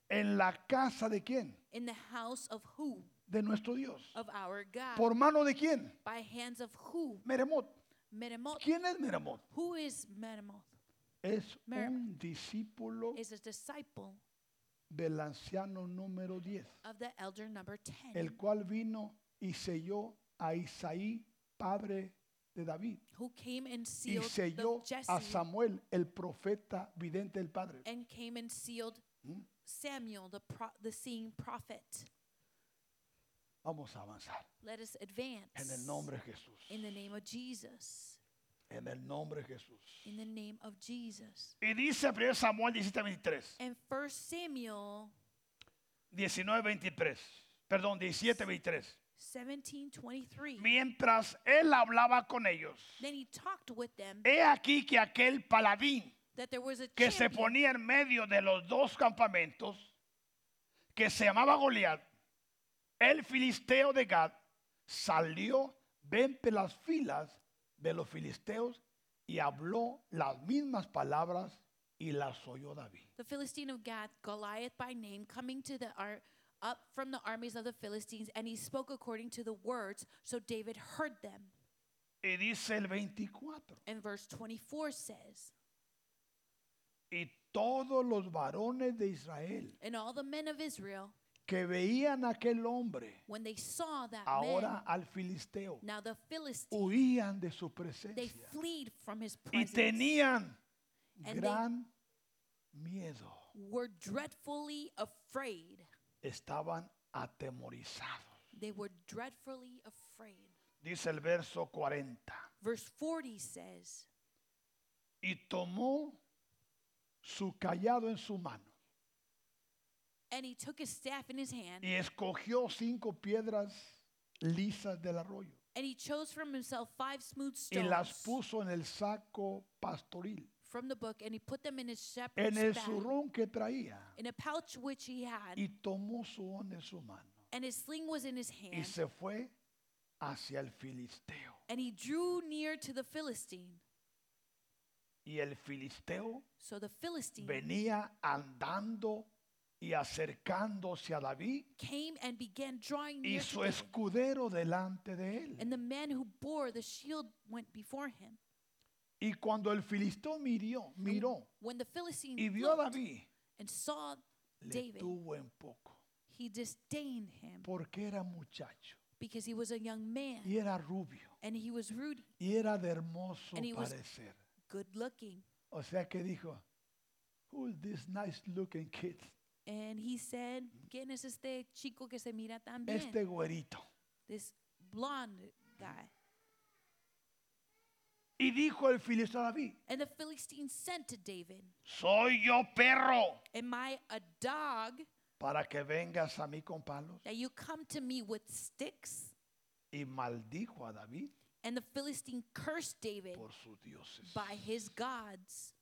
Speaker 2: en la casa de quién?
Speaker 1: in the house of who?
Speaker 2: De nuestro Dios.
Speaker 1: Of our God.
Speaker 2: ¿Por mano de quién?
Speaker 1: By hands of who?
Speaker 2: Meremot.
Speaker 1: Meremoth.
Speaker 2: ¿Quién es Meremot?
Speaker 1: Who is Meremoth?
Speaker 2: Es
Speaker 1: Meremot.
Speaker 2: un discípulo
Speaker 1: Is a disciple
Speaker 2: del anciano número 10,
Speaker 1: of the elder number 10,
Speaker 2: el cual vino y selló a Isaí, padre de David,
Speaker 1: who came and
Speaker 2: y
Speaker 1: sealed the
Speaker 2: selló a
Speaker 1: Jesse Eh.
Speaker 2: Samuel, el profeta vidente del padre.
Speaker 1: and came and sealed
Speaker 2: ¿Mm?
Speaker 1: Samuel, the, pro- the seeing prophet.
Speaker 2: Vamos a avanzar
Speaker 1: Let us advance.
Speaker 2: en el nombre de Jesús.
Speaker 1: In the name of Jesus.
Speaker 2: En el nombre de Jesús.
Speaker 1: In the name of Jesus.
Speaker 2: Y dice 1 Samuel 17, 23.
Speaker 1: And First Samuel
Speaker 2: 19, 23. Perdón, 17, 23.
Speaker 1: 17 23.
Speaker 2: Mientras él hablaba con ellos,
Speaker 1: Then he talked with them
Speaker 2: he aquí que aquel paladín
Speaker 1: that there was a
Speaker 2: Eh, que se
Speaker 1: champion
Speaker 2: ponía en medio de los dos campamentos, que se llamaba Goliat, el filisteo de Gad, salió de entre las filas de los filisteos y habló las mismas palabras y las oyó David.
Speaker 1: the Philistine of Gath, Goliath by name, coming to the ar- up from the armies of the Philistines, and he spoke according to the words, so David heard them.
Speaker 2: Y dice el 24,
Speaker 1: And verse 24 says,
Speaker 2: y todos los varones de Israel
Speaker 1: And all the men of Israel,
Speaker 2: que veían a aquel hombre,
Speaker 1: when they saw that
Speaker 2: ahora
Speaker 1: man,
Speaker 2: al filisteo,
Speaker 1: now the Philistine,
Speaker 2: huían de su
Speaker 1: they
Speaker 2: presencia.
Speaker 1: fled from his
Speaker 2: y
Speaker 1: presence,
Speaker 2: tenían
Speaker 1: And they-
Speaker 2: gran miedo.
Speaker 1: were dreadfully afraid.
Speaker 2: Estaban atemorizados.
Speaker 1: They were dreadfully afraid.
Speaker 2: Dice el verso 40.
Speaker 1: Verse 40 says,
Speaker 2: Y tomó su callado en su mano
Speaker 1: And he took his staff in his hand,
Speaker 2: y escogió cinco piedras lisas del arroyo
Speaker 1: and he chose from himself five smooth
Speaker 2: y
Speaker 1: stones.
Speaker 2: las puso en el saco pastoril,
Speaker 1: from the book and he put them in his shepherd's
Speaker 2: en el
Speaker 1: bag,
Speaker 2: zurrón que traía
Speaker 1: in a pouch which he had,
Speaker 2: y tomó su on en su mano
Speaker 1: and his sling was in his
Speaker 2: y
Speaker 1: hand.
Speaker 2: se fue hacia el filisteo.
Speaker 1: And he drew near to the Philistine.
Speaker 2: Y el filisteo
Speaker 1: So the Philistine
Speaker 2: venía andando y acercándose a David
Speaker 1: came and began drawing
Speaker 2: y
Speaker 1: near to
Speaker 2: su
Speaker 1: David.
Speaker 2: escudero delante de él.
Speaker 1: Mm. And the man who bore the shield went before him.
Speaker 2: Y cuando el filisteo miró, miró
Speaker 1: When the Philistine
Speaker 2: y vio a
Speaker 1: looked
Speaker 2: David,
Speaker 1: and saw
Speaker 2: le
Speaker 1: David,
Speaker 2: tuvo en poco,
Speaker 1: he disdained him
Speaker 2: porque era muchacho
Speaker 1: because he was a young man
Speaker 2: y era rubio
Speaker 1: and he was rude,
Speaker 2: y era de hermoso
Speaker 1: And he was-
Speaker 2: parecer.
Speaker 1: good looking.
Speaker 2: O sea que dijo, who's this nice looking kid?
Speaker 1: And he said, ¿Quién es este chico que se mira tan bien?
Speaker 2: Este güerito.
Speaker 1: This blonde guy.
Speaker 2: Y dijo el filisteo a David,
Speaker 1: And the Philistines sent to David,
Speaker 2: soy yo perro
Speaker 1: Am I a dog
Speaker 2: para que vengas a mí con palos.
Speaker 1: that you come to me with sticks?
Speaker 2: Y maldijo a David
Speaker 1: And the Philistine cursed David
Speaker 2: por sus dioses.
Speaker 1: by his gods.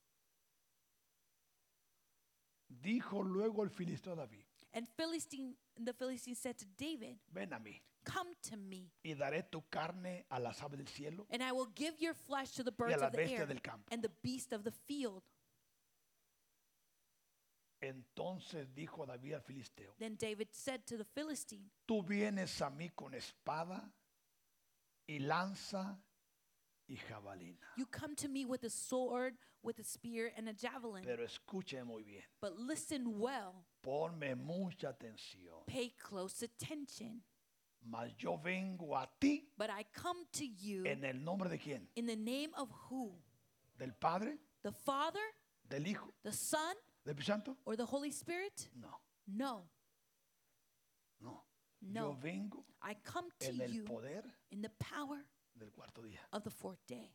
Speaker 2: Dijo luego el filisteo a David,
Speaker 1: And Philistine, the Philistine said to David,
Speaker 2: ven a mí
Speaker 1: Come to me,
Speaker 2: y daré tu carne a las aves del cielo
Speaker 1: and I will give your flesh to the birds
Speaker 2: las
Speaker 1: of the
Speaker 2: bestias
Speaker 1: air
Speaker 2: del campo."
Speaker 1: and the beast of the field.
Speaker 2: Entonces dijo David al filisteo,
Speaker 1: Then David said to the Philistine,
Speaker 2: tú vienes a mí con espada y lanza y jabalina.
Speaker 1: You come to me with a sword, with a spear, and a javelin.
Speaker 2: Pero escuche muy bien,
Speaker 1: But listen well,
Speaker 2: ponme mucha atención.
Speaker 1: pay close attention.
Speaker 2: Mas yo vengo a ti
Speaker 1: But I come to you
Speaker 2: en el nombre de quién?
Speaker 1: in the name of who?
Speaker 2: ¿Del Padre?
Speaker 1: The Father,
Speaker 2: ¿Del Hijo?
Speaker 1: the Son,
Speaker 2: ¿Del Espíritu Santo?
Speaker 1: or the Holy Spirit?
Speaker 2: No,
Speaker 1: No,
Speaker 2: no. Yo
Speaker 1: no.
Speaker 2: vengo
Speaker 1: I come to
Speaker 2: en el
Speaker 1: you
Speaker 2: poder
Speaker 1: in the power
Speaker 2: del cuarto día.
Speaker 1: of the fourth day.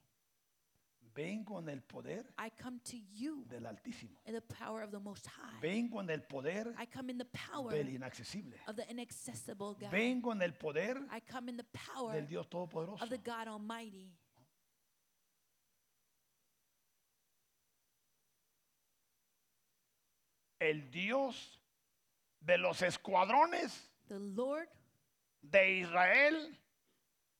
Speaker 2: Vengo en el poder
Speaker 1: I come to you
Speaker 2: del Altísimo.
Speaker 1: in the power of the Most High.
Speaker 2: Vengo en el poder
Speaker 1: I come in the power
Speaker 2: del inaccesible.
Speaker 1: of the inaccessible God.
Speaker 2: Vengo en el poder
Speaker 1: I come in the power
Speaker 2: del Dios Todopoderoso.
Speaker 1: of the God Almighty.
Speaker 2: El Dios de los escuadrones
Speaker 1: the Lord
Speaker 2: de Israel,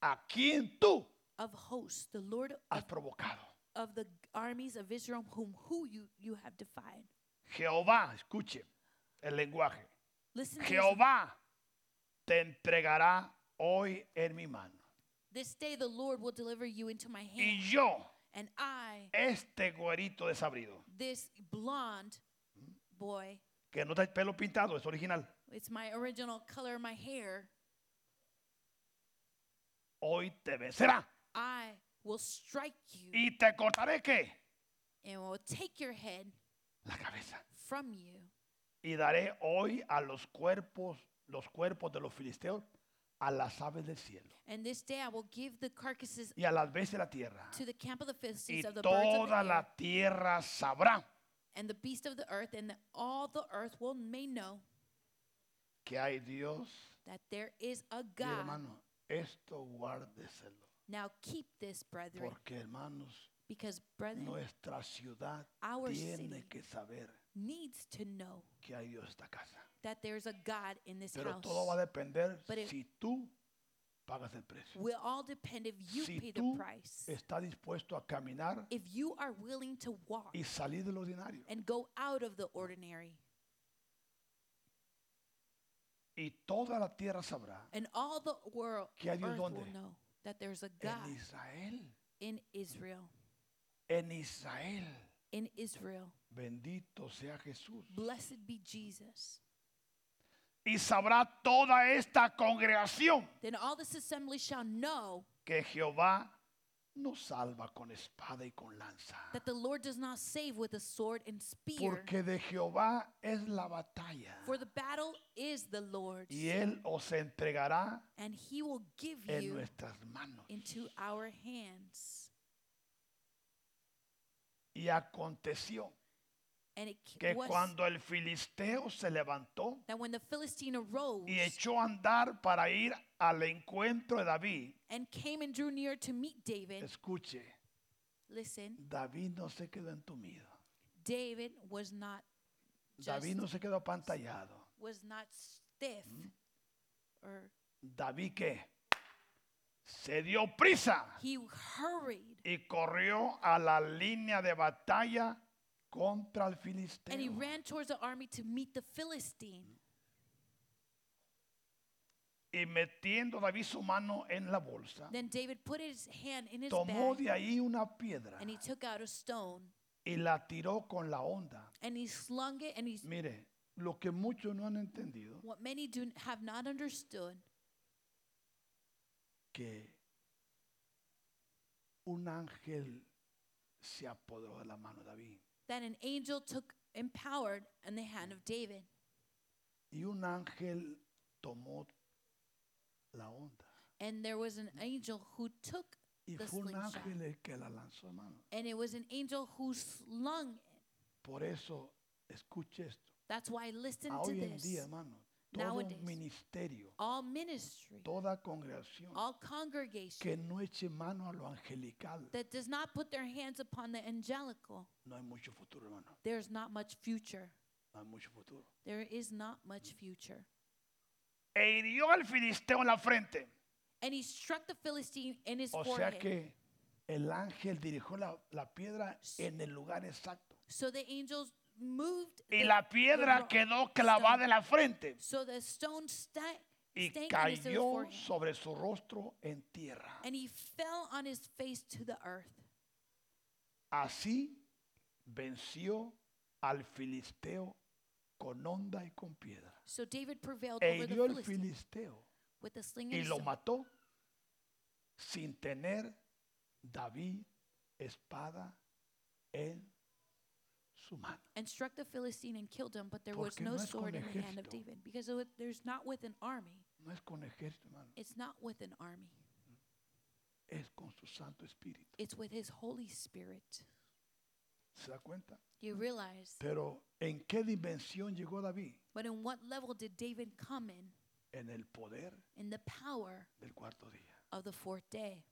Speaker 2: a quien tú
Speaker 1: of hosts, the Lord
Speaker 2: has provocado.
Speaker 1: of the armies of Israel, whom who you, you have defied.
Speaker 2: Jehová, escuche el lenguaje.
Speaker 1: Listen to this.
Speaker 2: Jehová te entregará hoy en mi mano.
Speaker 1: This day the Lord will deliver you into my
Speaker 2: Y
Speaker 1: hand,
Speaker 2: yo,
Speaker 1: and I,
Speaker 2: este güerito desabrido,
Speaker 1: this blonde boy,
Speaker 2: que no está el pelo pintado, es original,
Speaker 1: it's my original color of my hair,
Speaker 2: hoy te vencerá.
Speaker 1: I will strike you
Speaker 2: Y te cortaré qué?
Speaker 1: and will take your head
Speaker 2: La cabeza.
Speaker 1: from you.
Speaker 2: Y daré hoy a los cuerpos, los cuerpos de los filisteos, a las aves del cielo
Speaker 1: And this day I will give the carcasses
Speaker 2: y a las bestias de la tierra.
Speaker 1: to the camp of the
Speaker 2: Y
Speaker 1: Philistines of the birds of the
Speaker 2: toda
Speaker 1: air,
Speaker 2: la tierra sabrá
Speaker 1: and the beast of the earth, and that all the earth will may know
Speaker 2: que hay Dios.
Speaker 1: that there is a
Speaker 2: Y,
Speaker 1: God.
Speaker 2: hermano, esto guárdeselo.
Speaker 1: Now keep this, brethren,
Speaker 2: Porque, hermanos,
Speaker 1: because brethren
Speaker 2: nuestra ciudad
Speaker 1: Our
Speaker 2: tiene
Speaker 1: city.
Speaker 2: que saber
Speaker 1: needs to know
Speaker 2: que hay Dios en esta casa.
Speaker 1: that there's a God in this
Speaker 2: Pero
Speaker 1: house.
Speaker 2: todo va a depender
Speaker 1: But it-
Speaker 2: si tú pagas el precio.
Speaker 1: Will all depend if you
Speaker 2: Si
Speaker 1: pay
Speaker 2: tú
Speaker 1: the price.
Speaker 2: estás dispuesto a caminar
Speaker 1: If you are willing to walk
Speaker 2: y salir del ordinario.
Speaker 1: and go out of the ordinary,
Speaker 2: Y toda la tierra sabrá
Speaker 1: and all the world
Speaker 2: Que hay Dios
Speaker 1: earth will
Speaker 2: donde?
Speaker 1: know that there's a
Speaker 2: en
Speaker 1: God
Speaker 2: Israel,
Speaker 1: in Israel.
Speaker 2: en Israel.
Speaker 1: In Israel,
Speaker 2: Bendito sea Jesús.
Speaker 1: blessed be Jesus.
Speaker 2: Y sabrá toda esta congregación
Speaker 1: Then all this assembly shall know
Speaker 2: que Jehová nos salva con espada y con lanza.
Speaker 1: that the Lord does not save with a sword and spear,
Speaker 2: Porque de Jehová es la batalla.
Speaker 1: for the battle is the Lord's,
Speaker 2: Y él os entregará
Speaker 1: and He will give
Speaker 2: en
Speaker 1: you
Speaker 2: nuestras manos.
Speaker 1: into our hands.
Speaker 2: Y aconteció
Speaker 1: And it c-
Speaker 2: que
Speaker 1: was
Speaker 2: cuando el filisteo se levantó
Speaker 1: that when the Philistine arose
Speaker 2: y echó a andar para ir al encuentro de David,
Speaker 1: and came and drew near to meet David,
Speaker 2: escuche,
Speaker 1: listen,
Speaker 2: David no se quedó entumido.
Speaker 1: David was not just
Speaker 2: David no se quedó apantallado.
Speaker 1: was not stiff
Speaker 2: Mm-hmm.
Speaker 1: or
Speaker 2: David qué? Se dio prisa
Speaker 1: he hurried
Speaker 2: y corrió a la línea de batalla contra el
Speaker 1: and he
Speaker 2: filisteo.
Speaker 1: ran towards the army to meet the Philistine.
Speaker 2: Mm-hmm. Y metiendo David su mano en la bolsa,
Speaker 1: Then David put his hand in his
Speaker 2: tomó
Speaker 1: bag
Speaker 2: de ahí una piedra
Speaker 1: and he took out a stone
Speaker 2: y la tiró con la onda.
Speaker 1: and he slung it and he
Speaker 2: Mire, lo que muchos no han entendido,
Speaker 1: what many do n- have not understood
Speaker 2: que un ángel se apoderó de la mano de David.
Speaker 1: that an angel took empowered in the hand of David
Speaker 2: Y un ángel tomó la onda.
Speaker 1: and there was
Speaker 2: Mm.
Speaker 1: an angel who took
Speaker 2: Y
Speaker 1: the
Speaker 2: fue un
Speaker 1: slingshot
Speaker 2: ángel el que la lanzó, hermano.
Speaker 1: and it was an angel who slung it.
Speaker 2: Por eso, escuche esto.
Speaker 1: That's why listen
Speaker 2: A
Speaker 1: to
Speaker 2: Ah, hoy en
Speaker 1: this.
Speaker 2: día, hermano, todo
Speaker 1: Nowadays.
Speaker 2: un ministerio,
Speaker 1: All ministry,
Speaker 2: toda congregación
Speaker 1: all congregation
Speaker 2: que no eche mano a lo angelical,
Speaker 1: that does not put their hands upon the angelical,
Speaker 2: no hay mucho futuro, hermano.
Speaker 1: there's not much future.
Speaker 2: No hay mucho futuro.
Speaker 1: There is not much future.
Speaker 2: E hirió al filisteo en la frente.
Speaker 1: And he struck the Philistine in his
Speaker 2: O sea
Speaker 1: forehead.
Speaker 2: que el ángel dirigió la, la piedra en el lugar exacto.
Speaker 1: so the angels moved
Speaker 2: Y
Speaker 1: the-
Speaker 2: la
Speaker 1: the
Speaker 2: piedra
Speaker 1: rock,
Speaker 2: quedó clavada en la frente.
Speaker 1: So the stone stuck
Speaker 2: y
Speaker 1: stank on his
Speaker 2: cayó
Speaker 1: forehead.
Speaker 2: sobre su rostro en tierra.
Speaker 1: And he fell on his face to the earth.
Speaker 2: Así venció al filisteo con honda y con piedra.
Speaker 1: So David prevailed
Speaker 2: E
Speaker 1: over the
Speaker 2: hirió al
Speaker 1: Philistine
Speaker 2: filisteo
Speaker 1: with a sling
Speaker 2: y
Speaker 1: and a
Speaker 2: lo
Speaker 1: stone.
Speaker 2: mató sin tener David espada en su mano.
Speaker 1: And struck the Philistine and killed him, but there was
Speaker 2: Porque
Speaker 1: no
Speaker 2: no es
Speaker 1: sword in
Speaker 2: con
Speaker 1: the hand of
Speaker 2: ejército.
Speaker 1: David. Because it- there's not with an army.
Speaker 2: No es con ejército, hermano,
Speaker 1: It's not with an army.
Speaker 2: es con su Santo Espíritu.
Speaker 1: It's with his Holy Spirit. Mm.
Speaker 2: ¿Se da cuenta?
Speaker 1: You realize.
Speaker 2: Pero ¿en qué dimensión llegó David?
Speaker 1: But in what level did David come in?
Speaker 2: En el poder
Speaker 1: In the power
Speaker 2: del cuarto día.
Speaker 1: of the fourth day.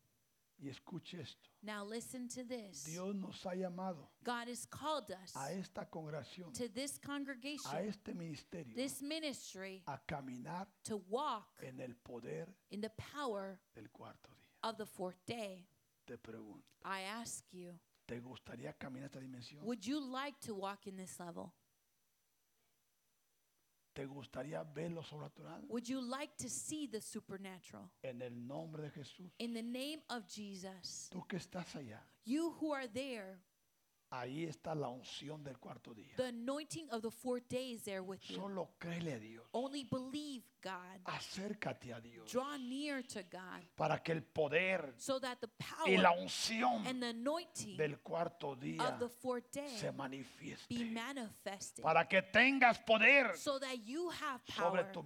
Speaker 2: Y escuche esto.
Speaker 1: Now listen to this.
Speaker 2: Dios nos ha llamado
Speaker 1: God has called us
Speaker 2: a esta congregación,
Speaker 1: to this
Speaker 2: a
Speaker 1: congregation,
Speaker 2: este ministerio,
Speaker 1: this ministry,
Speaker 2: a caminar
Speaker 1: to walk
Speaker 2: en el poder
Speaker 1: in the power
Speaker 2: del cuarto día.
Speaker 1: of the fourth day.
Speaker 2: Te pregunto,
Speaker 1: I ask you,
Speaker 2: ¿te gustaría caminar esta dimensión?
Speaker 1: would you like to walk in this level?
Speaker 2: ¿Te gustaría ver lo sobrenatural?
Speaker 1: Would you like to see the supernatural?
Speaker 2: En el nombre de Jesús.
Speaker 1: In the name of Jesus,
Speaker 2: Tú que estás allá,
Speaker 1: you who are there,
Speaker 2: ahí está la unción del cuarto día.
Speaker 1: the anointing of the fourth day is there with you.
Speaker 2: Solo créele a Dios.
Speaker 1: Only believe God.
Speaker 2: Acércate a Dios
Speaker 1: Draw near to God
Speaker 2: para que el poder
Speaker 1: so that the
Speaker 2: y la
Speaker 1: power and
Speaker 2: unción
Speaker 1: the anointing
Speaker 2: del cuarto día
Speaker 1: of the fourth
Speaker 2: se
Speaker 1: day be
Speaker 2: manifieste.
Speaker 1: manifested
Speaker 2: Para que tengas poder
Speaker 1: so that you have
Speaker 2: sobre
Speaker 1: power
Speaker 2: tu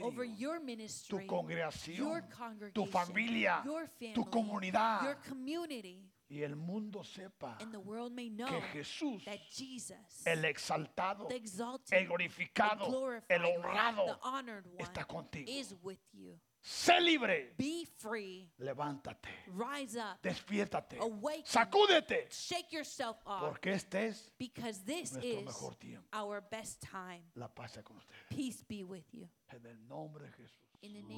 Speaker 1: over
Speaker 2: ministerio,
Speaker 1: your
Speaker 2: tu
Speaker 1: ministry, your
Speaker 2: congregación, tu
Speaker 1: congregation,
Speaker 2: familia,
Speaker 1: your
Speaker 2: tu
Speaker 1: family, your
Speaker 2: comunidad.
Speaker 1: community,
Speaker 2: Y el mundo sepa
Speaker 1: and the world may know
Speaker 2: que Jesús,
Speaker 1: that Jesus,
Speaker 2: el exaltado,
Speaker 1: the exalted,
Speaker 2: el glorificado,
Speaker 1: glorified
Speaker 2: el
Speaker 1: one, the
Speaker 2: honrado,
Speaker 1: honored one,
Speaker 2: está contigo.
Speaker 1: is with you.
Speaker 2: Sé libre.
Speaker 1: Be free,
Speaker 2: Levántate.
Speaker 1: rise up,
Speaker 2: Despiértate.
Speaker 1: Awaken.
Speaker 2: Sacúdete.
Speaker 1: shake yourself off,
Speaker 2: Porque este es
Speaker 1: because this
Speaker 2: nuestro
Speaker 1: is
Speaker 2: mejor tiempo.
Speaker 1: our best time.
Speaker 2: La paz sea con ustedes.
Speaker 1: Peace be with you.
Speaker 2: En el nombre de Jesús.
Speaker 1: In the name